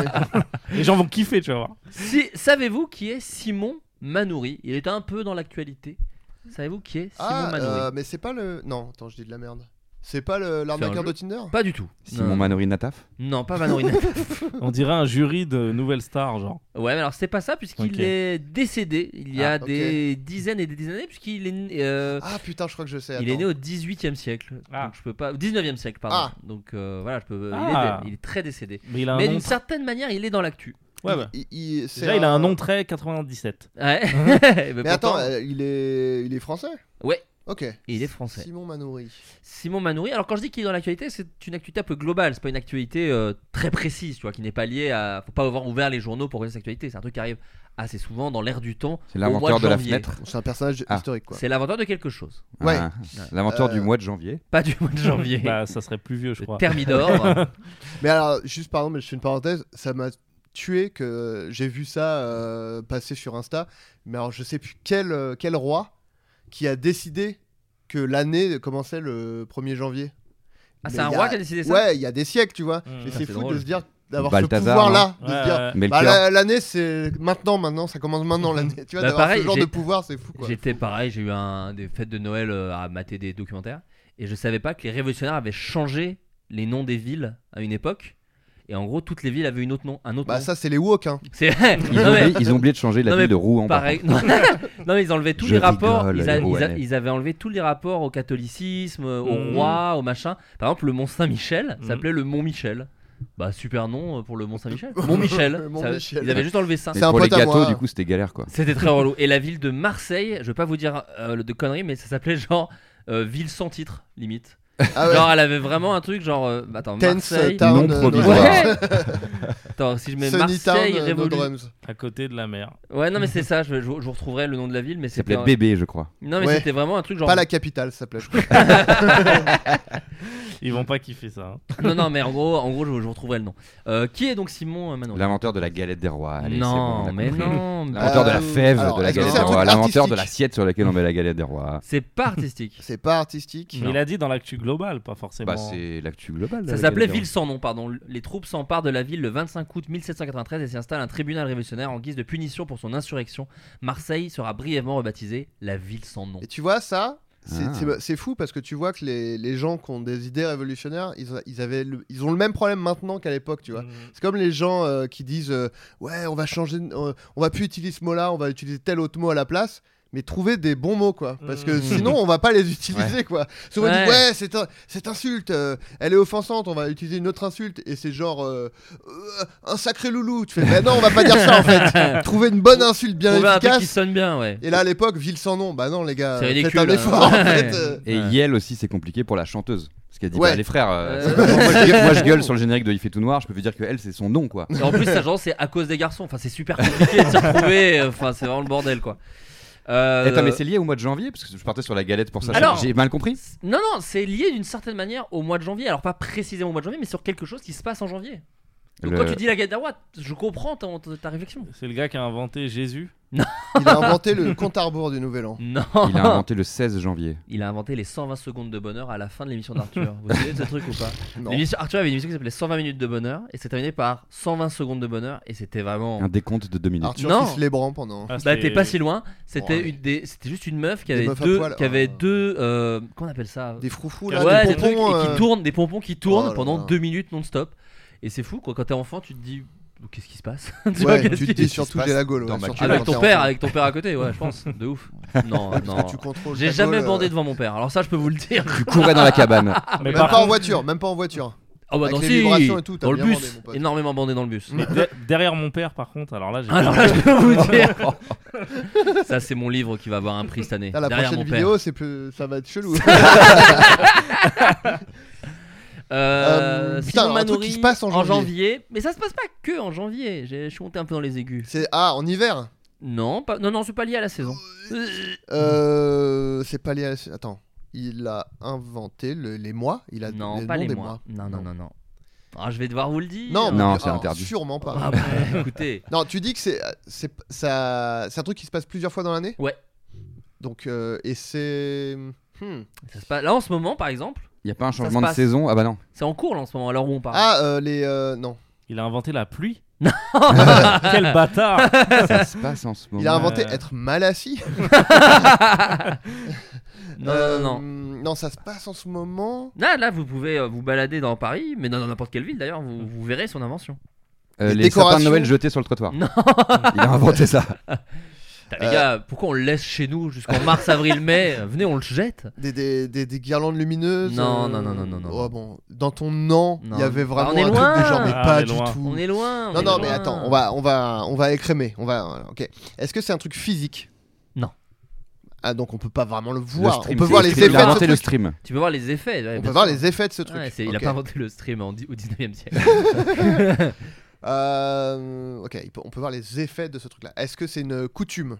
S5: [laughs]
S8: Les gens vont kiffer, tu vas voir.
S5: Si- Savez-vous qui est Simon Manouri Il était un peu dans l'actualité. Savez-vous qui est Simon
S6: ah,
S5: Manouri
S6: euh, mais c'est pas le. Non, attends, je dis de la merde. C'est pas le- l'arnaqueur
S5: jeu.
S6: de Tinder
S5: Pas du tout.
S7: Simon
S5: non.
S7: Manorin Nataf
S5: Non, pas Manorina.
S8: On dirait un jury de nouvelles stars, genre.
S5: Ouais, mais alors c'est pas ça, puisqu'il
S8: Ok.
S5: est décédé il y a
S6: Ah, ok.
S5: des dizaines et des dizaines d'années, puisqu'il est, né- euh,
S6: Ah putain, je crois que je sais.
S5: il est
S6: attends.
S5: né au 18e siècle.
S8: Ah.
S5: Donc je peux pas. 19e siècle, pardon.
S6: Ah.
S5: Donc euh, voilà, je peux.
S8: Ah.
S5: Il, est, il est très décédé.
S8: Mais il a un
S5: mais
S8: nom.
S5: d'une certaine manière, il est dans l'actu.
S8: Ouais, bah.
S6: Il- il- c'est
S8: Déjà, il a un nom très 97. [laughs]
S5: Ouais. Mais
S6: Mais attends,
S5: pourtant,
S6: euh, il est il est français
S5: Ouais.
S6: Ok.
S5: il est français.
S6: Simon Manouri.
S5: Simon Manouri. Alors quand je dis qu'il est dans l'actualité, c'est une actualité un peu globale. C'est pas une actualité euh, très précise, tu vois, qui n'est pas liée à. Faut pas avoir ouvert les journaux pour connaître cette actualité. C'est un truc qui arrive assez souvent dans l'air du temps.
S7: C'est
S5: au mois
S7: l'inventeur de la
S5: janvier.
S7: fenêtre.
S6: C'est un personnage
S7: Ah.
S6: historique quoi.
S5: C'est l'inventeur de quelque chose.
S6: Ouais.
S7: Ah, L'inventeur
S6: Euh,
S7: du mois de janvier.
S5: Pas du
S8: [laughs]
S5: mois de [laughs] janvier.
S8: bah, ça serait plus vieux, je
S5: le
S8: crois.
S5: Thermidor.
S6: Mais alors, juste pardon, mais je fais une parenthèse, ça m'a tué que j'ai vu ça euh, passer sur Insta, mais alors je sais plus quel, euh, quel roi qui a décidé que l'année commençait le 1er janvier.
S5: Ah, c'est
S6: Mais
S5: un
S6: il y a-
S5: roi qui a décidé ça
S6: Ouais, il y a des siècles, tu vois.
S8: Mmh.
S6: Mais
S5: Ça,
S6: c'est
S5: c'est
S6: fou
S5: drôle.
S6: de se dire d'avoir ce
S7: Balthazar,
S6: pouvoir-là, de
S8: Ouais,
S6: se dire
S8: ouais.
S6: bah,
S7: Melchior.
S6: la- l'année c'est maintenant maintenant, ça commence maintenant l'année. Tu vois
S5: Bah,
S6: d'avoir
S5: pareil,
S6: ce genre
S5: j'ai-
S6: de pouvoir, c'est fou quoi.
S5: J'étais pareil, j'ai eu un, des fêtes de Noël euh, à mater des documentaires. Et je savais pas que les révolutionnaires avaient changé les noms des villes à une époque. Et en gros, toutes les villes avaient une autre nom, un autre
S6: Bah
S5: nom.
S6: ça c'est les woke hein.
S5: C'est
S7: Ils,
S5: Non,
S7: ont
S5: mais-
S7: oublié, ils ont oublié de changer la
S5: Non,
S7: ville
S5: mais
S7: de Rouen. par
S5: Pareil.
S7: contre.
S5: Non, [laughs] non, mais ils enlevaient tous
S7: Je
S5: les rapports.
S7: rigole,
S5: Ils, a- ils
S7: les
S5: a-
S7: Rouennais.
S5: ils avaient enlevé tous les rapports au catholicisme, euh, au
S8: Mhm.
S5: roi, au machin. Par exemple, le Mont Saint-Michel
S8: Mhm.
S5: s'appelait le Mont Michel. Bah super nom euh, pour le Mont Saint-Michel. Mont Michel.
S6: Mont
S5: Ça-
S6: Michel.
S5: Ils avaient juste enlevé ça.
S7: Mais
S6: C'est un
S7: pour les
S6: pote à
S7: gâteaux,
S6: moi.
S7: du coup, c'était galère quoi.
S5: C'était
S7: [laughs]
S5: très relou. Et la ville de Marseille, je vais pas vous dire euh, de conneries, mais ça s'appelait genre euh, ville sans titre, limite.
S6: Ah ouais.
S5: Genre elle avait vraiment un truc genre euh, attends
S6: Tense
S5: Marseille.
S6: Town,
S7: non
S6: euh,
S7: provisoire.
S6: Noir.
S5: Ouais. attends si je mets
S6: Sunny Town,
S5: Marseille
S6: euh, No
S5: révolu.
S6: Drums.
S8: À côté de la mer.
S5: Ouais non mais c'est ça. Je, je, je vous retrouverai le nom de la ville, mais
S7: Ça
S5: c'était
S7: s'appelait Bébé, je crois.
S5: non mais
S6: Ouais.
S5: c'était vraiment un truc genre
S6: Pas la capitale,
S5: [laughs]
S6: ça s'appelait. je crois.
S8: Ils vont pas kiffer ça. hein.
S5: non
S6: [laughs]
S5: non mais en gros en gros je, je vous retrouverai le nom. Euh, qui est donc Simon euh, Manon
S7: L'inventeur de la galette des rois. allez, c'est bon,
S5: Non
S7: on a
S5: mais
S7: compris.
S5: non. mais-
S7: L'inventeur [laughs] de la
S6: Euh,
S7: fève
S6: alors,
S7: de la
S6: est-ce que
S7: galette
S6: c'est
S7: des
S6: un
S7: rois.
S6: truc
S7: L'inventeur de
S6: artistique
S7: l'assiette sur laquelle on met la galette des rois.
S5: C'est pas artistique.
S6: C'est pas artistique.
S8: Mais il a dit dans l'actu globale, pas forcément.
S7: Bah, c'est l'actu globale.
S5: Ça
S7: la
S5: s'appelait
S7: galette des
S6: hein.
S5: Ville sans nom, pardon. Les troupes s'emparent de la ville le 25 août 1793 et s'y installe un tribunal révolutionnaire en guise de punition pour son insurrection. Marseille sera brièvement rebaptisée la ville sans nom.
S6: Et tu vois, ça, c'est
S7: Ah.
S6: c'est- c'est fou parce que tu vois que les, les gens qui ont des idées révolutionnaires, ils, ont- ils avaient le- ils ont le même problème maintenant qu'à l'époque, tu vois.
S8: Mm.
S6: C'est comme les gens euh, qui disent euh, Ouais, on va changer, euh, on va plus utiliser ce mot-là, on va utiliser tel autre mot à la place. Mais trouver des bons mots, quoi. Parce que
S8: Mhm.
S6: sinon, on va pas les utiliser, quoi. Souvent, on dit,
S5: Hmm. Ouais.
S6: ouais, cette, cette insulte, euh, elle est offensante, on va utiliser une autre insulte. Et c'est genre, euh, Euh, un sacré loulou. Tu fais, mais non, on va pas dire ça, en
S5: [laughs]
S6: fait. Trouver une bonne insulte bien
S5: On veut un truc
S6: efficace.
S5: qui sonne bien, ouais.
S6: Et là, à l'époque, ville sans nom. Bah non, les gars,
S5: C'est
S6: faites
S5: ridicule,
S6: un
S5: hein.
S6: effort.
S5: [laughs]
S6: en fait,
S5: Ouais.
S6: euh.
S7: Et
S5: Ouais.
S7: Yel aussi, c'est compliqué pour la chanteuse. Parce qu'elle dit,
S6: Ouais.
S7: bah, les frères, euh,
S5: Euh.
S7: [laughs] moi, je
S6: [laughs]
S7: gueule, moi, je gueule sur le générique de Il fait tout noir, je peux vous dire que elle, c'est son nom, quoi.
S5: Et en plus, ça, genre, c'est à cause des garçons. Enfin, c'est super compliqué de s'y retrouver. euh, Enfin, c'est vraiment le bordel, quoi. Euh,
S7: Et Attends, mais c'est lié au mois de janvier Parce que je partais sur la galette pour ça. j'ai-
S5: Alors-
S7: J'ai
S6: [laughs]
S7: mal compris
S5: Non, non, c'est lié d'une certaine manière au mois de janvier. Alors, pas précisément au mois de janvier, mais sur quelque chose qui se passe en janvier. Donc,
S7: Le-
S5: quand tu dis la guerre d'Awa, je comprends ton- ta, ta réflexion.
S8: C'est le gars qui a inventé Jésus.
S6: Il a inventé le compte à rebours du nouvel an.
S5: Non.
S7: Il a inventé le 16 janvier.
S5: Il a inventé les 120 secondes de bonheur à la fin de l'émission
S6: [laughs]
S5: d'Arthur. Vous savez de ce truc ou pas
S6: Non.
S5: L'émission Arthur avait une émission qui s'appelait 120 minutes de bonheur et c'est terminé par 120 secondes de bonheur et c'était vraiment.
S7: Un décompte de 2 minutes.
S6: Arthur
S5: Non.
S6: qui se lébran pendant.
S8: Ah,
S5: Bah
S8: c'était-
S5: t'es pas si loin. C'était
S6: Ouais.
S5: une des, c'était juste une meuf qui
S6: Des
S5: avait
S6: meufs à
S5: deux,
S6: poil,
S5: qui avait
S6: euh.
S5: deux, euh, comment on appelle ça
S6: Des froufous, là,
S5: Ouais, des
S6: des pompons.
S5: trucs et
S6: euh,
S5: qui tournent, des pompons qui tournent
S6: Oh là
S5: pendant
S6: là.
S5: deux minutes non-stop. Et c'est fou quoi. Quand t'es enfant, tu te dis qu'est-ce qui se passe [laughs] Tu vois,
S6: Ouais,
S5: qu'est-ce
S6: tu te
S5: qui-
S6: dis
S7: qu'est-ce qui
S6: surtout
S7: se
S6: j'ai la
S7: passe
S6: gaule. ouais,
S7: dans ma
S6: surtout
S7: culotte
S5: avec
S6: quand
S5: ton
S6: t'es
S5: père,
S6: enfant.
S5: avec ton père à côté, ouais, je pense, de
S6: [laughs]
S5: ouf. Non,
S6: Parce
S5: non.
S6: que tu contrôles
S5: J'ai
S6: ta
S5: jamais
S6: gaule, euh,
S5: bandé devant mon père. Alors ça, je peux vous le dire.
S6: Ah.
S7: Tu courais dans
S6: [laughs]
S7: la cabane.
S8: Mais
S6: Même
S8: par
S6: pas en
S8: contre-
S6: voiture, même pas en voiture.
S5: Ah bah
S6: Avec
S5: non,
S6: les
S5: si.
S6: vibrations et tout, t'as
S5: dans le
S6: bien
S5: bus,
S6: bandé, mon pote.
S5: énormément bandé dans le bus. [laughs]
S8: Mais de- derrière mon père, par contre, alors là, j'ai.
S5: Alors là, je peux vous
S8: [laughs]
S5: dire,
S6: [laughs]
S5: ça c'est mon livre qui va avoir un prix cette année.
S6: T'as la
S5: derrière
S6: prochaine
S5: mon père.
S6: vidéo, c'est plus... ça va être
S5: [laughs]
S6: chelou.
S5: Euh,
S6: Euh,
S5: Simon
S6: putain, alors, un truc
S5: Manoury
S6: qui se passe en janvier.
S5: Mais ça se passe pas que en janvier. J'ai- Je suis monté un peu dans les aigus.
S6: c'est ah en hiver.
S5: Non, pas, non, non, c'est pas lié à la saison.
S6: Euh, c'est pas lié. À... la- Attends, il a inventé le- les mois. Il a
S5: non,
S6: les
S5: pas
S6: noms
S5: les
S6: des
S5: mois.
S6: mois.
S5: Non, non, non, non. Ah, je vais devoir vous le dire.
S6: Non,
S7: Non,
S6: mais-
S7: c'est
S6: ah,
S7: interdit.
S6: Sûrement pas.
S5: Ah, bah,
S6: [laughs]
S5: écoutez,
S6: Non, tu dis que c'est c'est ça c'est un truc qui se passe plusieurs fois dans l'année.
S5: Ouais.
S6: Donc euh, et c'est hmm.
S5: ça se passe- là en ce moment, par exemple,
S7: Il n'y a pas un
S5: se
S7: changement de
S5: passe.
S6: [laughs]
S7: saison Ah bah non.
S5: c'est en cours là en ce moment. Alors où on parle
S6: ah euh, les euh, non
S5: [laughs]
S8: Il a inventé la pluie. [laughs] Quel bâtard
S7: Ça se passe en ce moment.
S6: Il a inventé
S8: Euh.
S6: être mal assis.
S5: [laughs] non,
S6: Ah. Euh,
S5: non, non.
S6: Non, ça se passe en ce moment.
S5: Là, là, vous pouvez euh, vous balader dans Paris, mais dans dans n'importe quelle ville d'ailleurs, vous, vous verrez son invention.
S7: Euh,
S6: des
S7: les sapins de
S6: décorations.
S7: Noël jetés sur
S6: [laughs]
S7: le trottoir.
S5: Non.
S7: Il a inventé ça.
S5: Putain, Les gars, pourquoi on le laisse chez nous jusqu'en [laughs] mars, avril, mai Euh, Venez, on le jette.
S6: Des, des, des, des guirlandes lumineuses.
S5: Non, non, non, non, non, non.
S6: Oh, bon. Dans ton an,
S5: Non.
S6: il y avait vraiment
S5: Ah, on est
S6: un
S5: loin.
S6: truc de genre, mais
S8: Ah, on
S6: pas
S8: est
S6: du
S8: loin.
S6: tout.
S5: On est loin. on
S6: Non,
S5: est
S6: non, mais
S5: loin.
S6: attends, on va, on va, on va écrémer. On va, ok. Est-ce que c'est un truc physique
S5: Non.
S6: Ah, donc on peut pas vraiment le
S7: Le
S6: voir. on
S7: stream,
S6: peut
S7: c'est
S6: voir
S7: le
S6: les
S7: stream.
S6: effets
S7: Il a
S6: de ce
S7: inventé le
S6: truc.
S7: stream.
S5: Tu peux voir les effets. ouais,
S6: On peut
S5: bien
S6: voir
S5: sûr.
S6: les effets de ce truc.
S5: Ouais, c'est- Il a
S6: Ok.
S5: pas inventé le stream en dix- au 19 e siècle. [laughs]
S6: Euh, ok, il peut- on peut voir les effets de ce truc-là. Est-ce que c'est une coutume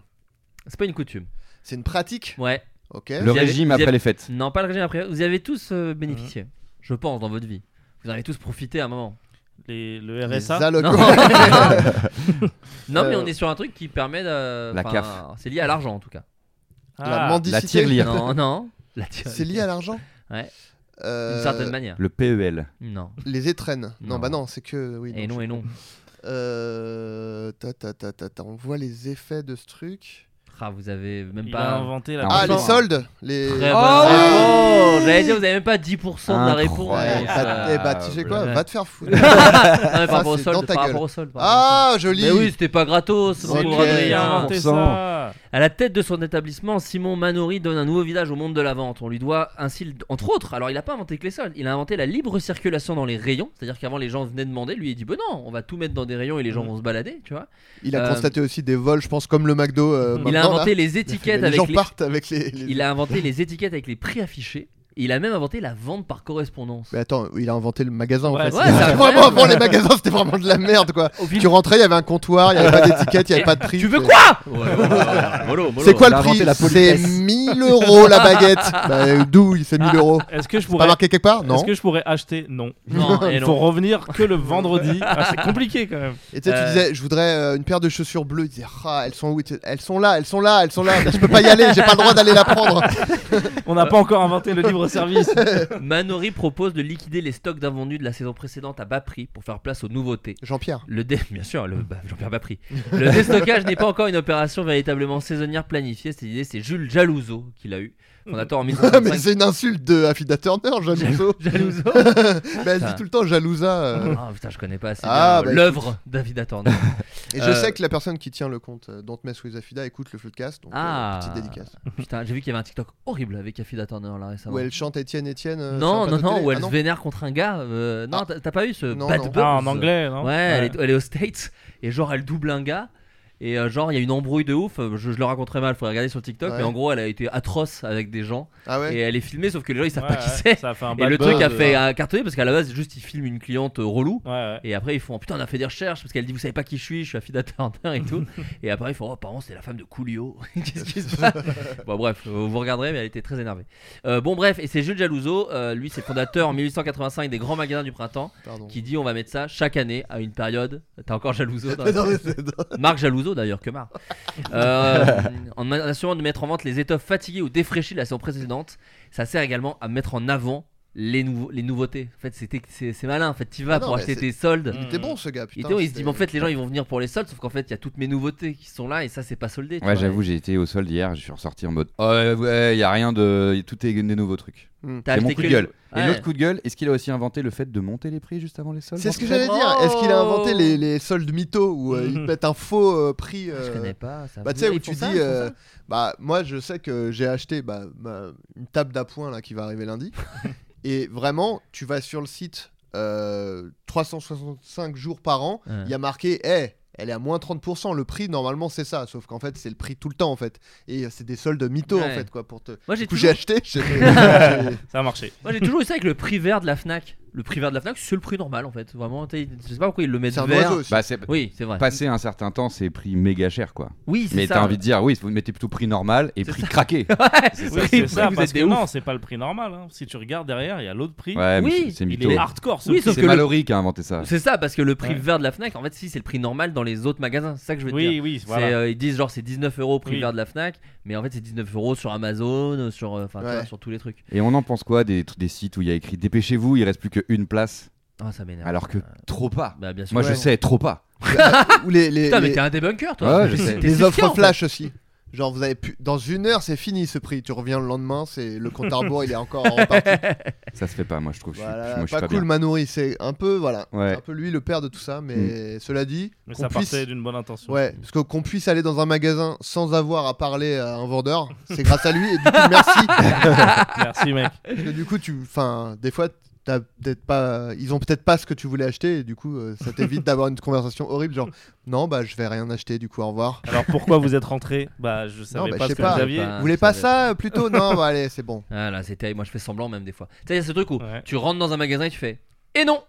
S5: C'est pas une coutume.
S6: C'est une pratique
S5: Ouais.
S6: Ok.
S7: Le
S5: avez-
S7: régime
S5: vous
S7: après
S5: avez-
S7: les fêtes.
S5: Non, pas le régime après. Vous y avez tous euh, bénéficié, je pense, dans votre vie. Vous en avez tous profité à un moment.
S8: Les- le
S6: Les
S8: RSA
S5: Non,
S6: allocations.
S5: [laughs] Non, mais
S6: Euh.
S5: on est sur un truc qui permet de.
S7: La
S5: enfin,
S7: CAF.
S5: C'est lié à l'argent en [laughs] tout cas.
S6: [laughs] La
S8: Ah,
S7: La
S6: mendicité.
S7: tirelire.
S5: Non, non. La tire-
S6: C'est lié à l'argent
S5: Ouais.
S6: Euh,
S5: D'une certaine manière.
S7: Le E PEL.
S5: Non.
S6: Les étrennes. Non,
S5: Non.
S6: bah non, c'est que. Oui,
S5: Et
S6: non,
S5: non,
S6: je-
S5: et non.
S6: Euh, ta, ta, ta, ta, ta, On voit les effets de ce truc.
S5: Ah, vous avez même
S8: il a
S5: pas.
S8: inventé Ah la
S7: Ah,
S6: Ah, les
S7: bon.
S6: soldes Les.
S5: Très bonne
S7: Oh
S5: réponse. J'allais dire, vous avez même pas 10% de la réponse.
S6: Ouais,
S7: Incroyable.
S6: bah,
S7: Ah,
S6: eh bah, tu sais quoi,
S5: ouais.
S6: va te
S5: [laughs]
S6: faire foutre.
S5: Non, mais par
S6: Ça,
S5: rapport au
S6: c'est
S5: solde,
S6: dans ta
S5: par
S6: gueule.
S5: rapport au solde, par rapport au
S6: ah,
S5: solde.
S6: joli.
S5: Mais oui, c'était pas gratos,
S6: C'est
S8: C'est
S5: pauvre
S8: lui
S6: ok.
S8: qui
S5: Adrien.
S8: a inventé
S7: 100%.
S8: ça.
S5: À la tête de son établissement, Simon Manori donne un nouveau visage au monde de la vente. On lui doit ainsi, le- entre autres, alors il n'a pas inventé que les soldes, il a inventé la libre circulation dans les rayons. C'est-à-dire qu'avant les gens venaient demander, lui il dit ben non, on va tout mettre dans des rayons et les gens
S6: Mm.
S5: vont se balader, tu vois.
S6: Il a
S5: Euh,
S6: constaté aussi des vols, je pense, comme le McDo. euh,
S5: Il a
S6: maintenant, là.
S5: inventé les
S6: Il a fait,
S5: étiquettes
S6: mais
S5: avec
S6: les gens
S5: les,
S6: partent avec les. les-
S5: il a inventé les étiquettes avec les prix affichés. Et il a même inventé la vente par correspondance.
S6: Mais attends, il a inventé le magasin
S8: Ouais,
S6: en fait.
S8: ouais,
S5: c'est
S6: vraiment,
S5: incroyable.
S6: avant les magasins, c'était vraiment de la merde quoi.
S5: Au fil-
S6: Tu rentrais, il y avait un comptoir, il n'y avait pas d'étiquette, il n'y avait pas de prix.
S5: Tu veux
S6: C'est-
S5: quoi Ouais, ouais, ouais, ouais, mollo, mollo.
S6: C'est quoi
S7: Il
S6: le
S7: a
S6: prix
S7: inventé la
S6: C'est
S7: politesse.
S6: 1000 euros la
S5: [laughs]
S6: baguette. Bah, D'où il fait 1000 euros
S8: Est-ce que je
S6: Pas
S8: pourrais
S6: marqué quelque part Non.
S8: Est-ce que je pourrais acheter Non.
S5: Non,
S8: [laughs]
S5: et
S8: Il
S5: non.
S8: faut revenir que le vendredi. Ah, c'est compliqué quand même.
S6: Et tu sais, tu
S5: Euh.
S6: disais, je voudrais euh, une paire de chaussures bleues. Il disait, ah, elles sont où Il disait, Elles sont là, elles sont là, elles sont là. Mais je peux pas y aller, j'ai pas le droit d'aller
S5: [laughs]
S6: la prendre.
S8: On n'a pas encore inventé le libre-service.
S5: Manori propose de liquider les stocks d'invendus de la saison précédente à bas prix pour faire place aux nouveautés.
S6: Jean-Pierre.
S5: Le dé... [laughs] Bien sûr, le... bah, Jean-Pierre Bapri.
S6: [laughs]
S5: Le déstockage n'est pas encore une opération véritablement saisonnière planifiée. Cette idée, c'est Jules Jalouzo qui l'a eu. Fondateur en
S6: Ah, [laughs] mais
S5: 1955.
S6: c'est une insulte de Affida Turner,
S5: [laughs]
S6: Jalouso.
S5: Jalouzo
S6: [laughs] Mais elle dit tout le temps Jalousa. euh.
S5: Ah putain, je connais pas assez
S6: Ah,
S5: bien, euh,
S6: bah,
S5: l'œuvre David Attorney.
S6: Et je
S5: Euh.
S6: sais que la personne qui tient le compte euh, Don't Mess with Affida écoute le floodcast. Donc, euh,
S5: Ah.
S6: petite dédicace.
S5: putain, j'ai vu qu'il y avait un TikTok horrible avec Affida Turner là récemment.
S6: Où elle chante Étienne Étienne. euh,
S5: non,
S6: sur un
S5: non,
S6: plateau
S5: non,
S6: télé.
S5: où elle
S6: Ah,
S5: se vénère contre un gars. euh, non,
S6: Ah.
S5: t'as- t'as pas eu ce
S6: Non,
S5: bad
S6: non.
S5: buzz
S8: Ah, en anglais,
S5: Ouais,
S8: non
S5: Elle, est, elle est aux States et genre elle double un gars. Et euh, genre, il y a une embrouille de ouf. euh, Je, je le raconterai mal, faudrait regarder sur TikTok.
S6: Ouais.
S5: Mais en gros, elle a été atroce avec des gens.
S6: Ah ouais
S5: Et elle est filmée, sauf que les gens ils savent
S8: Ouais,
S5: pas qui
S8: ouais,
S5: c'est.
S8: Ça a fait un
S5: Et
S8: bad
S5: le truc
S8: buzz,
S5: a fait
S8: euh.
S5: euh, cartonner parce qu'à la base, juste ils filment une cliente euh, relou.
S8: Ouais, ouais.
S5: Et après, ils font oh, Putain, on a fait des recherches parce qu'elle dit Vous savez pas qui je suis, je suis Afida Turner et tout.
S8: [laughs]
S5: et après, ils font Oh, apparemment, c'est la femme de Coolio. [laughs] Qu'est-ce qui se
S8: [laughs]
S5: passe Bon, bref, euh, vous regarderez, mais elle était très énervée. Euh, bon, bref, et c'est Jules Jalouzo, euh, lui, c'est le fondateur en 1885 des grands magasins du printemps,
S6: Pardon.
S5: qui dit On va mettre ça chaque année à une période. T'as encore Jalouzo dans la-
S6: [laughs] Non, mais
S5: [laughs]
S6: c'est- non.
S5: Marc Jalouzo d'ailleurs, que marre. Euh, en assurant de mettre en vente les étoffes fatiguées ou défraîchies de la saison précédente, ça sert également à mettre en avant les, nouveaux- les nouveautés. En fait, c'était- c'est c'est malin. En fait, tu vas
S6: Ah non,
S5: pour
S6: mais
S5: acheter
S6: c'est-
S5: tes soldes.
S6: Il était bon ce gars.
S5: Et
S6: Putain,
S5: donc, il se dit,
S6: c'était-
S5: mais en fait, les gens ils vont venir pour les soldes, sauf qu'en fait, il y a toutes mes nouveautés qui sont là et ça, c'est pas soldé. tu
S7: Ouais,
S5: vois.
S7: j'avoue, j'ai été au solde hier, je suis ressorti en mode. Oh, ouais, ouais, y a rien de. Tout est des nouveaux trucs.
S5: T'as
S7: C'est mon
S5: acheté
S7: coup
S5: que
S7: de gueule.
S5: les-
S7: Et
S5: Ouais.
S7: l'autre coup de gueule, est-ce qu'il a aussi inventé le fait de monter les prix juste avant les soldes
S6: C'est ce que
S5: Oh.
S6: j'allais dire. Est-ce qu'il a inventé les, les soldes mythos où euh, ils mettent un faux euh, prix
S5: Ah, Je
S6: euh,
S5: connais pas ça.
S6: Bah, tu sais, où tu dis, euh, bah, moi, je sais que j'ai acheté bah, ma- une table d'appoint là qui va
S5: [laughs]
S6: arriver lundi. et vraiment, tu vas sur le site euh, 365 jours par an, il
S5: Ouais.
S6: y a marqué, Eh, elle est à moins 30%, le prix normalement c'est ça, sauf qu'en fait c'est le prix tout le temps en fait. Et euh, c'est des soldes mythos en
S5: Ouais.
S6: fait quoi pour te.
S5: Moi, j'ai
S6: Du coup
S5: toujours-
S6: j'ai acheté,
S5: [laughs]
S6: j'ai- j'ai-
S8: Ça a marché.
S5: Moi j'ai toujours eu ça avec le prix vert de la Fnac. Le prix vert de la Fnac, c'est le prix normal en fait. Vraiment, tu sais, je sais pas pourquoi ils le mettent
S6: c'est un
S5: vert.
S6: oiseau aussi.
S7: Bah, c'est.
S5: Oui, c'est vrai.
S7: Passé un certain temps, c'est pris méga cher quoi.
S5: Oui, c'est
S7: Mais
S5: ça.
S7: t'as envie de dire, oui, vous mettez plutôt prix normal et
S5: C'est
S7: prix
S5: ça. [laughs]
S7: craqué.
S5: C'est
S8: Oui,
S5: ça,
S8: c'est ça,
S5: vous
S8: parce
S5: êtes
S8: que
S5: des ouf.
S8: non, c'est pas le prix normal. hein. Si tu regardes derrière, il y a l'autre prix.
S7: Ouais, mais
S5: Oui,
S7: c'est- c'est
S8: Il
S7: mytho.
S8: est hardcore ce
S5: Oui,
S8: prix.
S5: sauf
S7: C'est
S5: que le-
S7: Mallory qui a inventé ça.
S5: C'est ça, parce que le prix
S8: Ouais.
S5: vert de la Fnac, en fait, si c'est le prix normal dans les autres magasins, c'est ça que je veux te
S8: Oui,
S5: dire.
S8: oui,
S5: C'est,
S8: voilà.
S5: euh, ils disent genre c'est 19 euros prix
S8: Oui.
S5: vert de la Fnac, mais en fait c'est 19 euros sur Amazon, sur, euh, enfin, tu
S6: Ouais.
S5: vois, sur tous les trucs.
S7: Et on en pense quoi des, des sites où il y a écrit dépêchez-vous, il reste plus qu'une place
S5: Ah, ça m'énerve.
S7: Alors que trop pas.
S5: Bah, bien sûr.
S7: Moi je
S5: Ouais.
S7: sais trop pas.
S6: Ou les, les,
S5: Putain, mais
S6: les-
S5: t'es un débunker, toi.
S7: Ouais, je sais.
S5: T'es
S6: les
S5: fiscal, en
S6: offres
S5: fait.
S6: flash aussi. Genre, vous avez pu... dans une heure, c'est fini ce prix. Tu reviens le lendemain, c'est le compte à rebours, il est encore en reparti.
S7: Ça se fait pas, moi je trouve. Je suis-
S6: Voilà,
S7: moi, je suis
S6: pas
S7: pas,
S6: cool,
S7: bien.
S6: Manouri. C'est un peu, voilà,
S7: Ouais.
S6: un peu lui le père de tout ça. Mais cela dit,
S8: Mais
S6: qu'on
S8: ça
S6: puisse-
S8: partait d'une bonne intention.
S6: Ouais, parce que qu'on puisse aller dans un magasin sans avoir à parler à un vendeur, c'est grâce à lui et du coup merci.
S8: Merci, mec.
S6: Parce que du coup tu, enfin, des fois t'as peut-être pas, ils ont peut-être pas ce que tu voulais acheter et du coup euh, ça t'évite d'avoir une conversation horrible genre non bah je vais rien acheter du coup au revoir.
S8: Alors pourquoi vous êtes rentré Bah, je savais
S6: bah,
S8: pas
S6: je sais
S8: ce que
S6: pas.
S8: vous aviez.
S5: Ah,
S6: Vous voulez pas
S5: ça
S6: ça euh, plutôt non bah allez c'est bon.
S5: Ah là, c'est terrible. Moi, je fais semblant même des fois. Tu sais, il y a ce truc où
S8: Ouais.
S5: tu rentres dans un magasin et tu fais. Et non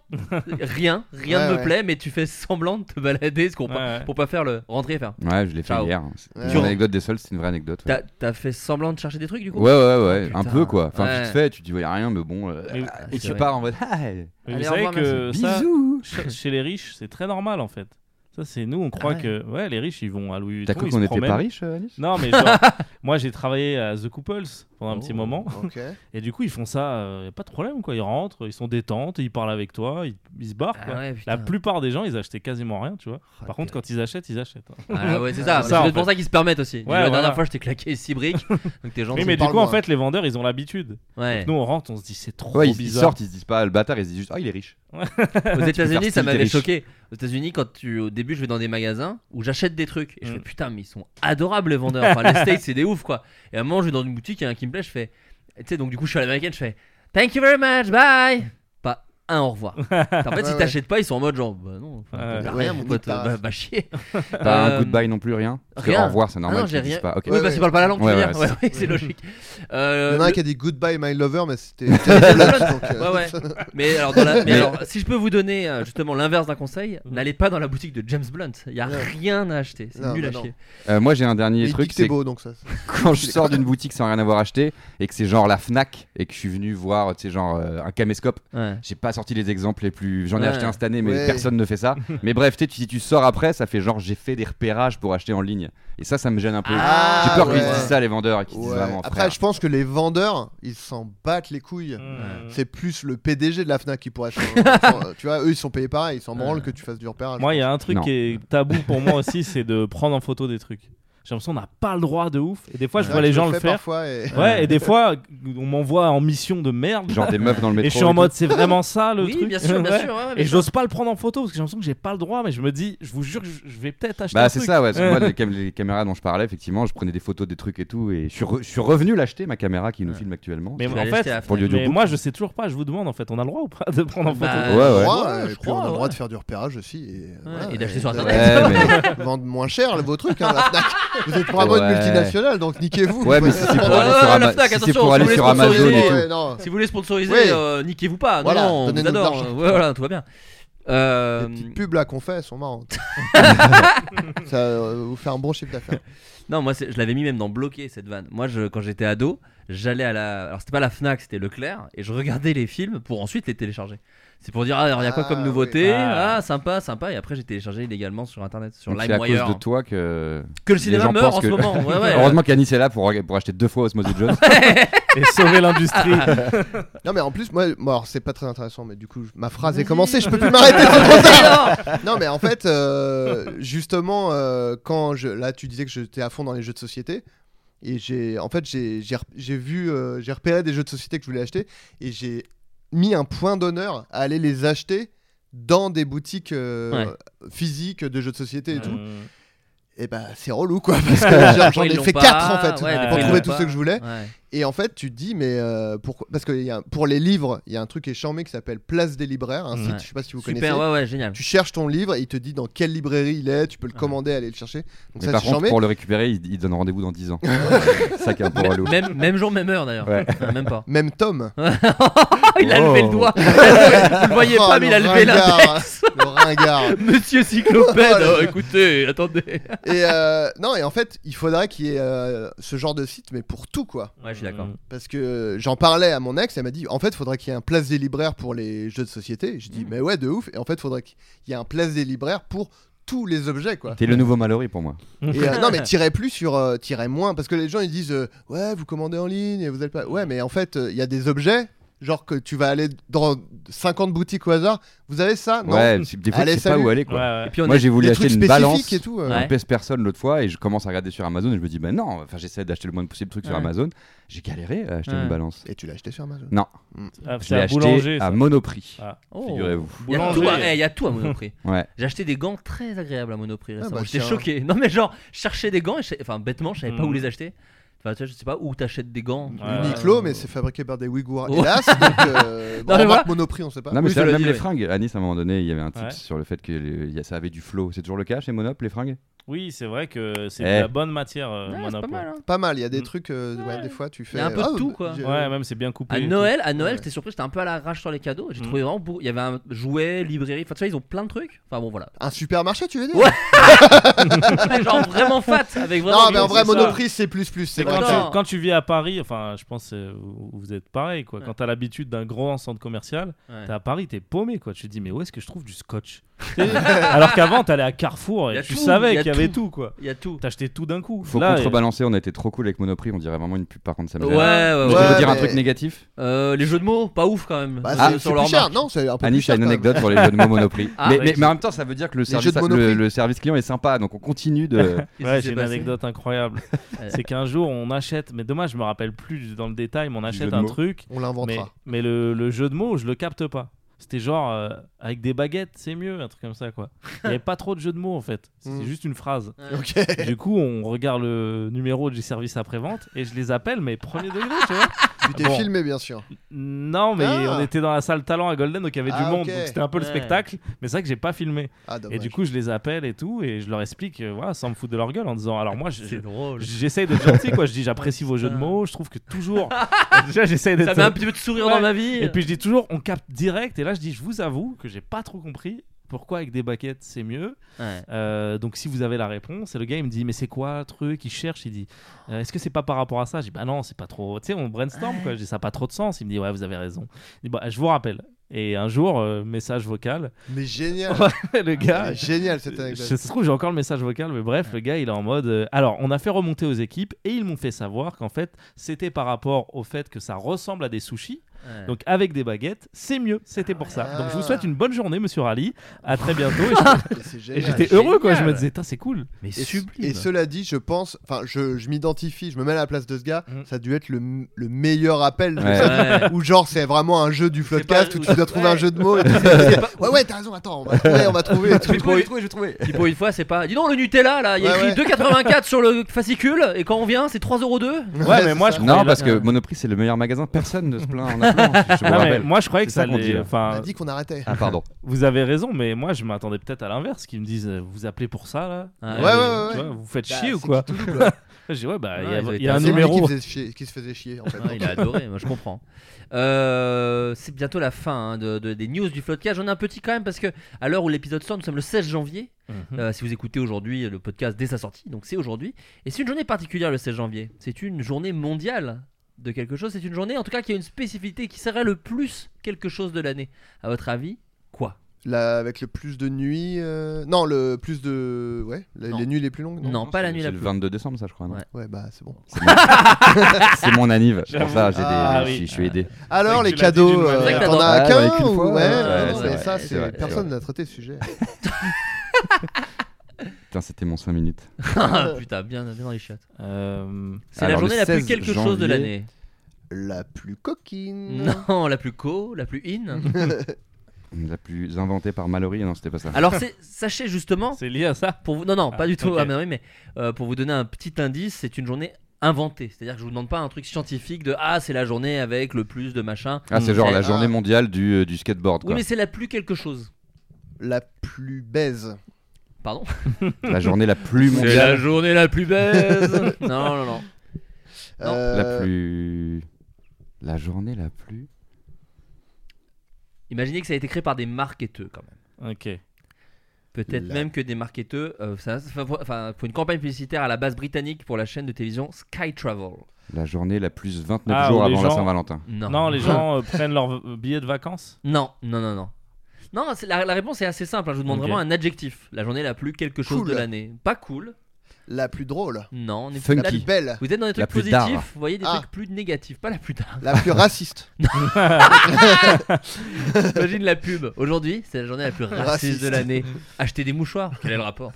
S5: Rien, rien ne
S6: Ouais,
S5: me
S6: ouais.
S5: plaît, mais tu fais semblant de te balader ce qu'on
S8: Ouais,
S5: pas-
S8: ouais.
S5: pour pas faire le rentrer et faire.
S7: Ouais, je l'ai fait
S5: Ciao.
S7: hier. C'est
S6: Ouais.
S7: une anecdote des seuls, c'est une vraie anecdote. ouais.
S5: T'as t'as fait semblant de chercher des trucs du coup
S7: Ouais, ouais, ouais,
S5: Oh,
S7: un
S5: putain.
S7: peu quoi. Enfin,
S5: Ouais.
S7: vite fait, tu dis, ouais, y a rien, mais bon. euh,
S8: Mais-
S7: ah,
S5: c'est
S7: et tu
S5: vrai.
S7: pars en mode, [laughs] ah, eh,
S8: Mais
S5: Allez,
S8: vous
S5: au
S8: savez
S5: revoir,
S8: que ça,
S7: bisous
S8: che- chez les riches, c'est très normal en fait. Ça, c'est nous, on croit
S5: ouais.
S8: que ouais, les riches, ils vont à Louis
S7: T'as
S8: Vuitton,
S7: cru
S8: ils se
S7: qu'on était
S8: promènent.
S7: pas riche, euh, Alice
S8: Non, mais genre, moi, j'ai travaillé à The Couples pendant un petit
S5: Oh.
S8: moment,
S6: Ok.
S8: et du coup, ils font ça, euh, y a pas de problème quoi. Ils rentrent, ils sont détentes, ils parlent avec toi, ils, ils se barrent.
S5: Ah
S8: quoi.
S5: ouais,
S8: La
S5: putain.
S8: plupart des gens, ils achetaient quasiment rien, tu vois.
S5: Oh,
S8: Par contre, quand ils achètent, ils achètent. hein.
S5: Ah
S8: [laughs]
S5: ouais, c'est ça.
S8: C'est
S5: C'est
S8: ça, en
S5: peut-être
S8: fait.
S5: pour ça qu'ils se permettent aussi.
S8: Ouais,
S5: la
S8: voilà.
S5: dernière fois, je t'ai claqué 6
S8: [laughs]
S5: briques. Donc t'es gentil.
S8: Oui, mais du
S6: parle
S8: coup, en
S6: moins.
S8: fait, les vendeurs, ils ont l'habitude.
S5: Ouais.
S8: Nous, on rentre, on se dit, c'est trop
S7: Ouais, ils, ils
S8: bizarre.
S7: sortent, ils se disent pas, le bâtard, ils se disent juste, ah, il est riche.
S5: Aux États-Unis,
S7: faire
S5: ça
S7: style des
S5: m'avait
S7: riches.
S5: choqué. Aux États-Unis, quand tu, au début, je vais dans des magasins où j'achète des trucs et je
S8: Mm.
S5: fais putain, mais ils sont adorables les vendeurs. Enfin, les States, c'est des ouf quoi. Et à un moment, je vais dans une boutique, il y a un qui me plaît, je fais, tu sais, donc du coup, je suis à l'américaine, je fais thank you very much, bye. Pas un au revoir. en fait,
S6: Ouais,
S5: si
S6: ouais.
S5: t'achètes pas, ils sont en mode genre, bah non, enfin,
S8: Ouais.
S5: t'as
S6: Ouais,
S5: rien, mon
S6: nique
S5: pote,
S6: ta
S5: bah,
S6: race.
S5: bah chier.
S7: T'as
S5: Euh,
S7: un goodbye non plus, rien Parce que
S5: rien.
S7: au revoir, c'est
S5: Ah
S7: normal.
S5: non, j'ai
S7: qu'ils disent
S5: rien.
S7: Pas. ok.
S5: Oui, parce qu'ils parlent pas la langue, tu
S7: Ouais,
S5: veux
S7: ouais,
S5: [laughs] dire. Ouais, ouais, c'est logique.
S6: Il
S5: Euh,
S6: y en a un
S5: le-
S6: qui a dit goodbye my lover mais c'était c'était James Blunt, donc, euh,
S5: Ouais,
S6: [laughs]
S5: ouais. Mais, alors, dans la- mais
S7: Mais-
S5: alors, si je peux vous donner euh, justement l'inverse d'un conseil, n'allez pas dans la boutique de James Blunt. Il n'y a
S6: Non.
S5: rien à acheter. C'est
S6: Non,
S5: nul
S6: bah
S5: à
S6: non.
S5: chier.
S7: Euh, moi, j'ai un
S6: mais
S7: dernier
S6: il dit
S7: truc,
S6: que t'es
S7: c'est
S6: beau donc ça.
S7: quand je sors d'une boutique sans rien avoir acheté et que c'est genre la Fnac et que je suis venu voir, tu sais, genre euh, un caméscope.
S5: Ouais.
S7: J'ai pas sorti les exemples les plus. J'en ai
S5: Ouais.
S7: acheté un cette année, mais
S6: Ouais.
S7: personne ne fait ça. mais bref, tu sais, tu- si tu sors après, ça fait genre j'ai fait des repérages pour acheter en ligne. Et ça, ça me gêne un peu.
S5: Ah,
S7: j'ai peur
S5: ouais.
S7: qu'ils se disent ça, les vendeurs, et qu'ils se disent
S6: Ouais.
S7: vraiment.
S6: Après,
S7: frère.
S6: je pense que les vendeurs, ils s'en battent les couilles.
S8: Hmm.
S6: C'est plus le PDG de la Fnac qui pourrait. s'en- tu vois, eux ils sont payés pareil, ils s'en branlent que tu fasses du repérage.
S8: Moi, il y a un truc
S7: Non.
S8: qui est tabou pour moi aussi, [laughs] c'est de prendre en photo des trucs. J'ai l'impression qu'on n'a pas le droit de ouf. Et des fois, je
S6: Ouais,
S8: vois les
S6: je
S8: gens le
S6: fais
S8: faire.
S6: Parfois et...
S8: Ouais,
S7: [laughs]
S8: et des fois, on m'envoie en mission de merde.
S7: Genre des meufs dans le métro.
S8: Et je suis en
S7: tout.
S8: mode, c'est vraiment ça le
S5: oui,
S8: truc.
S5: bien sûr, bien
S8: Ouais.
S5: sûr. [laughs] ouais, ouais, bien
S8: Et
S5: sûr.
S8: j'ose pas le prendre en photo parce que j'ai l'impression que j'ai pas le droit, mais je me dis, je vous jure, que je je vais peut-être acheter. un
S7: Bah c'est
S8: truc.
S7: ça ouais, parce que
S8: Ouais.
S7: moi les, cam- les caméras dont je parlais effectivement je prenais des photos des trucs et tout et je suis, re- je suis revenu l'acheter ma caméra qui nous
S5: Ouais.
S7: filme actuellement.
S8: Mais
S5: Tu vas
S8: en
S5: aller acheter
S8: fait,
S5: à la
S7: pour
S5: Fnac.
S7: lieu de
S8: mais moi, je sais toujours pas. Je vous demande en fait, on a le droit ou pas de prendre en photo
S5: Bah,
S7: Ouais, ouais.
S6: Droit, euh,
S5: Ouais,
S6: et
S5: je
S6: puis on a
S5: crois,
S6: le droit
S5: ouais.
S6: de faire du repérage aussi. Et, voilà,
S5: et d'acheter sur
S6: vous
S5: Internet.
S6: avez-
S7: Ouais,
S6: [laughs]
S7: mais-
S6: Vendre moins cher vos trucs, hein, la Fnac. Vous êtes vraiment une
S7: Ouais.
S6: multinationale, donc niquez-vous.
S7: Ouais mais si c'est pour
S5: Ouais,
S7: aller
S5: ouais,
S7: sur,
S5: la
S7: Ama-
S5: Fnac,
S7: si c'est
S5: attention,
S7: pour
S5: si
S7: aller
S5: vous
S7: sur
S5: voulez
S7: Amazon
S5: sponsoriser,
S7: et tout.
S5: euh,
S6: Ouais, non.
S5: Si vous voulez sponsoriser,
S6: Oui.
S5: euh, niquez-vous pas. Non,
S6: Voilà,
S5: non, on vous
S6: donnez-nous de
S5: adore. [laughs]
S6: l'argent.
S5: Ouais, voilà, tout va bien. Euh,
S6: Les petites pubs là qu'on fait elles sont marrantes.
S5: [laughs]
S6: [laughs] Ça euh, vous fait un bon chiffre d'affaires.
S5: Non, moi, c'est- je l'avais mis même dans bloquer cette vanne. Moi, je, quand j'étais ado, j'allais à la. Alors, c'était pas la Fnac, c'était Leclerc, et je regardais les films pour ensuite les télécharger. C'est pour dire, ah, alors, il y a quoi
S6: Ah,
S5: comme nouveauté
S8: oui. Ah.
S5: Ah, sympa, sympa. Et après, j'ai téléchargé illégalement sur internet, sur
S7: Donc, C'est à
S5: LimeWire.
S7: cause de toi que.
S5: Que le
S7: les
S5: cinéma
S7: gens
S5: meurt
S7: pensent
S5: en ce
S7: que-
S5: moment. Ouais, ouais.
S7: [laughs] Heureusement qu'Anis est là pour, pour acheter deux fois Osmosis
S5: [laughs]
S7: Jones.
S8: et
S7: [laughs]
S8: sauver l'industrie. Euh,
S6: Non mais en plus moi, moi, alors c'est pas très intéressant mais du coup je- ma phrase est
S5: Vas-y.
S6: commencée, je peux plus m'arrêter. [laughs] c'est
S5: [laughs]
S6: trop tard.
S5: Ah,
S7: [laughs]
S5: non
S6: Non mais en fait euh, justement euh, quand je là tu disais que j'étais à fond dans les jeux de société et j'ai en fait j'ai j'ai rep- j'ai vu euh, j'ai repéré des jeux de société que je voulais acheter et j'ai mis un point d'honneur à aller les acheter dans des boutiques euh,
S5: Ouais.
S6: physiques de jeux de société et tout.
S8: Hmm.
S6: Et bah c'est relou quoi parce
S5: [laughs]
S6: que genre, j'en
S5: Ils
S6: ai
S5: l'ont
S6: fait
S5: pas,
S6: 4 en fait
S5: ouais,
S7: Ah,
S8: des
S6: pour
S8: fois, ils
S6: trouver
S8: l'ont
S6: tous
S5: pas.
S6: ceux que je voulais.
S5: Ouais.
S6: Et en fait, tu te dis, mais euh, pourquoi Parce que y a, pour les livres, il y a un truc qui est charmé qui s'appelle Place des libraires, un site,
S5: Ouais.
S6: je sais pas si vous connaissez.
S5: Super, ouais, ouais,
S7: [laughs]
S5: génial.
S6: Tu cherches ton livre et il te dit dans quelle librairie il est, tu peux le commander, aller le chercher. Donc
S7: Mais
S6: ça,
S7: par
S6: c'est
S7: contre,
S6: charmé.
S7: pour le récupérer, il, il donne rendez-vous dans 10 ans. [laughs] ça qui est un peu relou.
S5: Même, même jour, même heure d'ailleurs.
S7: Ouais.
S5: Enfin, même pas.
S6: Même Tom,
S5: [laughs] il a
S7: Oh.
S5: levé le doigt. Vous le voyez
S6: Oh,
S5: pas, mais Ah, il a
S6: le
S5: levé
S6: ringard. hein, Oh,
S5: l'index.
S6: le ringard.
S5: Monsieur Cyclopède, euh, écoutez, attendez.
S6: Et euh, non, et en fait, il faudrait qu'il y ait euh, ce genre de site, mais pour tout quoi.
S5: Ouais, je suis d'accord.
S6: Parce que euh, j'en parlais à mon ex, elle m'a dit en fait, faudrait qu'il y ait un place des libraires pour les jeux de société. Je dis
S5: Mm.
S6: mais ouais, de ouf. Et en fait, faudrait qu'il y ait un place des libraires pour tous les
S5: [laughs]
S6: objets quoi.
S7: T'es le nouveau Mallory pour moi.
S6: Et, euh, non mais tirez plus sur euh, tirez moins parce que les gens ils disent euh, ouais vous commandez en ligne et vous êtes pas ouais mais en fait euh, il y a des objets genre que tu vas aller dans 50 boutiques au hasard. Vous avez ça Non.
S7: Ouais, c'est- des fois,
S6: Allez,
S7: je sais pas
S6: salut.
S7: où aller quoi.
S8: Ouais, ouais.
S5: Et puis on
S7: Moi,
S5: est-
S7: j'ai voulu
S6: Des
S7: acheter
S6: trucs
S7: une
S6: spécifiques
S7: balance.
S6: et tout. euh.
S7: On
S5: Ouais.
S7: pèse personne l'autre fois et je commence à regarder sur Amazon et je me dis, ben non, enfin j'essaie d'acheter le moins possible de trucs sur
S5: Ouais.
S7: Amazon. J'ai galéré à acheter
S5: Ouais.
S7: une balance.
S6: Et tu l'as acheté sur Amazon
S7: Non,
S8: Ah,
S7: je
S8: C'est
S7: l'ai
S8: un
S7: acheté
S8: boulanger.
S7: à
S8: ça.
S7: Monoprix,
S8: Ah.
S5: Oh.
S7: figurez-vous.
S5: Il y a
S8: Boulanger.
S5: tout à- eh, il y a tout à Monoprix.
S7: Ouais.
S5: J'ai acheté des gants très agréables à Monoprix récemment.
S6: bah,
S5: J'étais
S6: tiens.
S5: choqué. Non mais genre, je cherchais des gants et je... sais- enfin bêtement, je savais pas
S8: Mm.
S5: où les acheter. Enfin tu vois, je sais pas où t'achètes des gants.
S8: Ouais.
S6: Uniqlo, mais c'est fabriqué par des Ouïghours.
S5: Ouais.
S6: Hélas, donc euh,
S5: [laughs]
S6: bon,
S5: Non, mais
S6: on
S5: voilà.
S6: va Monoprix, on sait pas.
S7: Non, mais
S5: Oui,
S7: c'est
S5: cela
S7: même
S5: dit,
S7: les
S5: ouais.
S7: fringues. À Nice, à un moment donné, il y avait un tips
S8: Ouais.
S7: sur le fait que le- il y a- ça avait du flow. C'est toujours le cas chez Monop, les fringues
S8: Oui, c'est vrai que c'est
S7: Eh.
S8: de la bonne matière, euh,
S5: Ouais, c'est pas
S8: Monopoly.
S5: mal. hein.
S6: Pas mal, il y a des
S8: Mm.
S6: trucs, euh, ouais,
S5: Ouais.
S6: des fois tu fais. oh,
S5: Il y a un peu de tout, quoi.
S6: j'ai-
S7: Euh,
S8: Ouais, même c'est bien coupé.
S5: À
S8: et tout.
S5: Noël, à Noël,
S6: Ouais.
S5: j'étais surpris, j'étais un peu à l'arrache sur les cadeaux. J'ai
S8: Mm.
S5: trouvé vraiment beau. Il y avait un jouet, librairie. Enfin tu vois, ils ont plein de trucs. Enfin bon voilà. [laughs]
S6: Un supermarché, tu veux dire
S5: Ouais, genre vraiment fat avec vraiment.
S6: Non, mais en
S8: c'est
S6: vrai,
S8: ça.
S6: Monoprix, c'est plus plus. C'est
S8: Mais quand,
S6: quand
S5: Attends.
S6: tu-
S8: tu, quand tu vis à Paris, enfin, je pense que vous vous êtes pareil, quoi.
S5: Ouais.
S8: Quand t'as l'habitude d'un grand centre commercial,
S5: Ouais.
S8: t'es à Paris, t'es paumé, quoi. Tu te dis, mais où est-ce que je trouve
S5: [laughs]
S8: du scotch Alors qu'avant, t'allais à Carrefour
S5: Y a
S8: et tu
S5: tout, y
S8: savais
S5: a
S8: qu'il y avait
S5: tout.
S8: tout, quoi.
S5: Il y a tout.
S8: T'achetais tout d'un coup.
S7: Faut
S8: Là, euh,
S7: contrebalancer, on a été trop cool avec Monoprix, on dirait vraiment une pub par contre ça me
S5: Ouais,
S7: gêne.
S5: ouais,
S7: Je
S5: ouais.
S7: vais
S6: Ouais,
S7: vous dire un
S6: mais-
S7: truc négatif.
S5: Euh, les jeux de mots, pas ouf quand même.
S6: Bah,
S8: Ah,
S5: Euh,
S6: c'est- c'est
S5: sur
S6: plus
S5: leur
S6: cher,
S5: marque.
S6: non C'est un peu plus
S7: Anish a
S6: cher.
S7: une
S6: quand même.
S7: anecdote sur les jeux de mots Monoprix.
S5: Ah,
S7: mais,
S5: ouais.
S7: mais- mais en même temps, ça veut dire que le
S6: jeux
S7: service,
S6: de
S7: le,
S6: Monoprix.
S7: le service client est sympa, donc on continue de.
S5: Qu'est-ce
S8: ouais,
S5: qui s'est
S8: j'ai une
S5: passé
S8: anecdote incroyable.
S5: [laughs] Ouais.
S8: c'est qu'un jour, on achète, mais dommage, je me rappelle plus dans le détail, mais on
S7: jeu
S8: achète
S7: de
S8: un
S7: mots.
S8: truc.
S6: On
S8: Mais,
S6: l'inventera.
S8: mais le, le jeu de mots, je le capte pas. C'était genre euh, avec des baguettes, c'est mieux, un truc comme ça, quoi. Il y avait pas trop de jeux de mots
S6: [laughs]
S8: en fait. C'est
S6: Mm.
S8: juste une phrase.
S5: Ouais.
S6: [laughs] Ok.
S8: Du coup, on regarde le numéro du service après-vente et je les appelle, mais premier degré, tu vois.
S6: Tu t'es
S8: Bon.
S6: filmé, bien sûr.
S8: Non, mais
S6: Ah.
S8: on était dans la salle talent à Golden, donc il y avait du
S6: Ah,
S8: monde,
S6: ok.
S8: donc c'était un peu
S5: Ouais.
S8: le spectacle. Mais c'est vrai que j'ai pas filmé.
S6: Ah,
S8: Et
S6: dommage.
S8: du coup, je les appelle et tout, et je leur explique, euh, voilà, sans me foutre de leur gueule, en disant, alors moi, je-
S5: C'est drôle.
S8: j'essaye d'être gentil, quoi. Je dis, j'apprécie vos jeux de
S5: putain.
S8: mots, je trouve que
S5: [laughs]
S8: toujours. Déjà, j'essaye
S5: Ça
S8: d'être.
S5: met un petit peu de sourire dans
S8: Ouais.
S5: ma vie.
S8: Et puis je dis toujours, on capte direct. Et là, je dis, je vous avoue que j'ai pas trop compris pourquoi avec des baquettes c'est mieux.
S5: Ouais.
S8: Euh, donc si vous avez la réponse, et le gars il me dit, mais c'est quoi le truc Il cherche, il dit, Euh, est-ce que c'est pas par rapport à ça Je dis, bah non, c'est pas trop. Tu sais, on brainstorm quoi. Je dis, ça a pas trop de sens. Il me dit, ouais, vous avez raison. Je dis, bah, je vous rappelle. Et un jour, euh, message vocal,
S6: Mais génial.
S8: le gars.
S6: Ah, Génial cette
S8: Je
S6: anecdote.
S8: ça se trouve, j'ai encore le message vocal, mais bref, le gars, il est en mode. euh, alors, on a fait remonter aux équipes et ils m'ont fait savoir qu'en fait, c'était par rapport au fait que ça ressemble à des sushis.
S5: Ouais.
S8: Donc avec des baguettes, c'est mieux. C'était pour ça.
S6: Ah.
S8: Donc je vous souhaite une bonne journée, Monsieur Ali. À très bientôt.
S6: [laughs]
S8: Et je-
S6: C'est
S8: Et
S6: génial.
S8: j'étais heureux quoi. Je
S5: Génial.
S8: me disais, Tain, c'est cool.
S5: mais
S6: Et,
S5: sublime.
S6: et cela dit, je pense, enfin, je, je m'identifie, je me mets à la place de ce gars.
S8: Mm.
S6: Ça a dû être le, m- le meilleur appel. de
S7: Ouais.
S6: sa vie.
S5: [laughs]
S6: [laughs] Ou genre, c'est vraiment un jeu du floodcast
S5: pas-
S6: où tu dois trouver un
S5: Ouais.
S6: jeu de mots. Et tout. ouais, ouais, t'as raison. Attends, on va trouver, on va trouver. et tout.
S5: Puis pour une fois, c'est pas. Dis donc, le Nutella là, il y a
S6: Ouais,
S5: écrit 2,84 sur le fascicule et quand on vient, c'est 3,02€.
S6: Ouais,
S8: Ouais,
S6: c'est
S8: mais moi
S6: ça.
S8: je
S7: non,
S8: croyais-
S7: parce que
S5: Ouais.
S7: Monoprix, c'est le meilleur magasin, personne ne se plaint en appelant, je vous
S8: [laughs] Non, mais
S7: rappelle.
S8: Ah moi je croyais que
S7: C'est ça
S8: ça
S7: qu'on dit,
S8: allait.
S7: là.
S6: On a
S8: Enfin,
S6: dit qu'on arrêtait.
S7: Ah, pardon.
S8: vous avez raison, mais moi je m'attendais peut-être à l'inverse, qu'ils me disent, euh, vous appelez pour ça là
S5: Ouais,
S8: Euh,
S6: ouais, ouais,
S8: tu
S6: ouais.
S8: vois, Vous faites
S6: Bah,
S8: chier ou
S6: c'est
S8: quoi
S6: qui tout
S8: [laughs]
S6: double.
S8: Je dis, ouais, bah il y
S5: Ouais, ils ont
S8: a- il y,
S5: été
S8: a un
S5: assez
S6: C'est lui qui,
S8: numéro.
S6: faisait chier- qui se faisait chier en fait.
S5: Ah, il a adoré, moi je comprends. Euh, c'est bientôt la fin hein, de, de- des news du Floodcast. J'en ai un petit quand même parce que à l'heure où l'épisode sort, nous sommes le 16 janvier.
S8: Mhm.
S5: Euh, si vous écoutez aujourd'hui le podcast dès sa sortie, donc c'est aujourd'hui. Et c'est une journée particulière le 16 janvier. C'est une journée mondiale de quelque chose. C'est une journée en tout cas qui a une spécificité qui serait le plus quelque chose de l'année. À votre avis, quoi [laughs]
S6: La- avec le plus de nuits. euh, Non, le plus de. Ouais, les,
S5: Non.
S6: les nuits les plus longues.
S5: Non,
S6: Non.
S5: pas la nuit
S7: C'est
S5: la
S7: le
S5: plus.
S7: 22 décembre, ça, je crois. non
S5: Ouais.
S6: Ouais, bah c'est bon.
S7: [laughs] C'est mon anniv. C'est pour
S8: J'avoue.
S7: ça, j'ai des-
S6: Ah,
S7: je suis-
S8: oui.
S7: je suis aidé.
S6: Alors,
S8: C'est
S6: les
S8: vrai que tu l'as dit d'une
S6: cadeaux,
S8: manière-
S5: C'est vrai
S6: euh,
S5: que
S6: t'en
S5: t'as
S6: as
S7: dans- Ouais,
S6: qu'un
S7: bah, qu'une
S6: ou-
S7: fois,
S6: Ouais,
S7: euh,
S6: non,
S7: c'est
S6: mais
S7: vrai,
S6: ça,
S7: c'est
S6: c'est-
S7: vrai, c'est
S6: personne n'a traité ce sujet.
S7: Putain, c'était mon 5 minutes.
S5: Ah, Putain, bien, bien dans les chiottes.
S8: Euh,
S5: C'est la
S7: Alors, le
S5: journée la plus
S7: 16
S5: quelque chose de
S7: janvier.
S5: l'année.
S6: La plus coquine.
S5: Non, la plus co, la plus in.
S7: La plus inventée par Mallory, non, c'était pas ça.
S5: Alors c'est- sachez justement
S8: C'est lié à ça.
S5: pour vous non non
S8: Ah,
S5: pas du tout
S8: ok.
S5: ah, mais, oui, mais, euh, pour vous donner un petit indice, c'est une journée inventée. C'est-à-dire que je vous demande pas un truc scientifique de ah c'est la journée avec le plus de machin. Eh,
S7: Ah, c'est genre
S5: c'est-
S7: la journée
S6: ah.
S7: mondiale du, euh, du skateboard,
S5: Oui
S7: quoi.
S5: mais c'est la plus quelque chose.
S6: La plus baise.
S5: Pardon.
S7: La journée la
S5: [laughs]
S7: plus
S5: C'est la
S7: mondiale.
S5: journée la plus baise. [laughs] non non non. Non.
S7: La
S6: Euh,
S7: plus. La journée la plus.
S5: Imaginez que ça a été créé par des marketeurs quand même.
S8: Ok.
S5: Peut-être
S6: La-
S5: même que des marketeurs, euh, ça, enfin, pour- enfin, pour une campagne publicitaire à la base britannique pour la chaîne de télévision Sky Travel.
S7: La journée la plus 29
S8: Ah,
S7: jours
S8: où les
S7: avant la
S8: gens-
S7: Saint-Valentin.
S5: Non.
S8: Non, les
S6: [laughs]
S8: gens euh, prennent leur v- billet de vacances.
S5: Non, non, non, non. Non, c'est- la, la réponse est assez simple. hein. Je vous demande
S8: Ok.
S5: vraiment un adjectif. La journée la plus quelque chose
S6: Cool.
S5: de l'année. Pas cool.
S6: la plus drôle,
S5: Non, on est
S7: Funky.
S6: la plus belle,
S5: Vous êtes dans des
S7: La
S5: trucs
S7: plus d'art.
S5: positifs, vous voyez des
S6: Ah.
S5: trucs plus négatifs, pas la plus tard.
S6: la plus raciste.
S5: Imagine la pub. Aujourd'hui, c'est la journée la plus raciste
S6: Raciste.
S5: de l'année. Acheter des mouchoirs. Quel est le
S6: [laughs]
S5: rapport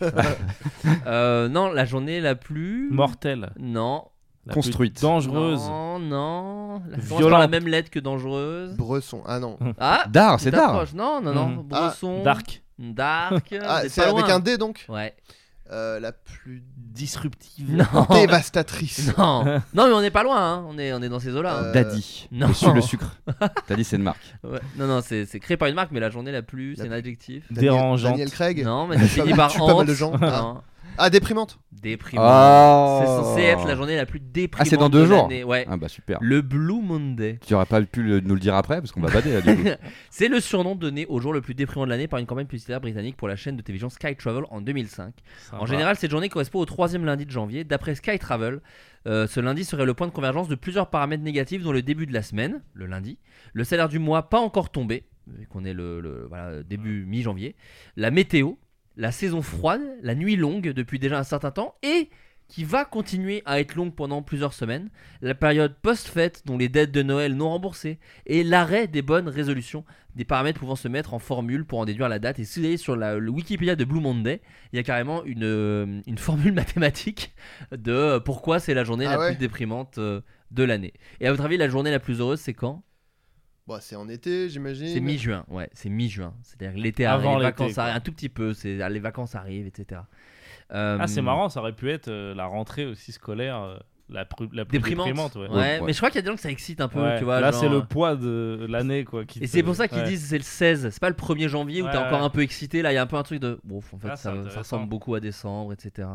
S5: Euh, Non, la journée la plus.
S8: Mortelle.
S5: Non.
S8: la plus
S7: Construite.
S8: Dangereuse.
S5: Non, non. La, commence par
S8: Violente.
S5: la même lettre que dangereuse.
S6: Bresson. Ah non.
S5: Ah
S7: D'art, c'est
S5: tu
S7: d'art.
S5: t'approches. Non, non, non.
S8: Mhm.
S6: Ah,
S5: Bresson.
S8: Dark.
S5: Dark.
S6: Ah,
S5: vous êtes
S6: c'est
S5: pas
S6: avec
S5: loin.
S6: un D donc.
S5: Ouais. [laughs]
S6: Euh, la plus
S8: Disruptive.
S5: Non. [laughs]
S6: dévastatrice.
S5: Non. non, mais on n'est pas loin. hein. On, est, on est dans ces eaux-là. hein.
S6: Euh,
S7: Daddy.
S5: non.
S7: Le, su- le sucre. Daddy, c'est une marque.
S5: Ouais. Non, non, c'est c'est créé par une marque, mais la journée la plus, c'est un adjectif.
S6: Daniel-
S8: Dérangeante.
S6: Daniel Craig.
S5: Non,
S6: [laughs]
S5: mais ça finit par
S6: tue pas
S5: hante.
S6: mal de gens.
S5: Non.
S6: Ah déprimante.
S5: Déprimant.
S7: Oh.
S5: C'est censé être la journée la plus déprimante.
S7: Ah, c'est dans deux
S5: de
S7: jours.
S5: l'année. Ouais.
S7: Ah bah super.
S5: Le Blue Monday.
S7: Tu aurais pas pu le- nous le dire après parce qu'on va bader là,
S6: [laughs]
S7: du
S6: Mm.
S7: coup.
S5: C'est le surnom donné au jour le plus déprimant de l'année par une campagne publicitaire britannique pour la chaîne de télévision Sky Travel en 2005. En général, cette journée correspond au troisième lundi de janvier. D'après Sky Travel, euh, ce lundi serait le point de convergence de plusieurs paramètres négatifs, dont le début de la semaine, le lundi, le salaire du mois pas encore tombé, vu qu'on est le, le- voilà, début mi-janvier, la météo, la saison froide, la nuit longue depuis déjà un certain temps et qui va continuer à être longue pendant plusieurs semaines, la période post-fête dont les dettes de Noël non remboursées et l'arrêt des bonnes résolutions, des paramètres pouvant se mettre en formule pour en déduire la date. Et si vous allez sur la, le Wikipédia de Blue Monday, il y a carrément une, euh, une formule [laughs] mathématique de euh, pourquoi c'est la journée
S6: Ah
S5: la
S6: ouais
S5: plus déprimante euh, de l'année. Et à votre avis, la journée la plus heureuse, c'est quand
S6: Bon, c'est en été, j'imagine.
S5: C'est mi-juin, ouais, c'est mi-juin. C'est-à-dire que l'été
S8: Avant
S5: arrive, les
S8: l'été,
S5: vacances
S8: quoi.
S5: arrivent, un tout petit peu, c'est, les vacances arrivent, etc. Euh,
S8: Ah, c'est marrant, ça aurait pu être euh, la rentrée aussi scolaire, euh, la, pru- la plus
S5: Déprimante.
S8: déprimante.
S5: Ouais,
S8: ouais.
S7: Ouais, ouais.
S5: mais je crois qu'il y a des gens que ça excite un peu,
S8: Ouais,
S5: tu vois.
S8: Là,
S5: genre- euh,
S8: c'est le poids de l'année, quoi. qui
S5: Et
S8: te-
S5: c'est pour ça qu'ils
S8: ouais.
S5: disent c'est le 16, c'est pas le 1er janvier où
S8: Ouais,
S5: t'es encore
S8: ouais.
S5: un peu excité. Là, il y a un peu un truc de. Bon, en fait, ça,
S8: Ah, c'est
S5: ça
S8: intéressant.
S5: ressemble beaucoup à décembre, etc.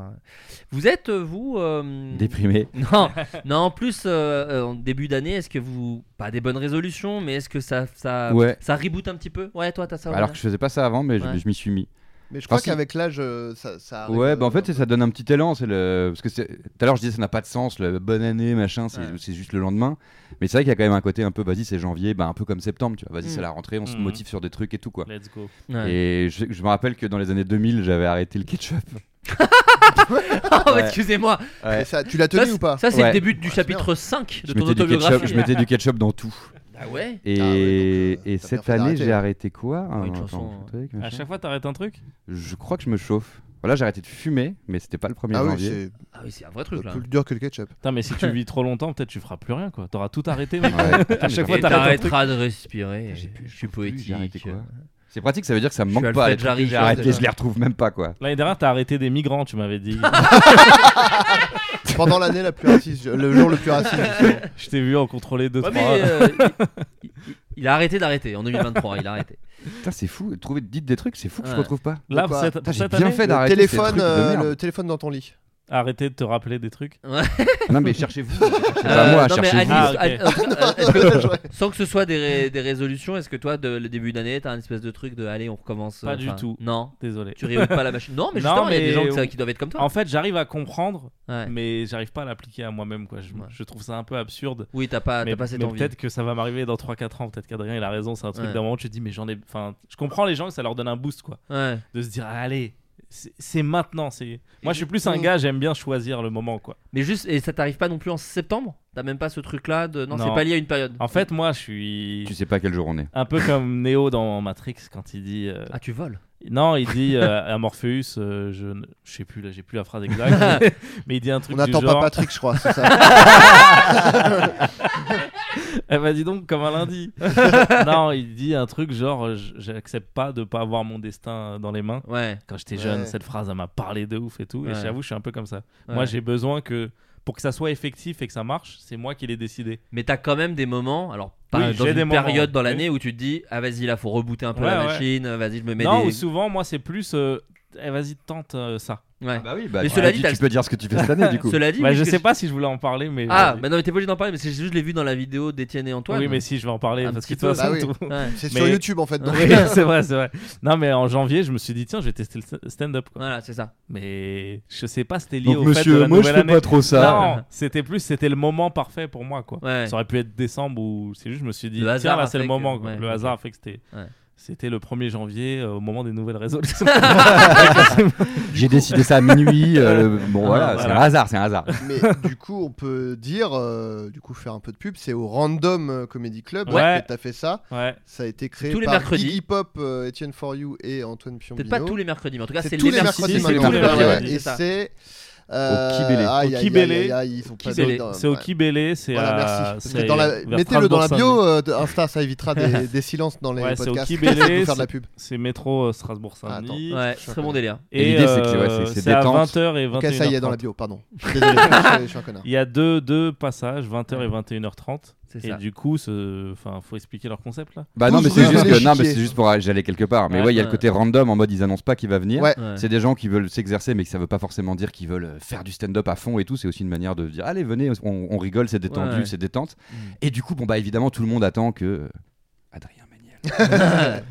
S5: Vous êtes, euh, vous. euh,
S7: Déprimé.
S5: [laughs]
S8: [laughs]
S5: Non, non, en plus, euh, euh, en début d'année, est-ce que vous. Pas des bonnes résolutions, mais est-ce que ça, ça,
S7: Ouais.
S5: ça reboot un petit peu Ouais, toi, t'as ça
S7: Alors
S5: Aurélien
S7: que je faisais pas ça avant, mais je-
S5: Ouais.
S7: je m'y suis mis.
S6: Mais je crois
S7: Ah, si.
S6: qu'avec l'âge, euh, ça, ça arrive,
S7: Ouais, bah en
S6: euh,
S7: fait, c'est- ça donne un petit élan. C'est le... Parce que c'est- tout à l'heure, je disais, ça n'a pas de sens, le bonne année, machin, c'est
S5: Ouais.
S7: c'est juste le lendemain. Mais c'est vrai qu'il y a quand même un côté un peu, vas-y, c'est janvier, bah, un peu comme septembre, tu vois, vas-y,
S5: Mm.
S7: c'est la rentrée, on se
S8: Mhm.
S7: motive sur des trucs et tout, quoi.
S8: Let's go.
S5: Ouais.
S7: Et je, je me rappelle que dans les années 2000, j'avais arrêté le ketchup.
S5: [laughs] Oh,
S7: Ouais.
S5: excusez-moi.
S6: Et ça, tu l'as tenu
S5: Ça,
S6: ou pas Ah,
S5: Ça, c'est le
S7: Ouais.
S5: début du
S6: Ouais,
S5: chapitre 5 de
S7: Je
S5: ton
S7: mettais, du ketchup,
S5: autobiographie.
S7: je mettais du ketchup dans tout.
S5: Ah ouais
S7: Et,
S6: Ah ouais, donc, euh,
S7: et
S6: t'as bien
S7: cette
S6: fait
S7: année,
S6: d'arrêter.
S7: j'ai arrêté quoi
S5: Ouais, une
S7: Un-
S5: chanson,
S7: un truc,
S8: À
S7: machin.
S8: chaque fois, t'arrêtes un truc
S7: Je crois que je me chauffe. Voilà, j'ai arrêté de fumer, mais c'était pas le 1er
S6: Ah oui,
S7: janvier.
S6: c'est
S5: Ah oui, c'est un vrai truc là.
S6: plus dur que le ketchup.
S8: Putain, mais
S5: [laughs]
S8: si tu vis trop longtemps, peut-être tu feras plus rien, quoi. T'auras tout arrêté. mec.
S7: [laughs] Ouais.
S8: À chaque fois,
S5: Et
S8: t'arrêtes un truc.
S5: t'arrêteras de respirer.
S7: J'ai plus-
S5: Je suis
S7: plus, j'ai arrêté
S5: poétique. euh.
S7: quoi C'est pratique, ça veut dire que ça me
S5: Je suis
S7: manque pas.
S5: Alfred
S7: les trucs que
S5: Jarry,
S7: J'ai
S5: j'ai arrêté. hein.
S7: arrêté, je les retrouve même pas, quoi.
S8: L'année dernière, t'as arrêté des migrants, tu m'avais dit.
S6: Pendant l'année la plus raciste, le jour le plus
S7: [laughs]
S6: raciste. justement.
S8: [laughs] Je t'ai vu en contrôler deux,
S5: Ouais,
S8: trois.
S5: mais, euh, il, il a arrêté d'arrêter en 2023. Il a arrêté.
S7: Putain, c'est fou. Trouver, dites des trucs, c'est fou que je
S5: Ouais.
S7: retrouve pas.
S8: [laughs] Là,
S6: Pourquoi
S8: cette,
S7: Putain, j'ai
S8: cette
S7: bien
S8: année,
S7: fait d'arrêter ces trucs
S6: téléphone,
S7: de
S6: euh,
S7: merde.
S6: le téléphone dans
S5: [laughs]
S6: ton lit.
S8: arrêtez de te rappeler des trucs.
S7: Non, mais cherchez-vous. [laughs] [laughs] C'est pas moi,
S5: Euh, non, mais
S7: cherchez-vous.
S8: Ah,
S5: Alice,
S8: ok.
S5: Al-
S6: [laughs]
S5: euh, est-ce que- sans que ce soit des, ré- des résolutions, est-ce que toi, de- le début d'année, t'as un espèce de truc de allez, on recommence euh,
S8: Pas du
S5: enfin,
S8: tout.
S5: Non.
S8: Désolé.
S5: Tu réouvres pas la machine. Non, mais
S8: Non,
S5: justement, il y a des
S8: mais
S5: gens que ça-
S8: on-
S5: qui doivent être comme toi.
S8: En fait, j'arrive à comprendre,
S5: Ouais.
S8: mais j'arrive pas à l'appliquer à moi-même, quoi. Je,
S5: Ouais.
S8: je trouve ça un peu absurde.
S5: Oui, t'as pas, Ah, t'as
S8: mais
S5: pas cette
S8: mais
S5: envie.
S8: peut-être que ça va m'arriver dans 3-4 ans. Peut-être qu'Adrien il a raison. C'est un truc
S5: Ouais.
S8: d'un moment tu te dis mais j'en ai. Enfin, je comprends les gens que ça leur donne un boost quoi.
S5: Ouais.
S8: De se dire ah, allez, c'est c'est maintenant. C'est moi je suis plus un
S5: Mm.
S8: gars j'aime bien choisir le moment quoi.
S5: Mais juste, et ça t'arrive pas non plus en septembre T'as même pas ce truc-là de. Non,
S8: Non.
S5: c'est pas lié à une période.
S8: En fait moi je suis
S7: Tu sais pas quel jour on est.
S8: un peu comme Neo dans Matrix quand il dit euh,
S5: Ah, tu voles
S8: non il dit euh, à Morpheus euh, je ne- je sais plus là j'ai plus la phrase exacte
S5: [laughs]
S8: mais, mais il dit un truc
S6: On
S8: du
S6: n'attend pas
S8: genre
S6: Patrick, je crois, c'est ça. Bah
S8: Eh ben dis donc, comme
S5: [laughs]
S8: un lundi. non, il dit un truc genre, euh, j- j'accepte pas de pas avoir mon destin euh, dans les mains.
S5: Ouais.
S8: Quand j'étais jeune,
S6: Ouais.
S8: cette phrase, elle m'a parlé de ouf et tout. Et
S5: Ouais.
S8: j'avoue, je suis un peu comme ça.
S5: ouais.
S8: Moi, j'ai besoin que, pour que ça soit effectif et que ça marche, c'est moi qui l'ai décidé.
S5: Mais t'as quand même des moments, alors pas
S8: Oui,
S5: dans
S8: j'ai
S5: une
S8: des moments,
S5: période dans
S8: oui.
S5: l'année où tu te dis ah vas-y là faut rebooter un peu
S8: Ouais,
S5: la
S8: ouais.
S5: machine, vas-y je me mets
S8: non,
S5: des.
S8: ou souvent, moi, c'est plus, euh, eh, vas-y, tente euh, ça.
S5: Ouais.
S7: Bah oui, bah,
S5: Mais
S7: tu-
S5: cela
S7: tu-
S5: dit, t'as
S7: tu
S5: le-
S7: peux dire ce que tu fais cette année, du coup.
S5: Cela dit,
S8: Bah,
S5: oui,
S8: je
S5: parce
S8: sais
S5: que-
S8: pas si je voulais en parler, mais.
S5: Ah
S8: vas-y.
S5: mais non mais t'es pas obligé d'en parler, mais c'est juste je l'ai vu dans la vidéo d'Étienne et Antoine.
S8: oui, mais si, je vais en parler.
S5: Un
S8: parce que
S5: petit
S8: de toute
S5: peu.
S8: façon,
S6: Bah oui.
S8: tout-
S5: Ouais.
S6: C'est
S8: Mais-
S6: sur YouTube en fait.
S8: [laughs]
S6: donc.
S8: Oui, c'est vrai, c'est vrai. Non, mais en janvier, je me suis dit, tiens, je vais tester le st- stand-up. quoi.
S5: Voilà c'est ça.
S8: Mais je sais pas, c'était lié
S7: Donc,
S8: au fait de
S7: monsieur,
S8: la
S7: moi je
S8: nouvelle
S7: fais
S8: année.
S7: pas trop ça.
S8: Non, c'était plus, c'était le moment parfait pour moi, quoi.
S5: Ouais.
S8: Ça aurait pu être décembre ou c'est juste, je me suis dit,
S5: Le hasard
S8: tiens,
S5: a
S8: là, c'est
S5: fait
S8: le moment.
S5: que-
S8: quoi.
S5: ouais,
S8: le
S5: ok.
S8: hasard a fait que c'était.
S5: Ouais.
S8: C'était le 1er janvier euh, au moment des
S5: [laughs]
S8: nouvelles résolutions.
S7: J'ai décidé ça à
S5: [laughs]
S7: minuit. euh, bon, voilà,
S8: Voilà.
S7: c'est un hasard, c'est un hasard.
S6: [laughs] Mais du coup, on peut dire, euh, du coup, faire un peu de pub, c'est au Random euh, Comedy Club
S8: Ouais.
S6: que t'as fait ça.
S8: ouais.
S6: Ça a été créé
S5: tous les
S6: par
S5: mercredis.
S6: Iggy Pop, euh, Etienne For You et Antoine Pionbino.
S5: Peut-être pas tous les mercredis, mais en tout cas,
S6: C'est
S5: c'est
S6: tous les mercredis
S5: mercredis.
S7: c'est tous les
S6: maintenant.
S7: mercredis,
S6: Ouais,
S7: ouais.
S6: Et
S5: ça.
S6: c'est. euh,
S7: Kibélé.
S6: aïe,
S8: Au
S6: aïe, aïe,
S8: Kibélé.
S6: aïe, aïe, ils sont pas
S8: C'est
S6: d'autres,
S8: c'est
S6: Oh, ouais.
S8: au Kibélé, c'est
S6: Voilà,
S8: à-
S6: merci. Parce que
S8: c'est
S6: dans la-
S8: vers
S6: Mettez-le dans la
S8: Strasbourg-Saint-Denis.
S6: bio euh, de Insta, ça évitera
S8: [laughs]
S6: des, des silences dans les
S8: Ouais, c'est au
S6: podcasts. Ça
S8: Kibélé,
S6: peut faire de
S8: c'est-
S6: la pub.
S8: C'est métro euh, Strasbourg-Saint-Denis.
S6: Ah,
S8: euh,
S5: Ouais, très bon délire.
S7: Et l'idée, c'est que c'est- ouais, c'est- c'est
S8: à
S7: détente.
S8: 20h et 21h.
S6: Ok, ça y est, dans la bio, pardon. Désolé, je, je suis un
S8: [laughs]
S6: connard.
S8: Il y a deux, deux passages, 20h et 21h30.
S5: C'est
S8: Et
S5: ça.
S8: du coup, ce... enfin, faut expliquer leur concept là.
S7: Bah non,
S6: Tous
S7: mais c'est
S6: ouverts
S7: juste
S6: dans les
S7: que non, mais
S6: chiquiers.
S7: c'est juste pour aller- j'allais quelque part. Mais
S5: Ouais,
S7: ouais, il y a le
S5: ouais.
S7: côté random en mode ils annoncent pas qu'il va venir.
S6: Ouais.
S8: Ah, [laughs]
S5: Ouais.
S7: C'est des gens qui veulent s'exercer, mais que ça veut pas forcément dire qu'ils veulent euh, faire du stand-up à fond et tout. C'est aussi une manière de dire allez, venez, on, on rigole, c'est détendu,
S5: Ouais, ouais.
S7: c'est détente.
S5: Mm.
S7: Et du coup, bon, bah évidemment, tout le monde attend que euh, Adrien Méniel.
S5: Je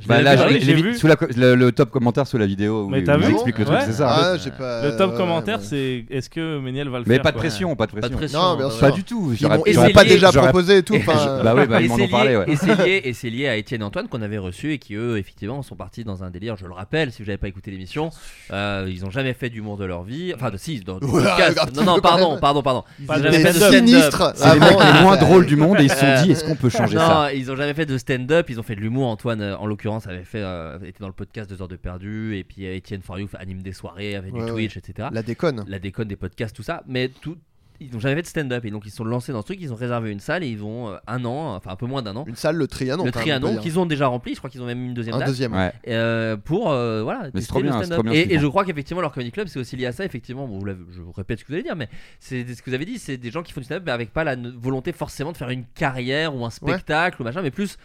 S7: Bah,
S5: vais
S7: là,
S5: aller
S7: je-
S8: vu, oui,
S7: je
S8: j'ai
S7: l'ai
S8: vu.
S7: sous la co- le, le top commentaire sous la vidéo où
S8: Mais
S7: il
S8: t'as
S7: vous
S8: vu
S7: explique le truc,
S8: Ouais.
S7: c'est ça.
S6: Ah, j'ai pas.
S8: Le top
S6: ouais,
S8: commentaire,
S6: ouais.
S8: c'est est-ce que Méniel va le
S7: Mais
S8: faire
S7: pas de
S8: quoi.
S7: pression, pas de
S5: Pas
S7: pression.
S5: de pression.
S6: Non, bien
S5: bah,
S6: sûr.
S5: ouais.
S7: Pas du tout.
S5: Ils
S7: J'aurais-
S5: m'ont
S6: Ils
S7: j'aurais
S6: l'ont pas
S5: essayé,
S6: déjà
S7: j'aurais-
S6: proposé et tout.
S5: Et
S6: enfin, euh,
S7: je- bah oui, bah,
S5: et
S7: ils m'en
S5: c'est
S7: ont parlé,
S5: lié-
S7: ouais.
S5: et c'est
S7: [laughs]
S5: lié, et c'est lié à Étienne Antoine qu'on avait reçu et qui eux effectivement sont partis dans un délire. Je le rappelle, si vous n'avez pas écouté l'émission, euh, ils n'ont jamais fait d'humour de leur vie. Enfin, de, si, dans, du
S6: Ouais,
S5: podcast.
S6: un petit
S5: Non, non,
S6: peu quand
S5: pardon,
S6: même.
S5: pardon, pardon. Ils
S8: Pas
S5: n'ont
S8: de
S5: jamais fait de
S8: stand-up.
S5: stand-up.
S6: sinistre. euh,
S7: C'est les mecs les moins
S6: drôles
S7: drôles du monde et ils se sont dit est-ce qu'on peut changer
S5: Ah [laughs] Non,
S7: ça
S5: ils ont jamais fait de stand-up, ils ont fait de l'humour. Antoine, euh, en l'occurrence, avait fait, euh, était dans le podcast 2 heures de perdu, et puis euh, Étienne Fariou anime des soirées avec
S6: Ouais,
S5: du Twitch, etc.
S6: La déconne.
S5: La déconne des podcasts, tout ça. Mais tout, ils n'ont jamais fait de stand-up, et donc ils se sont lancés dans ce truc, ils ont réservé une salle, et ils ont euh, un an, enfin un peu moins d'un an,
S6: Une salle, le Trianon.
S5: le
S6: quand même, on
S5: Trianon
S6: peut dire.
S5: qu'ils ont déjà rempli. Je crois qu'ils ont même une deuxième
S6: Un
S5: date
S6: deuxième.
S7: Ouais.
S5: euh, pour euh, voilà
S7: Mais c'est
S5: tester
S7: trop
S5: le
S7: bien, c'est
S5: stand-up.
S7: trop bien ce
S5: Et,
S7: qu'ils
S5: et je
S7: font.
S5: crois qu'effectivement leur comedy club c'est aussi lié à ça. Effectivement, bon, vous l'avez- je vous répète ce que vous allez dire, mais c'est ce que vous avez dit, c'est des gens qui font du stand-up mais avec pas la ne- volonté forcément de faire une carrière ou un spectacle ou machin, mais plus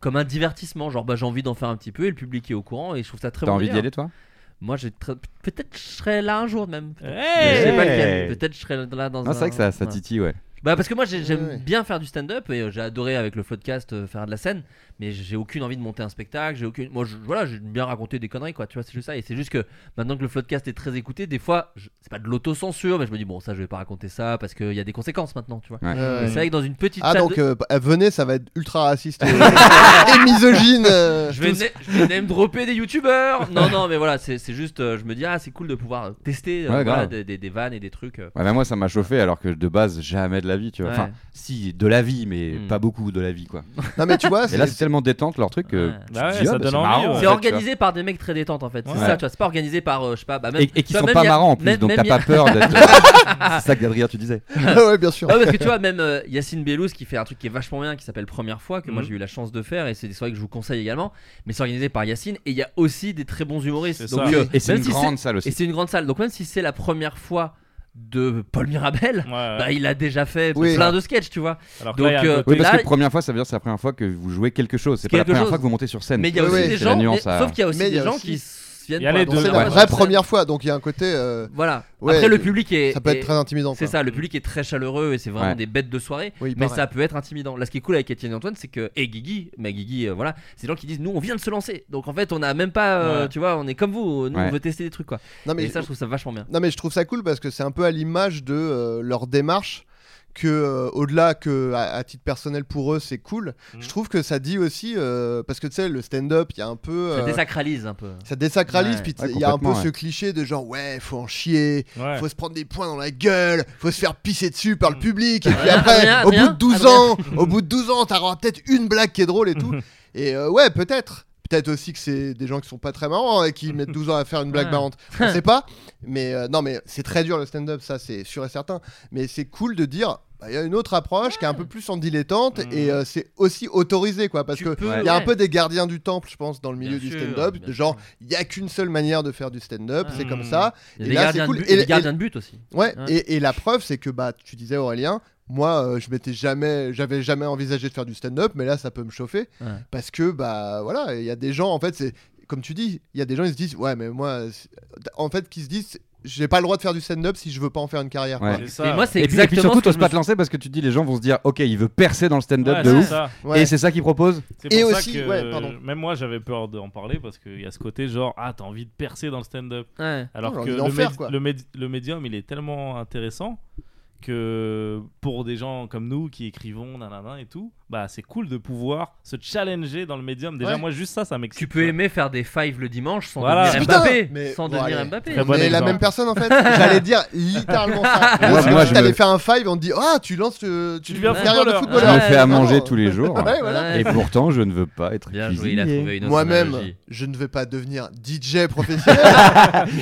S5: comme un divertissement. Genre bah j'ai envie d'en faire un petit peu et le public est au courant et je trouve ça très
S7: T'as
S5: bon
S7: envie d'y
S5: délire.
S7: aller, toi
S5: Moi j'ai très- peut-être je serai là un jour même.
S8: Hey
S5: Je sais pas
S7: Hey
S5: lequel. Peut-être je serai là dans un.
S7: Ah, c'est vrai que ça, ça
S5: Ouais.
S7: titille, ouais.
S5: Bah parce que moi j'ai- j'aime
S6: ouais.
S5: bien faire du stand-up et euh, j'ai adoré avec le podcast euh, faire de la scène, mais j'ai aucune envie de monter un spectacle, j'ai aucune moi je- voilà, j'aime bien raconter des conneries quoi, tu vois, c'est juste ça et c'est juste que maintenant que le podcast est très écouté, des fois je- c'est pas de l'autocensure mais je me dis bon ça je vais pas raconter ça parce qu'il y a des conséquences maintenant, tu vois.
S7: Ouais.
S5: Et
S6: Ouais, ouais.
S5: C'est vrai que dans une petite
S6: Ah,
S5: salle
S6: donc
S5: de-
S6: euh, bah, venez, ça va être
S5: [laughs]
S6: ultra raciste euh, et misogyne. euh.
S5: je vais, na- je vais name dropper des youtubeurs. Non, non, mais voilà, c'est c'est juste, euh, je me dis, ah, c'est cool de pouvoir tester euh, voilà,
S7: Ouais, grave.
S5: des, des- des vannes et des trucs. euh.
S7: Ouais, bah, moi ça m'a chauffé alors que de base jamais de la vie tu vois.
S5: Ouais.
S7: Enfin si de la vie mais
S5: Hmm.
S7: pas beaucoup de la vie quoi.
S6: Non, mais tu vois,
S7: Et là c'est
S6: c'est-
S7: tellement détente leur truc que
S5: Ouais.
S7: tu te
S8: Bah ouais,
S7: dis,
S8: ça
S7: ah, bah,
S8: donne
S7: c'est
S8: envie,
S7: marrant,
S8: ouais.
S7: en
S5: C'est
S7: fait, tu vois.
S5: organisé par des mecs très détentes en fait. C'est
S8: Ouais.
S5: ça, tu vois. C'est pas organisé par, euh, je sais pas, bah, même,
S7: Et, et
S5: tu
S7: qui
S5: vois,
S7: sont
S5: même
S7: pas
S5: il y a-
S7: marrants en plus
S5: même-
S7: donc
S5: même
S7: t'as
S5: il y a-
S7: pas
S5: [laughs]
S7: peur d'être. c'est ça qu'Adrien tu disais.
S6: [laughs] ouais, bien sûr.
S5: Ah ouais, parce que tu vois, même euh, Yacine Bellouz qui fait un truc qui est vachement bien, qui s'appelle Première fois, que moi
S8: Mhm.
S5: j'ai eu la chance de faire, et c'est des soirées que je vous conseille également, mais c'est organisé par Yacine, et il y a aussi des très bons humoristes.
S8: C'est
S5: Donc,
S8: ça.
S5: euh,
S7: Et c'est
S5: même
S7: une
S5: si
S7: grande salle
S5: c'est- et
S7: aussi.
S5: c'est une grande salle. Donc même si c'est la première fois de Paul Mirabel,
S8: Ouais,
S5: bah,
S8: ouais.
S5: il a déjà fait
S6: Oui.
S5: plein de sketchs, tu vois.
S8: Alors que
S5: donc,
S8: là, il y a un
S5: euh,
S8: côté-
S7: Oui parce
S5: là,
S7: que première fois ça veut dire que c'est la première fois que vous jouez quelque chose. C'est pas la
S5: Quelque
S7: première
S5: chose.
S7: fois que vous montez sur scène.
S5: Mais il y a
S6: Oui,
S5: aussi
S6: oui,
S5: des
S7: c'est la
S5: gens, mais-
S7: nuance à-
S5: sauf qu'il y a aussi
S6: Mais il y
S5: des
S6: a
S5: gens
S6: aussi-
S5: qui s- viennent
S8: Il y a
S5: pour
S8: les
S5: la
S8: deux,
S6: C'est
S5: première
S6: la
S8: ouais.
S5: fois
S6: vraie
S5: sur scène.
S6: première fois, donc il y a un côté. euh,
S5: Voilà.
S6: Ouais,
S5: Après, le
S6: euh,
S5: public est.
S6: Ça peut
S5: est-
S6: être très intimidant.
S5: C'est
S6: quoi.
S5: ça, le public est très chaleureux et c'est vraiment
S7: Ouais.
S5: des bêtes de soirée.
S6: Oui,
S5: mais
S6: pareil.
S5: ça peut être intimidant. Là, ce qui est cool avec Étienne et Antoine, c'est que et Guigui, mais Guigui, euh, voilà, c'est des gens qui disent nous on vient de se lancer, donc en fait on a même pas, euh,
S8: Ouais.
S5: tu vois, on est comme vous, nous on
S7: Ouais.
S5: veut tester des trucs quoi.
S6: Non, mais
S5: et ça, je trouve ça vachement bien.
S6: Non mais je trouve ça cool parce que c'est un peu à l'image de euh, leur démarche que euh, au-delà que à, à titre personnel pour eux c'est cool,
S8: Mhm.
S6: je trouve que ça dit aussi euh, parce que tu sais le stand-up il y a un peu
S5: Ça
S6: euh,
S5: désacralise un peu.
S6: ça désacralise
S5: Ouais.
S6: puis t-
S7: Ouais,
S6: il y a un peu
S7: complètement,
S6: ce cliché de genre ouais faut en chier,
S8: Ouais.
S6: faut se prendre des points dans la gueule, faut se faire pisser dessus par le
S5: Mm.
S6: public et puis
S5: Adrien,
S6: après
S5: Adrien,
S6: au bout de
S5: Adrien,
S6: 12
S5: Adrien.
S6: ans, au bout de 12 ans t'auras peut-être une blague qui est drôle
S5: [laughs]
S6: et tout et euh, ouais peut-être Peut-être aussi que c'est des gens qui sont pas très marrants et qui mettent 12 ans à faire une blague
S5: Ouais.
S6: marrante. On
S5: [laughs]
S6: sait pas. Mais euh, non, mais c'est très dur le stand-up, ça c'est sûr et certain. Mais c'est cool de dire, bah, il y a une autre approche qui est un peu plus en dilettante
S8: Mhm.
S6: et euh, c'est aussi autorisé quoi. Parce
S5: Mm. Tu
S6: que
S5: peux,
S6: il y a un
S5: ouais.
S6: peu des gardiens du temple, je pense, dans le
S5: Bien
S6: milieu du
S5: sûr,
S6: stand-up.
S5: bien
S6: de Genre, il y a qu'une seule manière de faire du stand-up,
S5: Ouais.
S6: c'est comme
S8: Mhm.
S6: ça.
S5: Il y a
S6: Et
S5: des
S6: là, c'est
S5: gardiens
S6: cool.
S5: de but,
S6: Et
S5: des
S6: le-
S5: gardiens de but aussi.
S6: Ouais,
S5: Ouais.
S6: Et, et la preuve, c'est que bah, tu disais Aurélien, moi, euh, je m'étais jamais, j'avais jamais envisagé de faire du stand-up, mais là, ça peut me chauffer
S5: Ouais.
S6: parce que bah voilà, il y a des gens, en fait, c'est comme tu dis, il y a des gens, ils se disent, ouais, mais moi, c'est- en fait, qui se disent, j'ai pas le droit de faire du stand-up si je veux pas en faire une carrière.
S7: Ouais.
S8: C'est ça.
S5: Et moi, c'est
S7: Et puis, et puis
S5: exactement.
S7: surtout
S5: ce que
S7: t'oses
S5: je
S7: pas
S5: me
S7: te lancer parce que tu te dis les gens vont se dire ok il veut percer dans le stand-up de
S8: Ouais,
S7: ouf
S8: c'est ça.
S6: Ouais.
S7: et c'est ça qu'il propose.
S8: C'est
S6: Et
S8: pour ça
S6: aussi-
S8: que,
S6: ouais, pardon.
S8: même moi j'avais peur d'en parler parce qu'il y a ce côté genre ah t'as envie de percer dans le stand-up
S5: suis- Ouais.
S8: alors
S6: Ouais,
S8: que
S6: j'ai
S8: le,
S6: envie d'en faire,
S8: médi-
S6: quoi.
S8: le médi- le médium il est tellement intéressant que pour des gens comme nous qui écrivons, nanana et tout, bah c'est cool de pouvoir se challenger dans le médium. Déjà,
S6: Ouais.
S8: moi, juste ça, ça m'excite.
S5: Tu peux aimer faire des fives le dimanche sans
S8: Voilà.
S5: devenir
S6: Putain,
S5: Mbappé.
S6: mais
S5: sans
S6: bon,
S5: devenir
S6: allez.
S5: Mbappé.
S8: Très
S6: On
S8: bon
S6: est la
S8: exemple.
S6: même personne en fait. [laughs] J'allais dire littéralement
S7: [laughs]
S6: ça.
S7: Moi,
S6: Parce que
S7: moi,
S6: si
S7: je
S6: t'allais
S7: me-
S6: faire un five, on te dit ah tu lances le
S8: Tu
S6: tu
S8: deviens
S6: carrière de
S7: Je
S8: footballeur.
S6: footballeur.
S7: me fais à
S6: Vraiment.
S7: manger tous les jours.
S6: Ouais, voilà.
S5: Ouais.
S7: Et pourtant, je ne veux pas être
S5: Bien joué, il a
S7: cuisinier.
S5: trouvé une autre
S6: Moi-même,
S5: analogie.
S6: je ne vais pas devenir DJ professionnel.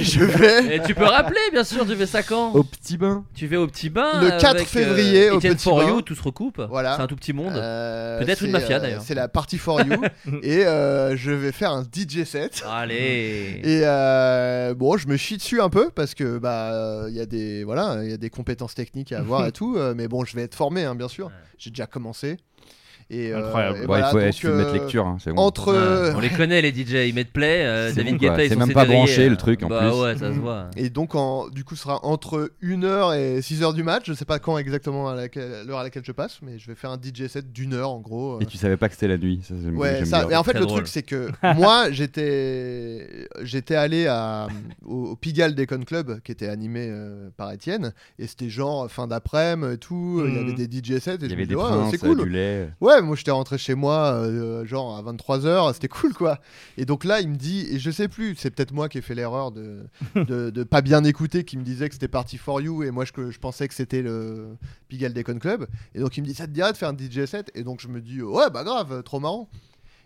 S6: je vais
S5: Et tu peux rappeler, bien sûr, tu fais ça quand
S7: Au petit bain.
S5: Tu vas au petit bain.
S6: Le
S5: euh,
S6: 4
S5: avec,
S6: février
S5: euh,
S6: au
S5: Étienne
S6: Petit
S5: For
S6: Bain.
S5: You, tout se recoupe.
S6: Voilà.
S5: C'est un tout petit monde.
S6: Euh,
S5: Peut-être une
S6: c'est,
S5: mafia,
S6: euh,
S5: d'ailleurs.
S6: C'est la party for
S5: [laughs]
S6: you et euh, je vais faire un DJ set.
S5: Allez.
S6: Et euh, bon, je me chie dessus un peu parce que bah euh, il y a des voilà, il y a des compétences techniques à
S5: [laughs]
S6: avoir et tout, euh, mais bon, je vais être formé hein, bien sûr.
S5: Ouais.
S6: J'ai déjà commencé. Et, euh,
S8: Incroyable.
S6: et
S7: Ouais,
S6: voilà,
S7: il faut
S6: donc,
S7: il suffit de mettre
S6: euh,
S7: lecture. hein, c'est bon.
S6: Entre
S5: Ouais, on les connaît les DJ, ils mettent play, euh,
S7: C'est
S5: David
S7: bon, quoi.
S5: Guetta, ils
S7: C'est
S5: sont
S7: même pas
S5: fédériers.
S7: branché, le truc, en
S5: bah
S7: plus.
S5: ouais, ça se
S6: [laughs]
S5: voit.
S6: Et donc, en, du coup, ce sera entre 1h et 6h du match. Je sais pas quand exactement à laquelle- l'heure à laquelle je passe, mais je vais faire un DJ set d'une heure en gros. euh,
S7: Et tu savais pas que c'était la nuit. Ça, j'aime-
S6: Ouais,
S7: j'aime
S6: ça.
S7: bien.
S6: Mais en fait,
S5: Très
S6: le
S5: drôle.
S6: truc, c'est que moi, [laughs] j'étais, j'étais allé à, au, au Pigalle Décon Club, qui était animé euh, par Étienne, et c'était genre euh, fin d'après-midi et tout. Il y
S8: Mhm.
S6: avait des DJ sets, et
S7: Hmm. Il y
S6: je
S7: avait
S6: me
S7: des
S6: dis, ouais,
S7: princes,
S6: c'est cool.
S7: du lait.
S6: Ouais, moi j'étais rentré chez moi euh, genre à 23h, c'était cool quoi. Et donc là, il me dit, et je sais plus, c'est peut-être moi qui ai fait l'erreur
S8: [laughs]
S6: de, de, de pas bien écouter, qui me disait que c'était Party for You, et moi je, je pensais que c'était le Pigalle Décon Club. Et donc il me dit, ça te dirait de faire un DJ set Et donc je me dis, ouais, bah grave, trop marrant.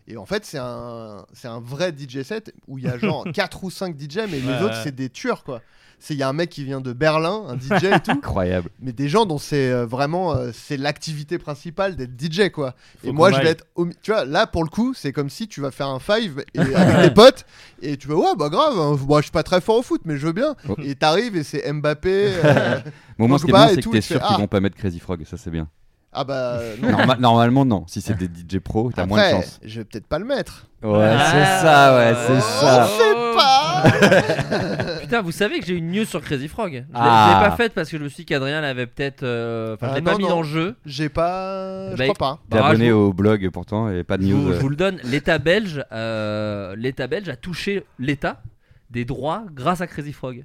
S6: Et en fait, c'est un, c'est un vrai DJ set où il y a
S8: [laughs]
S6: genre 4 ou 5 DJ, mais
S8: Ouais,
S6: les autres,
S8: ouais.
S6: c'est des tueurs quoi. C'est- Il y a un mec qui vient de Berlin, un
S8: [laughs]
S6: DJ et tout,
S7: Incroyable.
S6: mais des gens dont c'est euh, vraiment euh, c'est l'activité principale d'être DJ quoi.
S8: Faut
S6: Et
S8: qu'on
S6: moi, je
S8: aille.
S6: vais être. au mi- Tu vois, là, pour le coup, c'est comme si tu vas faire un five
S7: [laughs]
S6: et, avec tes potes et tu vas, ouais, bah grave, hein, moi je suis pas très fort au foot, mais je veux bien.
S7: Oh.
S6: Et t'arrives et c'est Mbappé.
S7: [laughs]
S6: euh,
S7: Bon, au moins,
S6: Donc,
S7: ce qui est
S6: bah,
S7: bien,
S6: et
S7: c'est que
S6: tout,
S7: t'es
S6: tu fais,
S7: sûr qu'ils
S6: ah.
S7: vont pas mettre Crazy Frog. Ça,
S5: [laughs]
S7: c'est bien.
S6: ah
S7: [laughs]
S6: bah euh, non.
S7: Norma- Normalement, non. Si c'est des DJ pro, t'as moins de
S6: Après,
S7: chance.
S6: je vais peut-être pas le mettre.
S7: Ouais,
S5: Ah.
S7: c'est ça, ouais, c'est ça.
S6: On sait pas
S7: [laughs]
S5: Putain, vous savez que j'ai une news sur Crazy Frog. Je l'ai-
S7: Ah.
S5: je l'ai pas faite parce que je me suis dit qu'Adrien l'avait peut-être. euh, Enfin, je
S6: Ah,
S5: l'ai pas
S6: non,
S5: mis
S6: non.
S5: dans le jeu.
S6: J'ai pas.
S5: Bah,
S6: je crois pas.
S7: T'es
S5: Bah,
S7: abonné
S5: je vous-
S7: au blog pourtant et pas de
S5: Je vous,
S7: news.
S5: je vous le donne. L'État belge, euh, l'État belge a touché l'État des droits grâce à Crazy Frog.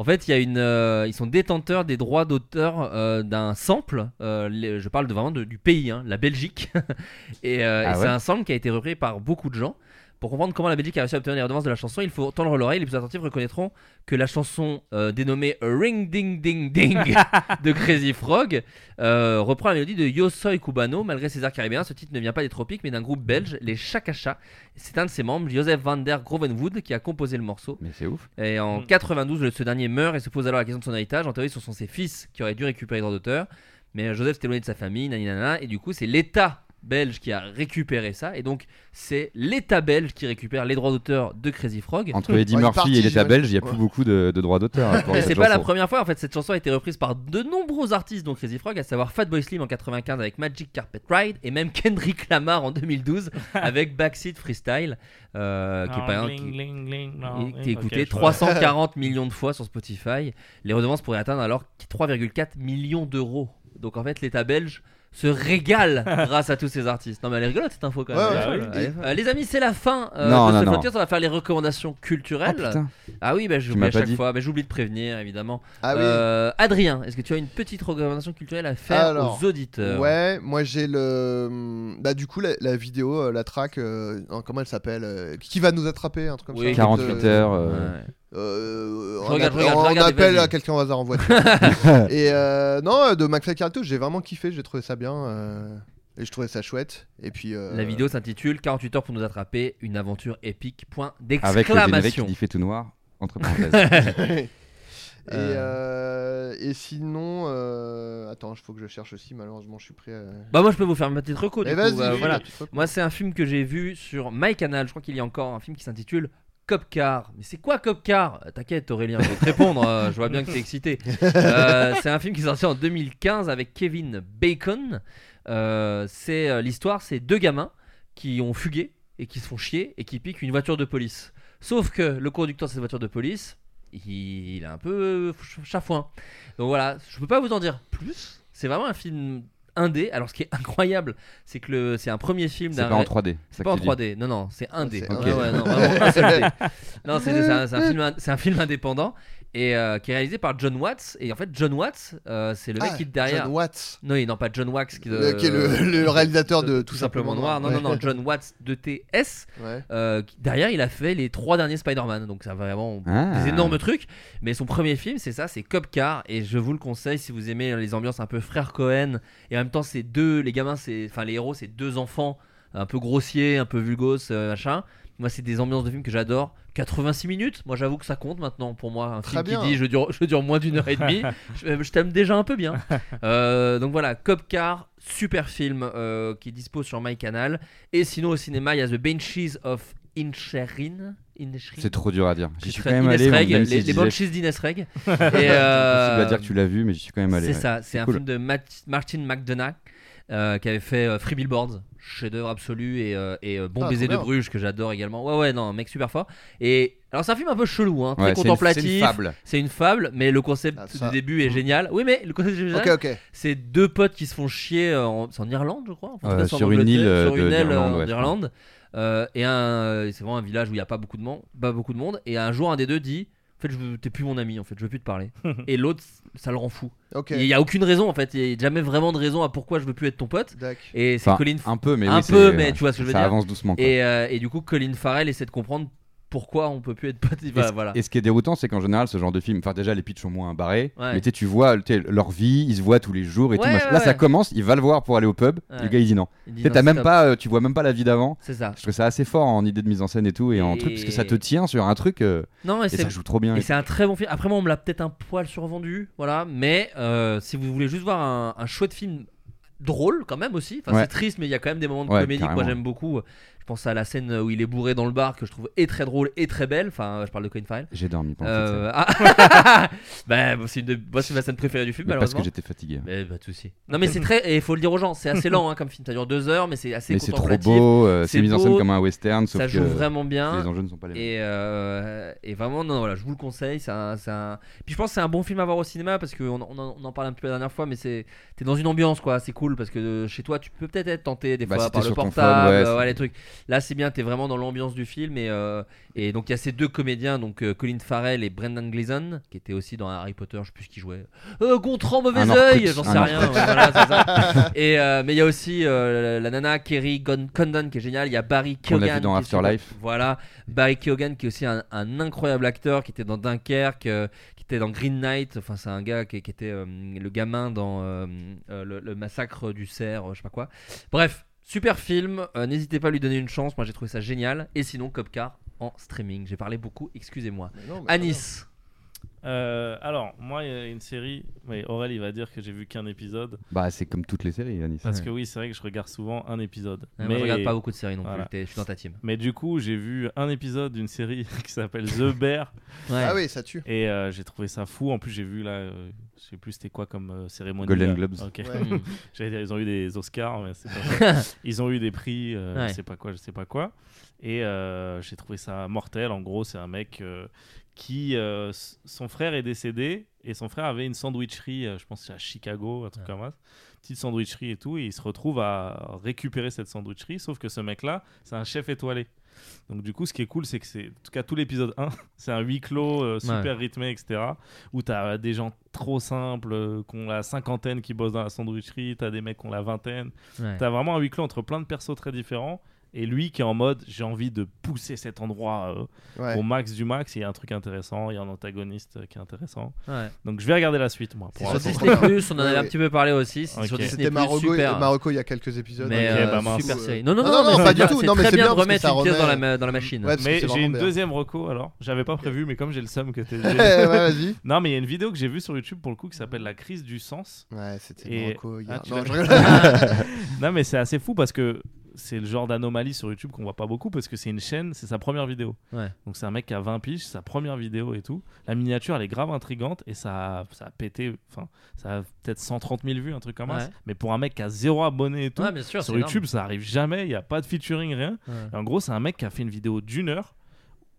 S5: En fait, il y a une, euh, ils sont détenteurs des droits d'auteur euh, d'un sample. euh, les- je parle de, vraiment de- du pays, hein, la Belgique. [laughs] et euh,
S7: Ah
S5: et
S7: ouais
S5: c'est un sample qui a été repris par beaucoup de gens. Pour comprendre comment la Belgique a réussi à obtenir les redevances de la chanson, il faut tendre l'oreille. Les plus attentifs reconnaîtront que la chanson euh, dénommée Ring Ding Ding
S7: [laughs]
S5: Ding de Crazy Frog euh, reprend la mélodie de Yo Soy Cubano. Malgré ses airs caribéens, ce titre ne vient pas des tropiques mais d'un groupe belge, les Chakacha. C'est un de ses membres, Joseph van der Grovenwood, qui a composé le morceau.
S7: Mais c'est ouf.
S5: Et en
S8: Mm.
S5: 92, le- ce dernier meurt et se pose alors la question de son héritage. En théorie, ce sont ses fils qui auraient dû récupérer les droits d'auteur. Mais euh, Joseph s'est éloigné de sa famille, naninana, et du coup, c'est l'État belge qui a récupéré ça. Et donc, c'est l'État belge qui récupère les droits d'auteur de Crazy Frog.
S7: Entre Eddie
S6: Ouais, il est
S7: Murphy
S6: parti,
S7: et l'État
S6: j'imagine.
S7: belge, il y a plus
S6: Ouais.
S7: beaucoup de, de droits d'auteur. pour
S5: Mais
S7: cette
S5: c'est pas la
S7: chanson.
S5: première fois en fait cette chanson a été reprise par de nombreux artistes dont Crazy Frog à savoir Fatboy Slim en 95 avec Magic Carpet Ride et même [laughs] Kendrick Lamar en 2012 avec Backseat Freestyle euh, qui est
S8: Ah,
S5: pas un- qui- et qui est écouté 340 millions de fois sur Spotify. Les redevances pourraient atteindre alors 3,4 millions d'euros. Donc en fait, l'État belge se régale grâce à tous ces artistes. Non mais elle est rigolote cette info quand même.
S6: Ouais,
S5: Elle est
S8: ouais,
S5: folle.
S8: ouais.
S5: Elle est folle. Euh, les amis, c'est la fin euh,
S7: Non,
S5: de
S7: non,
S5: ce
S7: non.
S5: podcast. On va faire les recommandations
S7: Ah,
S5: culturelles.
S7: putain.
S5: Ah oui, bah, j'oublie
S7: m'as
S5: à
S7: pas
S5: chaque
S7: dit.
S5: fois, mais j'oublie de prévenir évidemment.
S6: Ah oui.
S5: Euh, Adrien, est-ce que tu as une petite recommandation culturelle à faire
S6: Alors,
S5: aux auditeurs
S6: Ouais, moi j'ai le. Bah, du coup, la, la vidéo, euh, la track, euh, non, comment elle s'appelle euh, Qui va nous attraper Un truc comme
S5: Oui,
S6: ça.
S7: 48
S6: Euh,
S7: heures.
S5: Ouais.
S7: euh,
S6: Euh,
S5: Je
S6: on
S5: regarde,
S6: appe-
S5: je regarde, je
S6: on
S5: regarde,
S6: appelle
S5: vas-y.
S6: à quelqu'un au hasard
S5: [laughs]
S6: en voiture. et euh, non, de McFly Carlito, j'ai vraiment kiffé, j'ai trouvé ça bien. euh, et je trouvais ça chouette. Et puis. euh,
S5: La vidéo s'intitule 48 heures pour nous attraper, une aventure épique. Point
S7: Avec le générique
S5: d'exclamation.
S7: qui fait tout noir.
S5: [laughs]
S7: Entre parenthèses.
S6: [laughs] et, euh, et sinon. euh, Attends, il faut que je cherche aussi, malheureusement, je suis prêt. à-
S5: Bah moi je peux vous faire ma petite reco du
S6: Mais
S5: coup,
S6: vas-y,
S5: euh,
S6: oui,
S5: voilà.
S6: bah, tu te-
S5: Moi c'est un film que j'ai vu sur My Canal, je crois qu'il y a encore un film qui s'intitule Cop Car. Mais c'est quoi Cop Car Euh, T'inquiète Aurélien, je vais te répondre, euh, je vois bien que t'es excité. Euh, c'est un film qui est sorti en 2015 avec Kevin Bacon. Euh, c'est euh, l'histoire, c'est deux gamins qui ont fugué et qui se font chier et qui piquent une voiture de police. Sauf que le conducteur de cette voiture de police, il est un peu ch- chafouin. Donc voilà, je peux pas vous en dire plus. C'est vraiment un film indé. Alors ce qui est incroyable, c'est que le- c'est un premier film
S7: C'est
S5: d'un
S7: pas en 3D.
S5: c'est
S7: ça
S5: pas en
S7: que tu dis. Ah,
S5: 3D, non, non, c'est 1D.
S6: C'est
S5: Ouais,
S7: Ok.
S5: ouais, non, vraiment, c'est 1D. Non, c'est c'est un, c'est un film, ind- c'est un film indépendant. et euh, qui est réalisé par John Watts. Et en fait, John Watts, euh, c'est le mec
S6: Ah,
S5: qui est derrière.
S6: John Watts,
S5: Non, oui, non, pas John Watts qui,
S6: Le- qui est le- le réalisateur de Tout simplement
S5: noir. Non,
S6: Noir.
S5: non,
S6: Ouais.
S5: non, John Watts de TS.
S6: ouais.
S5: euh, qui- derrière, il a fait les trois derniers Spider-Man. Donc, ça vraiment
S7: Ah.
S5: des énormes trucs. Mais son premier film, c'est ça, c'est Cop Car. Et je vous le conseille si vous aimez les ambiances un peu frère Cohen. Et en même temps, c'est deux, les gamins, c'est, enfin, les héros, c'est deux enfants un peu grossiers, un peu vulgos, euh, machin. Moi, c'est des ambiances de films que j'adore. 86 minutes, moi j'avoue que ça compte maintenant pour moi. Un
S6: Très
S5: film
S6: bien.
S5: qui dit je dure, je dure moins d'une heure et
S7: [laughs]
S5: demie, je, je t'aime déjà un peu bien. Euh, donc voilà, Cop Car, super film euh, qui dispose sur MyCanal. Et sinon au cinéma, il y a The Benches of Incherin. Incherin.
S7: C'est trop dur à dire. J'y suis quand
S5: Ines
S7: même allé.
S5: Reg,
S7: même si
S5: les,
S7: je
S5: les
S7: disais-
S5: Banshees d'Ines Reg. Et,
S7: [laughs] C'est
S5: euh,
S7: impossible à dire que tu l'as vu, mais j'y suis quand même allé.
S5: c'est
S7: ouais.
S5: ça, c'est un
S7: cool.
S5: film de Mat- Martin McDonagh euh, qui avait fait euh, Free Billboards, chef-d'œuvre absolu, et, euh, et, euh, Bon
S6: Ah,
S5: baiser
S6: trop
S5: de
S6: bien.
S5: Bruges que j'adore également. Ouais, ouais, non, un mec super fort. Et alors, c'est un film un peu chelou, hein, très
S7: Ouais, c'est une-
S5: contemplatif.
S7: C'est une fable.
S5: C'est une fable, mais le concept
S6: Ah,
S5: du
S6: ça.
S5: début est génial. Oui, mais le concept du
S6: Ok,
S5: génial,
S6: ok.
S5: c'est deux potes qui se font chier euh, en, c'est en Irlande, je crois. Enfin, en tout
S7: Euh,
S5: cas, c'est en
S7: sur une
S5: Angleterre,
S7: île, euh,
S5: sur une
S7: de-
S5: île, euh,
S7: d'Irlande,
S5: en
S7: ouais, je
S5: Irlande. Euh, et un, c'est vraiment un village où il n'y a pas beaucoup de monde, pas beaucoup de monde. Et un jour, un des deux dit, en fait, je veux- t'es plus mon ami, en fait, je veux plus te parler. et l'autre, ça le rend fou.
S6: Ok.
S5: Il n'y a aucune raison en fait, il n'y a jamais vraiment de raison à pourquoi je veux plus être ton pote.
S6: Dac.
S5: Et c'est
S7: Enfin,
S5: Colin
S7: un peu, mais
S5: un
S7: oui,
S5: peu,
S7: c'est- euh,
S5: mais tu vois ce que je veux
S7: ça
S5: dire.
S7: avance doucement. quoi.
S5: et, euh, et du coup Colin Farrell essaie de comprendre pourquoi on peut plus être pote.
S7: Et
S5: Enfin,
S7: ce-
S5: voilà.
S7: Et ce qui est déroutant, c'est qu'en général, ce genre de film, enfin déjà les pitchs sont moins barrés,
S5: Ouais.
S7: mais tu sais, tu vois tu sais, leur vie, ils se voient tous les jours et tout.
S5: Ouais,
S7: machin.
S5: ouais,
S7: Là,
S5: ouais.
S7: ça commence, il va le voir pour aller au pub,
S5: Ouais.
S7: et le gars il dit non.
S5: Il
S7: Tu
S5: dit,
S7: sais,
S5: non,
S7: t'as même
S5: stop.
S7: pas, euh, tu vois même pas la vie d'avant.
S5: C'est ça.
S7: Je trouve ça assez fort en idée de mise en scène et tout, et en
S5: Et-
S7: truc, parce que ça te tient sur un truc, euh,
S5: Non,
S7: et ça joue trop bien.
S5: Et c'est un très bon film. Après, moi, on me l'a peut-être un poil survendu, voilà. Mais euh, si vous voulez juste voir un, un chouette film drôle, quand même aussi. Enfin,
S7: Ouais.
S5: c'est triste, mais il y a quand même des moments de
S7: Ouais,
S5: comédie que moi
S7: carrément.
S5: j'aime beaucoup. Je pense à la scène où il est bourré dans le bar que je trouve et très drôle et très belle. Enfin, je parle de Colin Farrell.
S7: J'ai dormi pendant cette scène.
S5: Euh, ah. [laughs] bah, c'est une de- moi, c'est ma scène préférée du film,
S7: Mais parce
S5: malheureusement.
S7: que j'étais fatigué.
S5: Mais pas de souci. Non, mais c'est très. Et il faut le dire aux gens, c'est
S7: [laughs]
S5: assez lent hein, comme film. Ça dure deux heures, mais c'est assez
S7: Mais c'est trop
S5: contemplatif.
S7: beau, euh,
S5: c'est
S7: c'est mis en scène
S5: beau,
S7: comme un western, sauf
S5: ça
S7: que
S5: joue vraiment bien.
S7: les enjeux ne sont pas les mêmes.
S5: Et, euh, et vraiment, non, voilà, je vous le conseille. C'est un, c'est un- Puis je pense que c'est un bon film à voir au cinéma parce qu'on on en, on en parlait un petit peu la dernière fois, mais c'est t'es dans une ambiance quoi, c'est cool parce que euh, chez toi tu peux peut-être être tenté des
S7: Bah,
S5: fois
S7: si
S5: par
S7: t'es
S5: le
S7: sur ton
S5: portable,
S7: phone, ouais,
S5: euh,
S7: c'est-
S5: les trucs. Là c'est bien, t'es vraiment dans l'ambiance du film et, euh, et donc il y a ces deux comédiens, donc euh, Colin Farrell et Brendan Gleeson, qui étaient aussi dans Harry Potter, je sais plus ce qu'ils jouaient. Euh, Gontran mauvais
S7: Un
S5: oeil,
S7: Orcrux,
S5: j'en
S7: un
S5: sais rien.
S7: Orcrux.
S5: ouais, voilà, c'est ça. Et euh, mais il y a aussi euh, la nana Kerry Gon- Condon qui est géniale, il y a Barry
S7: Qu'on a
S5: Keoghan
S7: vu dans
S5: qui est super-
S7: Afterlife.
S5: Voilà. Barry Keoghan qui est aussi un, un incroyable acteur qui était dans Dunkerque euh, qui était dans Green Knight enfin c'est un gars qui, qui était euh, le gamin dans euh, euh, le, le massacre du cerf euh, je sais pas quoi bref super film euh, n'hésitez pas à lui donner une chance moi j'ai trouvé ça génial et sinon Cop Car en streaming j'ai parlé beaucoup excusez-moi
S6: Mais non, mais
S5: à Nice
S8: Euh, alors, moi, il y a une série. Mais Aurel, il va dire que j'ai vu qu'un épisode.
S7: Bah, c'est comme toutes les séries, Anis.
S8: Parce que oui, c'est vrai que je regarde souvent un épisode.
S5: Ouais,
S8: mais
S5: Euh, moi je regarde pas beaucoup de séries non plus
S8: Voilà.
S5: j'étais- je suis dans ta team
S8: Mais du coup, j'ai vu un épisode d'une série [laughs] qui s'appelle The Bear
S5: Ouais.
S8: [laughs]
S6: Ah oui, ça tue.
S8: et euh, j'ai trouvé ça fou. En plus, j'ai vu là, euh, je sais plus c'était quoi comme euh, cérémonie.
S7: Golden
S8: là.
S7: Globes.
S8: Ok.
S6: Ouais.
S5: Mm.
S8: [laughs] J'allais dire, ils ont eu des Oscars, mais
S5: [laughs]
S8: c'est pas ça. Ils ont eu des prix, euh,
S5: Ouais.
S8: je sais pas quoi, je sais pas quoi. Et euh, j'ai trouvé ça mortel. En gros, c'est un mec euh, qui. euh, s- son frère est décédé et son frère avait une sandwicherie, euh, je pense que c'est à Chicago, un truc
S5: Ouais.
S8: comme ça. Petite sandwicherie et tout. Et il se retrouve à récupérer cette sandwicherie, sauf que ce mec-là, c'est un chef étoilé. Donc, du coup, ce qui est cool, c'est que c'est. En tout cas, tout l'épisode 1, c'est un [laughs] huis clos euh, super
S5: Ouais.
S8: rythmé, etc où tu as des gens trop simples euh, qui ont la cinquantaine qui bossent dans la sandwicherie, tu as des mecs qui ont la vingtaine.
S5: Ouais.
S8: Tu as vraiment un huis clos entre plein de persos très différents. Et lui qui est en mode j'ai envie de pousser cet endroit euh,
S6: Ouais.
S8: au max du max, il y a un truc intéressant, il y a un antagoniste euh, qui est intéressant.
S5: Ouais.
S8: Donc je vais regarder la suite moi.
S6: C'est
S8: pour
S5: sur
S8: l'instant.
S6: sorti-
S5: Disney Plus on en
S6: Ouais,
S5: avait un
S6: ouais.
S5: petit peu parlé aussi c'est
S8: Ok.
S5: sur Disney
S6: C'était
S5: Plus
S6: Marocco,
S5: super hein.
S6: Marocco il y a quelques épisodes.
S5: Mais
S6: Ok,
S8: euh,
S6: bah mince.
S5: super
S6: Euh,
S5: série. Non, non,
S6: Non,
S5: non,
S6: non,
S5: mais
S6: pas
S5: c'est
S6: du
S5: bien-
S6: tout.
S5: c'est
S6: Non, mais
S5: très
S6: c'est
S5: bien
S6: bien
S5: de
S6: parce que
S5: remettre
S6: ça
S5: une pièce
S6: remet-
S5: dans la, dans la machine.
S6: Ouais, parce que
S8: Mais
S6: c'est
S8: j'ai
S6: vraiment
S8: une
S6: bien.
S8: deuxième reco alors, j'avais pas prévu mais comme j'ai le seum
S6: [laughs]
S8: que t'es...
S6: ouais, vas-y.
S8: non mais il y a une vidéo que j'ai vue sur YouTube pour le coup qui s'appelle La crise du sens.
S6: [laughs] Ouais, c'était
S8: Et-
S6: Marocco hier.
S8: [laughs] Ah, tu
S6: Non,
S8: l'as
S6: je
S8: vu.
S6: rigole.
S8: Non, mais c'est assez fou parce que c'est le genre d'anomalie sur YouTube qu'on voit pas beaucoup parce que c'est une chaîne, c'est sa première vidéo.
S5: Ouais.
S8: Donc c'est un mec qui a 20 piges, sa première vidéo et tout. La miniature, elle est grave intrigante et ça, a- ça a pété, enfin, ça a peut-être 130 000 vues, un truc comme ça.
S5: Ouais.
S8: Mais pour un mec qui a zéro abonné et tout,
S5: Ouais, bien sûr,
S8: sur
S5: c'est
S8: YouTube, ça arrive jamais, il y a pas de featuring, rien.
S5: énorme.
S8: Et en gros, c'est un mec qui a fait une vidéo d'une heure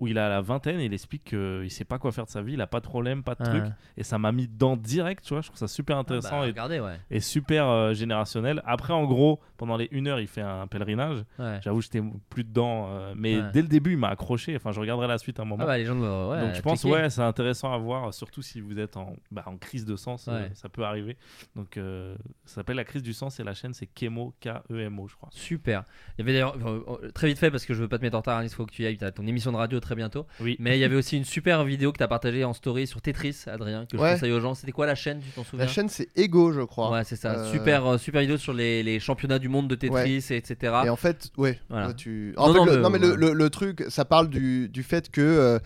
S8: où il a la vingtaine et il explique qu'il sait pas quoi faire de sa vie, il a pas de problème, pas de
S5: Ah.
S8: truc. Et ça m'a mis dedans direct, tu vois. Je trouve ça
S5: Ah
S8: super
S5: bah,
S8: intéressant et,
S5: regardez, ouais.
S8: et super euh, générationnel. Après, en gros, pendant les une heure, il fait un pèlerinage.
S5: ouais.
S8: J'avoue, j'étais plus dedans. euh, mais
S5: Ouais.
S8: dès le début, il m'a accroché. Enfin, je regarderai la suite à un moment.
S5: Ah bah, les gens doivent, ouais,
S8: Donc je pense
S5: cliquer.
S8: ouais c'est intéressant à voir surtout si vous êtes en, bah, en crise de sens euh,
S5: Ouais.
S8: ça peut arriver donc euh, ça s'appelle la crise du sens et la chaîne c'est Kemo K E M O je crois
S5: Super. Il y avait d'ailleurs euh, très vite fait parce que je veux pas te mettre en retard, Anis, faut que tu y ailles. T'as ton émission de radio très bientôt.
S8: oui
S5: Mais il y avait aussi une super vidéo que t'as partagée en story sur Tetris, Adrien, que je
S6: Ouais.
S5: conseille aux gens. C'était quoi la chaîne Tu t'en souviens
S6: [laughs] La chaîne, c'est Ego, je crois.
S5: Ouais, c'est ça.
S6: Euh,
S5: Super, euh, super vidéo sur les, les championnats du monde de Tetris, et etc.
S8: Ah.
S6: Et en fait, ouais.
S5: Voilà.
S6: toi, tu...
S5: Non,
S6: en fait,
S5: non,
S6: le-
S5: mais-
S6: non, mais le,
S5: ouais.
S6: le- le truc, ça parle du, du fait que, euh,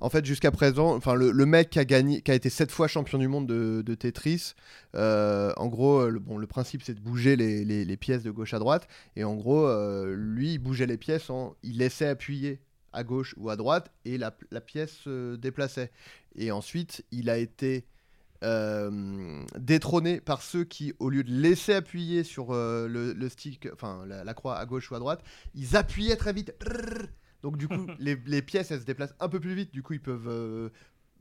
S6: en fait, jusqu'à présent, enfin, le, le mec qui a gagné, qui a été sept fois champion du monde de, de Tetris, euh, en gros, euh, le, bon, le principe, c'est de bouger les, les- les pièces de gauche à droite, et en gros, euh, lui, il bougeait les pièces, en, il laissait appuyer à gauche ou à droite, et la, la pièce se déplaçait. Et ensuite, il a été euh, détrôné par ceux qui, au lieu de laisser appuyer sur euh, le, le stick, enfin la, la croix à gauche ou à droite, ils appuyaient très vite. Trrr. Donc du coup, les, les pièces, elles se déplacent un peu plus vite. Du coup, ils peuvent euh,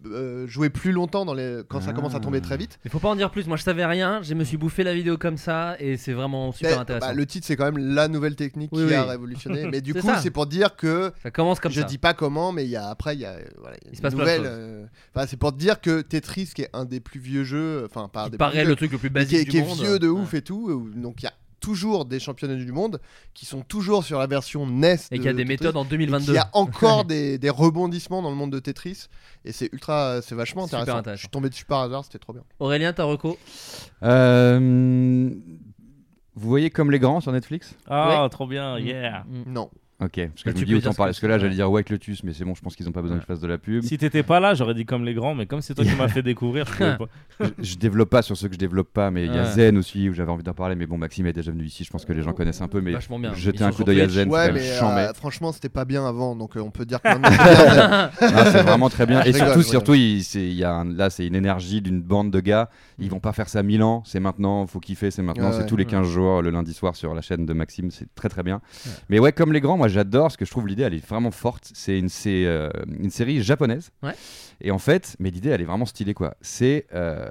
S6: euh, jouer plus longtemps dans les... quand ça commence à tomber très vite.
S5: Mais faut pas en dire plus. Moi, je savais rien. Je me suis bouffé la vidéo comme ça et c'est vraiment super
S6: Mais,
S5: intéressant.
S6: bah, le titre, c'est quand même la nouvelle technique
S5: Oui,
S6: qui a
S5: oui. [laughs]
S6: révolutionné. Mais du
S5: C'est
S6: coup,
S5: ça.
S6: c'est pour dire que
S5: Ça commence comme
S6: je
S5: ça.
S6: dis pas comment, mais il y a, après, il y a, euh, voilà, il y a
S5: Il se
S6: une
S5: passe plein de
S6: nouvelle.
S5: choses.
S6: euh, Enfin, c'est pour te dire que Tetris, qui est un des plus vieux jeux, enfin, pas un
S5: Qui
S6: des plus
S5: paraît
S6: vieux,
S5: le truc le plus
S6: Mais
S5: basique
S6: qui est,
S5: du
S6: qui est
S5: monde.
S6: vieux de
S5: Ouais.
S6: ouf et tout. euh, Donc il y a toujours des championnats du monde qui sont toujours sur la version NES.
S5: Et
S6: de-
S5: qu'il y a des
S6: de
S5: méthodes
S6: Tetris,
S5: en
S6: et qu'il
S5: 2022.
S6: y a encore des, des rebondissements dans le monde de Tetris. Et c'est ultra, euh, c'est vachement
S5: Super
S6: intéressant.
S5: intéressant.
S6: Je suis tombé dessus par hasard, c'était trop bien.
S5: Aurélien, ta reco
S7: Euh, vous voyez comme les grands sur Netflix
S8: ah trop bien yeah
S5: Mm.
S6: Non.
S7: Ok, parce que
S5: Mais
S7: je
S5: tu
S7: me dis
S5: peux
S7: autant
S5: dire ce
S7: parler.
S5: que
S7: Parce que là,
S5: c'est.
S7: j'allais dire ouais, Clotus, mais c'est bon, je pense qu'ils n'ont pas besoin que je fasse de la pub.
S8: si t'étais pas là j'aurais dit comme les grands mais comme c'est toi qui
S7: [laughs]
S8: m'as fait découvrir je pouvais pas
S7: je, je développe pas sur ceux que je développe pas, mais il y a
S5: Ouais.
S7: Zen aussi où j'avais envie d'en parler. Mais bon, Maxime est déjà venu ici, je pense que les gens connaissent un peu. Mais
S5: Vachement bien. Ils
S7: jetez un
S5: sont
S7: coup
S5: sur
S7: d'œil à
S5: Twitch.
S7: Zen,
S6: Ouais,
S7: c'est quand même
S5: [laughs]
S6: mais
S7: chambé.
S6: euh, franchement, c'était pas bien avant, donc euh, on peut dire que maintenant, c'est bien.
S7: Non, c'est vraiment très bien.
S6: Je
S7: Et
S6: rigole,
S7: surtout,
S6: je
S7: surtout, il, c'est- il y a un- là, c'est une énergie d'une bande de gars. Ils vont pas faire ça mille ans. C'est maintenant. Faut kiffer. C'est maintenant.
S6: Ouais,
S7: c'est
S6: ouais.
S7: tous les 15 jours, le lundi soir sur la chaîne de Maxime. C'est très très bien. Mais ouais, comme les grands, moi j'adore. Ce que je trouve l'idée, elle est vraiment forte. C'est une, c'est, euh, une série japonaise.
S5: Ouais.
S7: Et en fait, mais l'idée, elle est vraiment stylée quoi. C'est euh,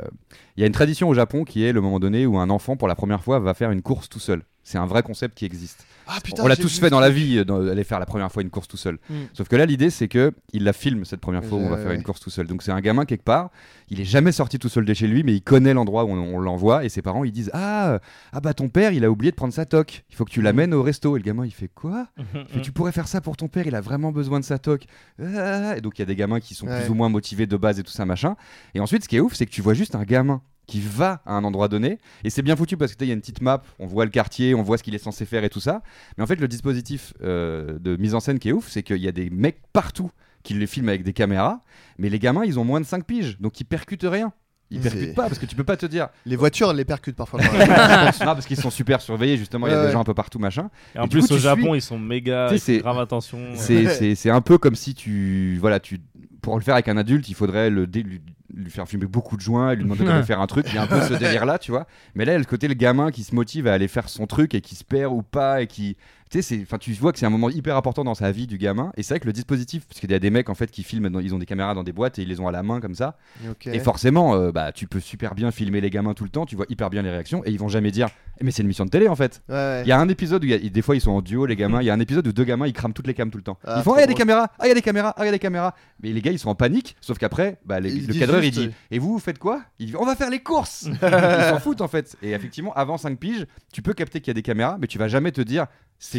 S7: il y a une tradition au Japon qui est le moment donné où un enfant pour la première fois va faire une course tout seul. C'est un vrai concept qui existe
S6: Ah, putain,
S7: on l'a
S6: j'ai vu
S7: tous fait
S6: ça.
S7: dans la vie, euh, dans- aller faire la première fois une course tout seul.
S5: Mm.
S7: Sauf que là, l'idée, c'est que il la filme cette première fois où on va
S6: Ouais,
S7: faire
S6: ouais.
S7: une course tout seul. Donc c'est un gamin quelque part, il est jamais sorti tout seul de chez lui, mais il connaît l'endroit où on, on l'envoie et ses parents ils disent ah euh, ah bah ton père il a oublié de prendre sa toque, il faut
S6: Mm.
S7: que tu l'amènes au resto. Et le gamin il fait quoi mais tu pourrais faire ça pour ton père, il a vraiment besoin de sa toque. Ah, Et donc il y a des gamins qui sont
S6: Ouais.
S7: plus ou moins motivés de base et tout ça machin. Et ensuite ce qui est ouf, c'est que tu vois juste un gamin qui va à un endroit donné et c'est bien foutu parce que tu sais, il y a une petite map, on voit le quartier, on voit ce qu'il est censé faire et tout ça. Mais en fait le dispositif euh, de mise en scène qui est ouf, c'est qu'il y a des mecs partout qui les filment avec des caméras, mais les gamins ils ont moins de 5 piges, donc ils percutent rien. Ils
S6: C'est-
S7: percutent pas parce que tu peux pas te dire.
S6: Les voitures, elles les percutent
S5: [laughs]
S6: parfois.
S7: [laughs] non, parce qu'ils sont super surveillés, justement, il y a
S6: Ouais,
S7: des
S6: ouais.
S7: gens un peu partout, machin.
S8: Et en
S7: Mais du
S8: plus
S7: coup,
S8: au
S7: tu
S8: Japon
S7: suis-
S8: ils sont méga
S7: Tu sais,
S8: ils font
S7: c'est-
S8: grave attention
S7: C'est-
S6: Ouais.
S7: C'est c'est un peu comme si tu. Voilà, tu. Pour le faire avec un adulte, il faudrait le, dé- lui, lui faire fumer beaucoup de joints et lui demander de faire un truc. Il y a
S6: [laughs]
S7: un peu ce délire-là, tu vois. Mais là, il y a le côté le gamin qui se motive à aller faire son truc et qui se perd ou pas et qui. Tu sais, c'est- enfin, tu vois que c'est un moment hyper important dans sa vie du gamin. Et c'est vrai que le dispositif, parce qu'il y a des mecs en fait qui filment, dans- ils ont des caméras dans des boîtes et ils les ont à la main comme ça.
S6: Ok.
S7: Et forcément, euh, bah, tu peux super bien filmer les gamins tout le temps, tu vois hyper bien les réactions et ils vont jamais dire, Eh, mais c'est une mission de télé en fait.
S6: Ouais, ouais.
S7: Il y a un épisode où il y a- des fois ils sont en duo les gamins, il y a un épisode où deux gamins ils crament toutes les cams tout le temps.
S6: Ah,
S7: ils font
S6: trop
S7: ah il y a des
S6: drôle.
S7: caméras, ah il y a des caméras, ah il y a des caméras. Mais les gars ils sont en panique, sauf qu'après bah, les-
S6: Ils
S7: le
S6: disent
S7: cadreur
S6: juste,
S7: il
S6: euh,
S7: dit et vous vous faites quoi Il dit on va faire les courses.
S6: [laughs]
S7: ils s'en foutent en fait. Et effectivement avant 5 piges, tu peux capter qu'il y a des caméras mais tu vas jamais te dire c'est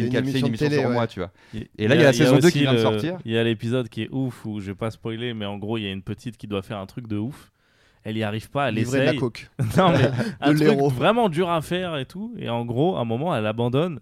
S6: C'est
S7: une,
S6: une
S7: cam- c'est une
S6: émission de
S7: émission
S6: télé,
S7: sur
S6: ouais.
S7: moi, tu vois.
S8: Il-
S7: Et là, il y a la saison 2 qui
S8: aussi
S7: vient de
S8: le-
S7: sortir.
S8: Il y a l'épisode qui est ouf où je vais pas spoiler, mais en gros, il y a une petite qui doit faire un truc de ouf. Elle y arrive pas, elle
S6: Livrer de la
S8: essaye.
S6: coke.
S8: [laughs]
S6: [laughs]
S7: [laughs]
S8: non, mais un truc
S6: l'héros.
S8: vraiment dur à faire et tout. Et en gros, à un moment, elle abandonne.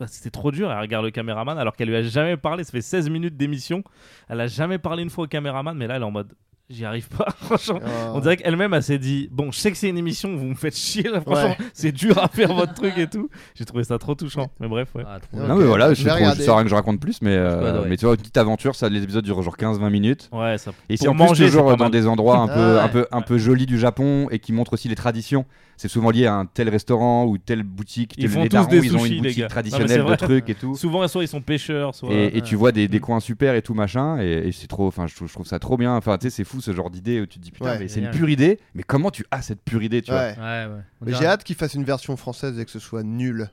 S8: Bah, C'était trop dur. Elle regarde le caméraman alors qu'elle lui a jamais parlé. Ça fait 16 minutes d'émission. Elle a jamais parlé une fois au caméraman, mais là, elle est en mode J'y arrive pas, [laughs] franchement.
S6: Ah.
S8: On dirait qu'elle-même, elle s'est dit Bon, je sais que c'est une émission, vous me faites chier là, franchement, c'est dur à faire votre truc
S6: [laughs]
S8: et tout. J'ai trouvé ça trop touchant, mais bref, ouais.
S5: Ah, trop
S6: Ouais.
S5: bien.
S7: Non,
S6: Ok,
S7: mais voilà,
S6: je
S7: je
S6: vais
S7: sais trop,
S6: regarder.
S7: ça sert à rien que je raconte plus, mais, euh,
S5: Je peux adorer.
S7: mais tu vois, une petite aventure, ça, les épisodes durent genre 15-20 minutes.
S8: Ouais, ça
S7: Et c'est
S8: Pour
S7: en plus
S8: manger, c'est
S7: toujours
S8: pas
S7: dans
S8: mal.
S7: des endroits un peu,
S6: Ah ouais.
S7: un peu, un peu jolis du Japon et qui montrent aussi les traditions. C'est souvent lié à un tel restaurant ou telle boutique.
S8: Ils
S7: tel-
S8: font
S7: les
S8: tous
S7: darons,
S8: des
S7: ils ont
S8: sushis,
S7: une
S8: les
S7: boutique
S8: gars. Non, mais
S7: traditionnelle
S8: c'est
S7: de
S8: vrai.
S7: trucs et tout.
S8: Souvent, soit ils sont pêcheurs, [laughs] soit.
S7: Et, et tu vois des, des
S8: Mm.
S7: coins super et tout machin, et, et c'est trop. Enfin, je trouve, je trouve ça trop bien. Enfin, tu sais, c'est fou ce genre d'idée où tu te dis putain,
S6: Ouais,
S7: mais c'est une
S5: génial.
S7: pure idée. Mais comment tu as cette pure idée, tu vois
S6: Ouais.
S5: Ouais, ouais. On
S6: Mais
S5: dirait-
S6: J'ai hâte qu'il fasse une version française et que ce soit nul.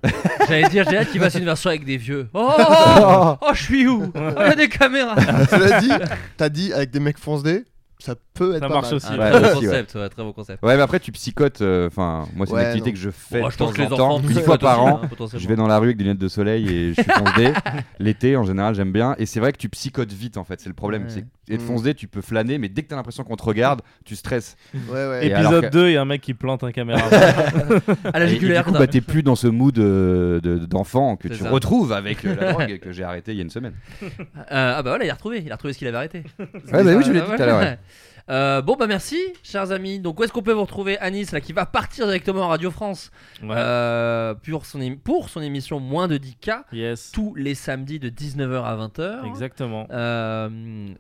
S5: J'allais dire, j'ai hâte qu'il fasse une version avec des vieux. Oh, oh, oh, oh, je suis où Oh, il y a des caméras.
S6: [laughs] Cela dit, t'as dit avec des mecs foncés, ça peut être
S8: Ça
S6: pas
S8: marche
S6: mal.
S8: aussi.
S5: Ah,
S7: Ouais,
S5: très, beau
S7: aussi, ouais.
S5: concept, ouais, très beau concept.
S7: Ouais, mais après tu psychotes. euh, Enfin, moi c'est
S6: Ouais,
S7: une activité
S6: non.
S7: que je fais
S5: Bon,
S7: de
S5: je pense
S7: temps
S5: que les
S7: en
S5: enfants, euh, hein,
S7: temps,
S8: [laughs]
S7: une fois par an. Je vais
S5: dans
S7: dans la rue avec des lunettes de soleil et je suis foncé. L'été, en général, j'aime bien. Et c'est vrai que tu psychotes vite, en fait. C'est le problème.
S5: Ouais.
S7: c'est Et de
S6: Mm.
S7: foncé, tu peux flâner, mais dès que t'as l'impression qu'on te regarde, tu stresses.
S6: Ouais, ouais.
S7: Et alors
S8: Épisode
S7: que-
S8: 2, il y a un mec qui plante un caméra.
S5: [laughs] à la
S7: Et, et du
S5: jugulaire.
S7: coup, bah, t'es plus dans ce mood euh, de- d'enfant que
S5: C'est
S7: tu
S5: ça.
S7: retrouves avec euh, la drogue que j'ai arrêté il y a une semaine.
S5: Euh, ah bah voilà, il a retrouvé, il a retrouvé ce qu'il avait arrêté.
S7: Ouais, bah oui, je l'ai dit tout à l'heure, ouais.
S5: [laughs] Euh, bon bah merci chers amis. Donc où est-ce qu'on peut vous retrouver Anis là qui va partir directement à Radio France
S8: Ouais.
S5: euh, pour, son ém- pour son émission moins de 10K
S8: Yes.
S5: tous les samedis de 19h à 20h.
S8: Exactement.
S5: Euh,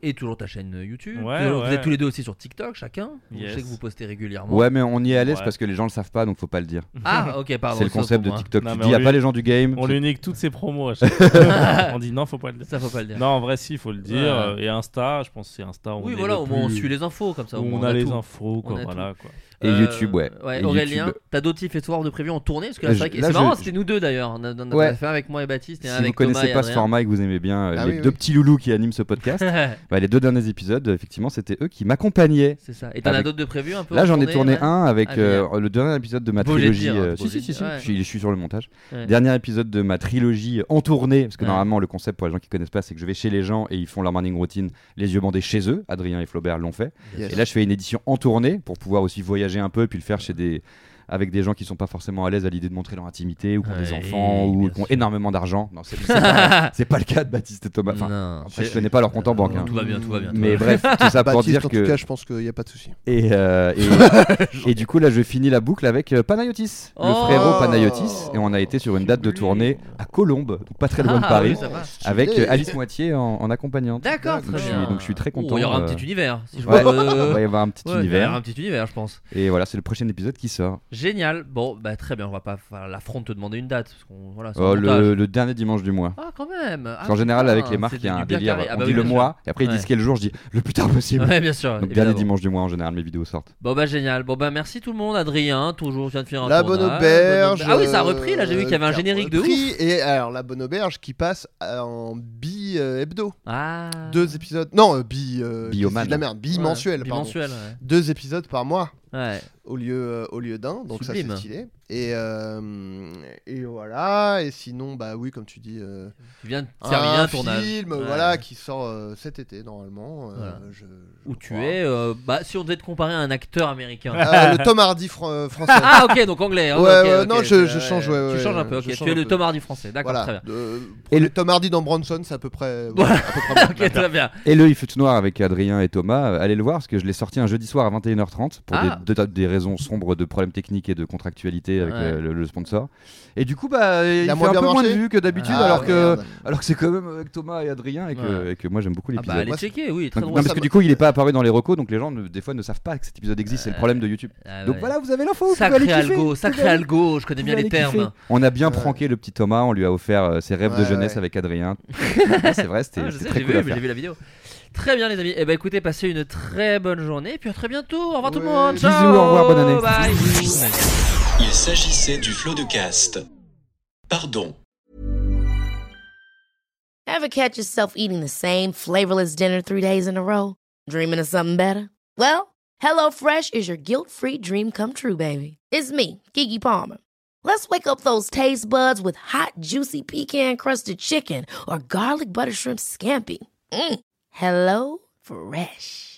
S5: et toujours ta chaîne YouTube.
S8: Ouais,
S5: Toujours- Vous
S8: ouais.
S5: êtes tous les deux aussi sur TikTok chacun. Je
S8: Yes.
S5: sais que vous postez régulièrement.
S7: Ouais, mais on y est à l'aise
S8: Ouais.
S7: parce que les gens le savent pas, donc faut pas le dire.
S5: Ah ok pardon.
S7: c'est le
S5: ça, pour
S7: concept de
S5: moi.
S7: TikTok.
S8: Non,
S7: tu
S8: mais
S7: dis
S8: on
S7: à
S8: lui-
S7: pas les gens du
S5: Euh,
S7: game.
S8: On
S7: tu-
S8: lui nique toutes ses promos à
S5: [laughs]
S8: chaque fois. On dit non, faut pas le dire.
S5: Ça faut pas le dire.
S8: Non, en vrai, si, faut le dire.
S5: Ouais.
S8: Euh, Et Insta, je pense que c'est Insta. où on
S5: oui
S8: est
S5: voilà
S8: le
S5: au moins on
S8: plus-
S5: suit les infos comme ça.
S8: où
S5: au moins,
S8: on a les
S5: tout.
S8: infos, quoi.
S5: On a
S8: voilà, quoi.
S7: Et
S5: Euh,
S7: YouTube, ouais. Et
S5: Aurélien,
S7: YouTube.
S5: t'as d'autres et soir de prévu en tournée parce que là, c'est
S7: Je-
S5: vrai que-
S7: là,
S5: c'est marrant,
S7: je-
S5: c'était nous deux d'ailleurs. hein, On a, on a
S7: Ouais.
S5: fait avec moi et Baptiste et
S7: Si vous
S5: avec Thomas
S7: connaissez
S5: et
S7: pas ce
S5: Adrien.
S7: format et que vous aimez bien euh,
S6: Ah
S7: les
S6: oui,
S7: deux
S6: oui.
S7: petits loulous qui animent ce podcast, bah, les deux derniers épisodes, euh, effectivement, c'était eux qui m'accompagnaient
S5: [laughs] c'est ça. Et t'en as
S7: Avec-
S5: d'autres de prévu un peu
S7: Là,
S5: en
S7: j'en ai tourné
S5: tournée, ouais.
S7: un avec
S5: Ah,
S7: euh, le dernier épisode de ma
S5: Beau jet de
S7: trilogie.
S5: dire, hein,
S7: euh,
S5: beau jet
S7: si, si,
S5: de
S7: si, si,
S5: dire, ouais.
S7: je, suis, je suis sur le montage.
S5: Ouais.
S7: Dernier épisode de ma trilogie en tournée, parce que
S5: Ouais.
S7: normalement, le concept pour les gens qui connaissent pas, c'est que je vais chez les gens et ils font leur morning routine les yeux bandés chez eux. Adrien et Flaubert l'ont fait.
S6: Yes.
S7: Et là, je fais une édition en tournée pour pouvoir aussi voyager un peu et puis le faire chez des avec des gens qui sont pas forcément à l'aise à l'idée de montrer leur intimité ou qui ont des
S5: Ouais,
S7: enfants ou
S5: bien
S7: qui ont
S5: sûr.
S7: énormément d'argent. Non, c'est
S5: [laughs]
S7: c'est pas, c'est pas le cas de Baptiste et Thomas. bah, Enfin,
S5: Non,
S7: après, je
S5: c'est-
S7: connais pas leur compte en banque.
S5: Non,
S7: hein.
S5: Tout va bien, tout va bien. tout
S7: Mais
S5: va bien.
S7: bref, tout
S6: Bah,
S7: ça pour
S6: Baptiste,
S7: dire
S6: en
S7: que
S6: tout cas, je pense qu'il n'y a pas de souci.
S7: et, euh, et, et du coup, là, je finis la boucle avec euh, Panayotis, le
S5: Oh
S7: frérot Panayotis. Et on a été sur une date de tournée à Colombes, donc pas très loin de
S5: Ah,
S7: Paris,
S5: oui, ça va.
S7: avec
S6: Stylé.
S7: euh, Alice Moitié en, en accompagnante.
S5: D'accord,
S7: Donc
S5: très
S7: je suis-
S5: bien.
S7: donc je suis très
S5: Oh,
S7: content,
S5: Il y aura un
S7: euh,
S5: petit univers. si je
S7: [laughs] Ouais.
S5: vois,
S7: Il
S5: euh,
S7: va y avoir un petit
S5: ouais, Il va y avoir
S7: univers.
S5: un petit univers, je pense.
S7: Et voilà, c'est le prochain épisode qui sort.
S5: Génial. Bon, bah très bien. On va pas faire l'affront de te demander une date parce qu'on voilà. c'est
S7: Oh,
S5: un montage.
S7: le, le dernier dimanche du mois.
S5: Ah quand même. Ah,
S7: en général,
S5: putain,
S7: avec les marques,
S5: c'est
S7: il y a un
S5: devenu bien
S7: délire.
S5: carré. Ah,
S7: on
S5: bah
S7: dit
S5: oui,
S7: le
S5: bien
S7: mois, et après ils
S5: Ouais.
S7: disent quel jour, je dis le plus tard possible.
S5: sûr. Ouais, bien sûr.
S7: Donc, dernier
S5: évidemment.
S7: dimanche du mois, en général, mes vidéos sortent.
S5: Bon bah génial. Bon bah merci tout le monde. Adrien, toujours, je viens de faire un
S6: La
S5: tournage.
S6: bonne auberge.
S5: Ah oui, ça a repris là. J'ai vu qu'il y avait un
S6: euh,
S5: générique de ouf.
S6: repris, Et alors, la bonne auberge qui passe euh, en bi-hebdo.
S5: Ah.
S6: Deux épisodes. Non, euh, bi. euh,
S7: Bioman.
S6: qu'est-ce que je dis de la merde. Bimensuel, pardon.
S5: Bimensuel. Ouais.
S6: Deux épisodes par mois
S5: Ouais.
S6: au lieu, euh, au lieu d'un. Donc, ça,
S5: Sublime.
S6: c'est stylé. Et, euh, et voilà. Et sinon, bah oui, comme tu dis. euh,
S5: Tu viens de terminer un,
S6: un
S5: tournage.
S6: film
S5: Ouais.
S6: voilà qui sort euh, cet été normalement euh,
S5: Voilà.
S6: je- je
S5: Où tu
S6: crois.
S5: es. euh, bah si on devait te comparer à un acteur américain.
S6: Euh, le Tom Hardy fran- euh, français
S5: [laughs] ah ok donc anglais. hein,
S6: Ouais,
S5: ok,
S6: ouais,
S5: ok,
S6: non, je- je change, ouais,
S5: Tu
S6: ouais,
S5: changes un peu. ok.
S6: je
S5: Tu
S6: change
S5: es
S6: un
S5: le
S6: peu.
S5: Tom Hardy français. D'accord. Très bien.
S6: voilà Euh,
S7: Et
S6: et
S7: le-
S6: le Tom Hardy dans Bronson c'est à peu près
S5: [laughs] Voilà.
S6: à peu près
S5: Ok très bien.
S7: Et l'œil feu tout noir avec Adrien et Thomas, euh, allez le voir parce que je l'ai sorti un jeudi soir à 21h30 pour
S5: Ah.
S7: des, de- des raisons sombres de problèmes techniques et de contractualité avec
S5: Ouais.
S7: euh, le, le sponsor. Et du coup, bah, il, fait
S6: a
S7: un
S6: moins
S7: peu
S6: bien
S7: moins de
S6: marché
S7: vues que d'habitude
S5: Ah,
S7: alors, que,
S6: merde.
S7: alors que c'est quand même avec Thomas et Adrien et que,
S5: Ouais.
S7: et que moi j'aime beaucoup
S5: Ah bah
S7: l'épisode.
S5: allez
S6: Moi,
S5: checker. Oui très
S7: Donc, non,
S5: drôle.
S7: parce que du coup, il n'est pas apparu dans les recos, donc les gens ne- des fois ne savent pas que cet épisode existe. C'est le problème de YouTube.
S5: Ah,
S7: Donc
S5: ouais.
S7: voilà, vous avez l'info. vous pouvez
S5: Sacré
S7: aller kiffer,
S5: algo,
S7: vous
S5: sacré
S7: pouvez aller-
S5: algo, je connais
S7: vous
S5: bien
S7: pouvez
S5: les termes.
S7: aller kiffer. On a bien
S6: Ouais.
S7: pranké le petit Thomas. On lui a offert euh, ses rêves de
S6: Ouais,
S7: jeunesse
S6: ouais.
S7: avec
S5: [laughs]
S7: Adrien. Non, c'est vrai, c'était
S5: Ah, je
S7: c'était
S5: sais,
S7: très
S5: j'ai
S7: cool à
S5: vu,
S7: faire.
S5: j'ai vu la vidéo. Très bien, les amis. Eh ben, écoutez, passez une très bonne journée. Et puis à très bientôt. Au revoir tout le
S6: Ouais.
S5: monde.
S7: Bisous,
S5: Ciao.
S7: au revoir, bonne année.
S5: Bye.
S2: Il s'agissait du flot de cast. Pardon.
S9: Ever catch yourself eating the same flavorless dinner three days in a row? Dreaming of something better? Well, HelloFresh is your guilt free dream come true, baby. It's me, Kiki Palmer. Let's wake up those taste buds with hot, juicy pecan crusted chicken or garlic butter shrimp scampi. Mm. Hello Fresh.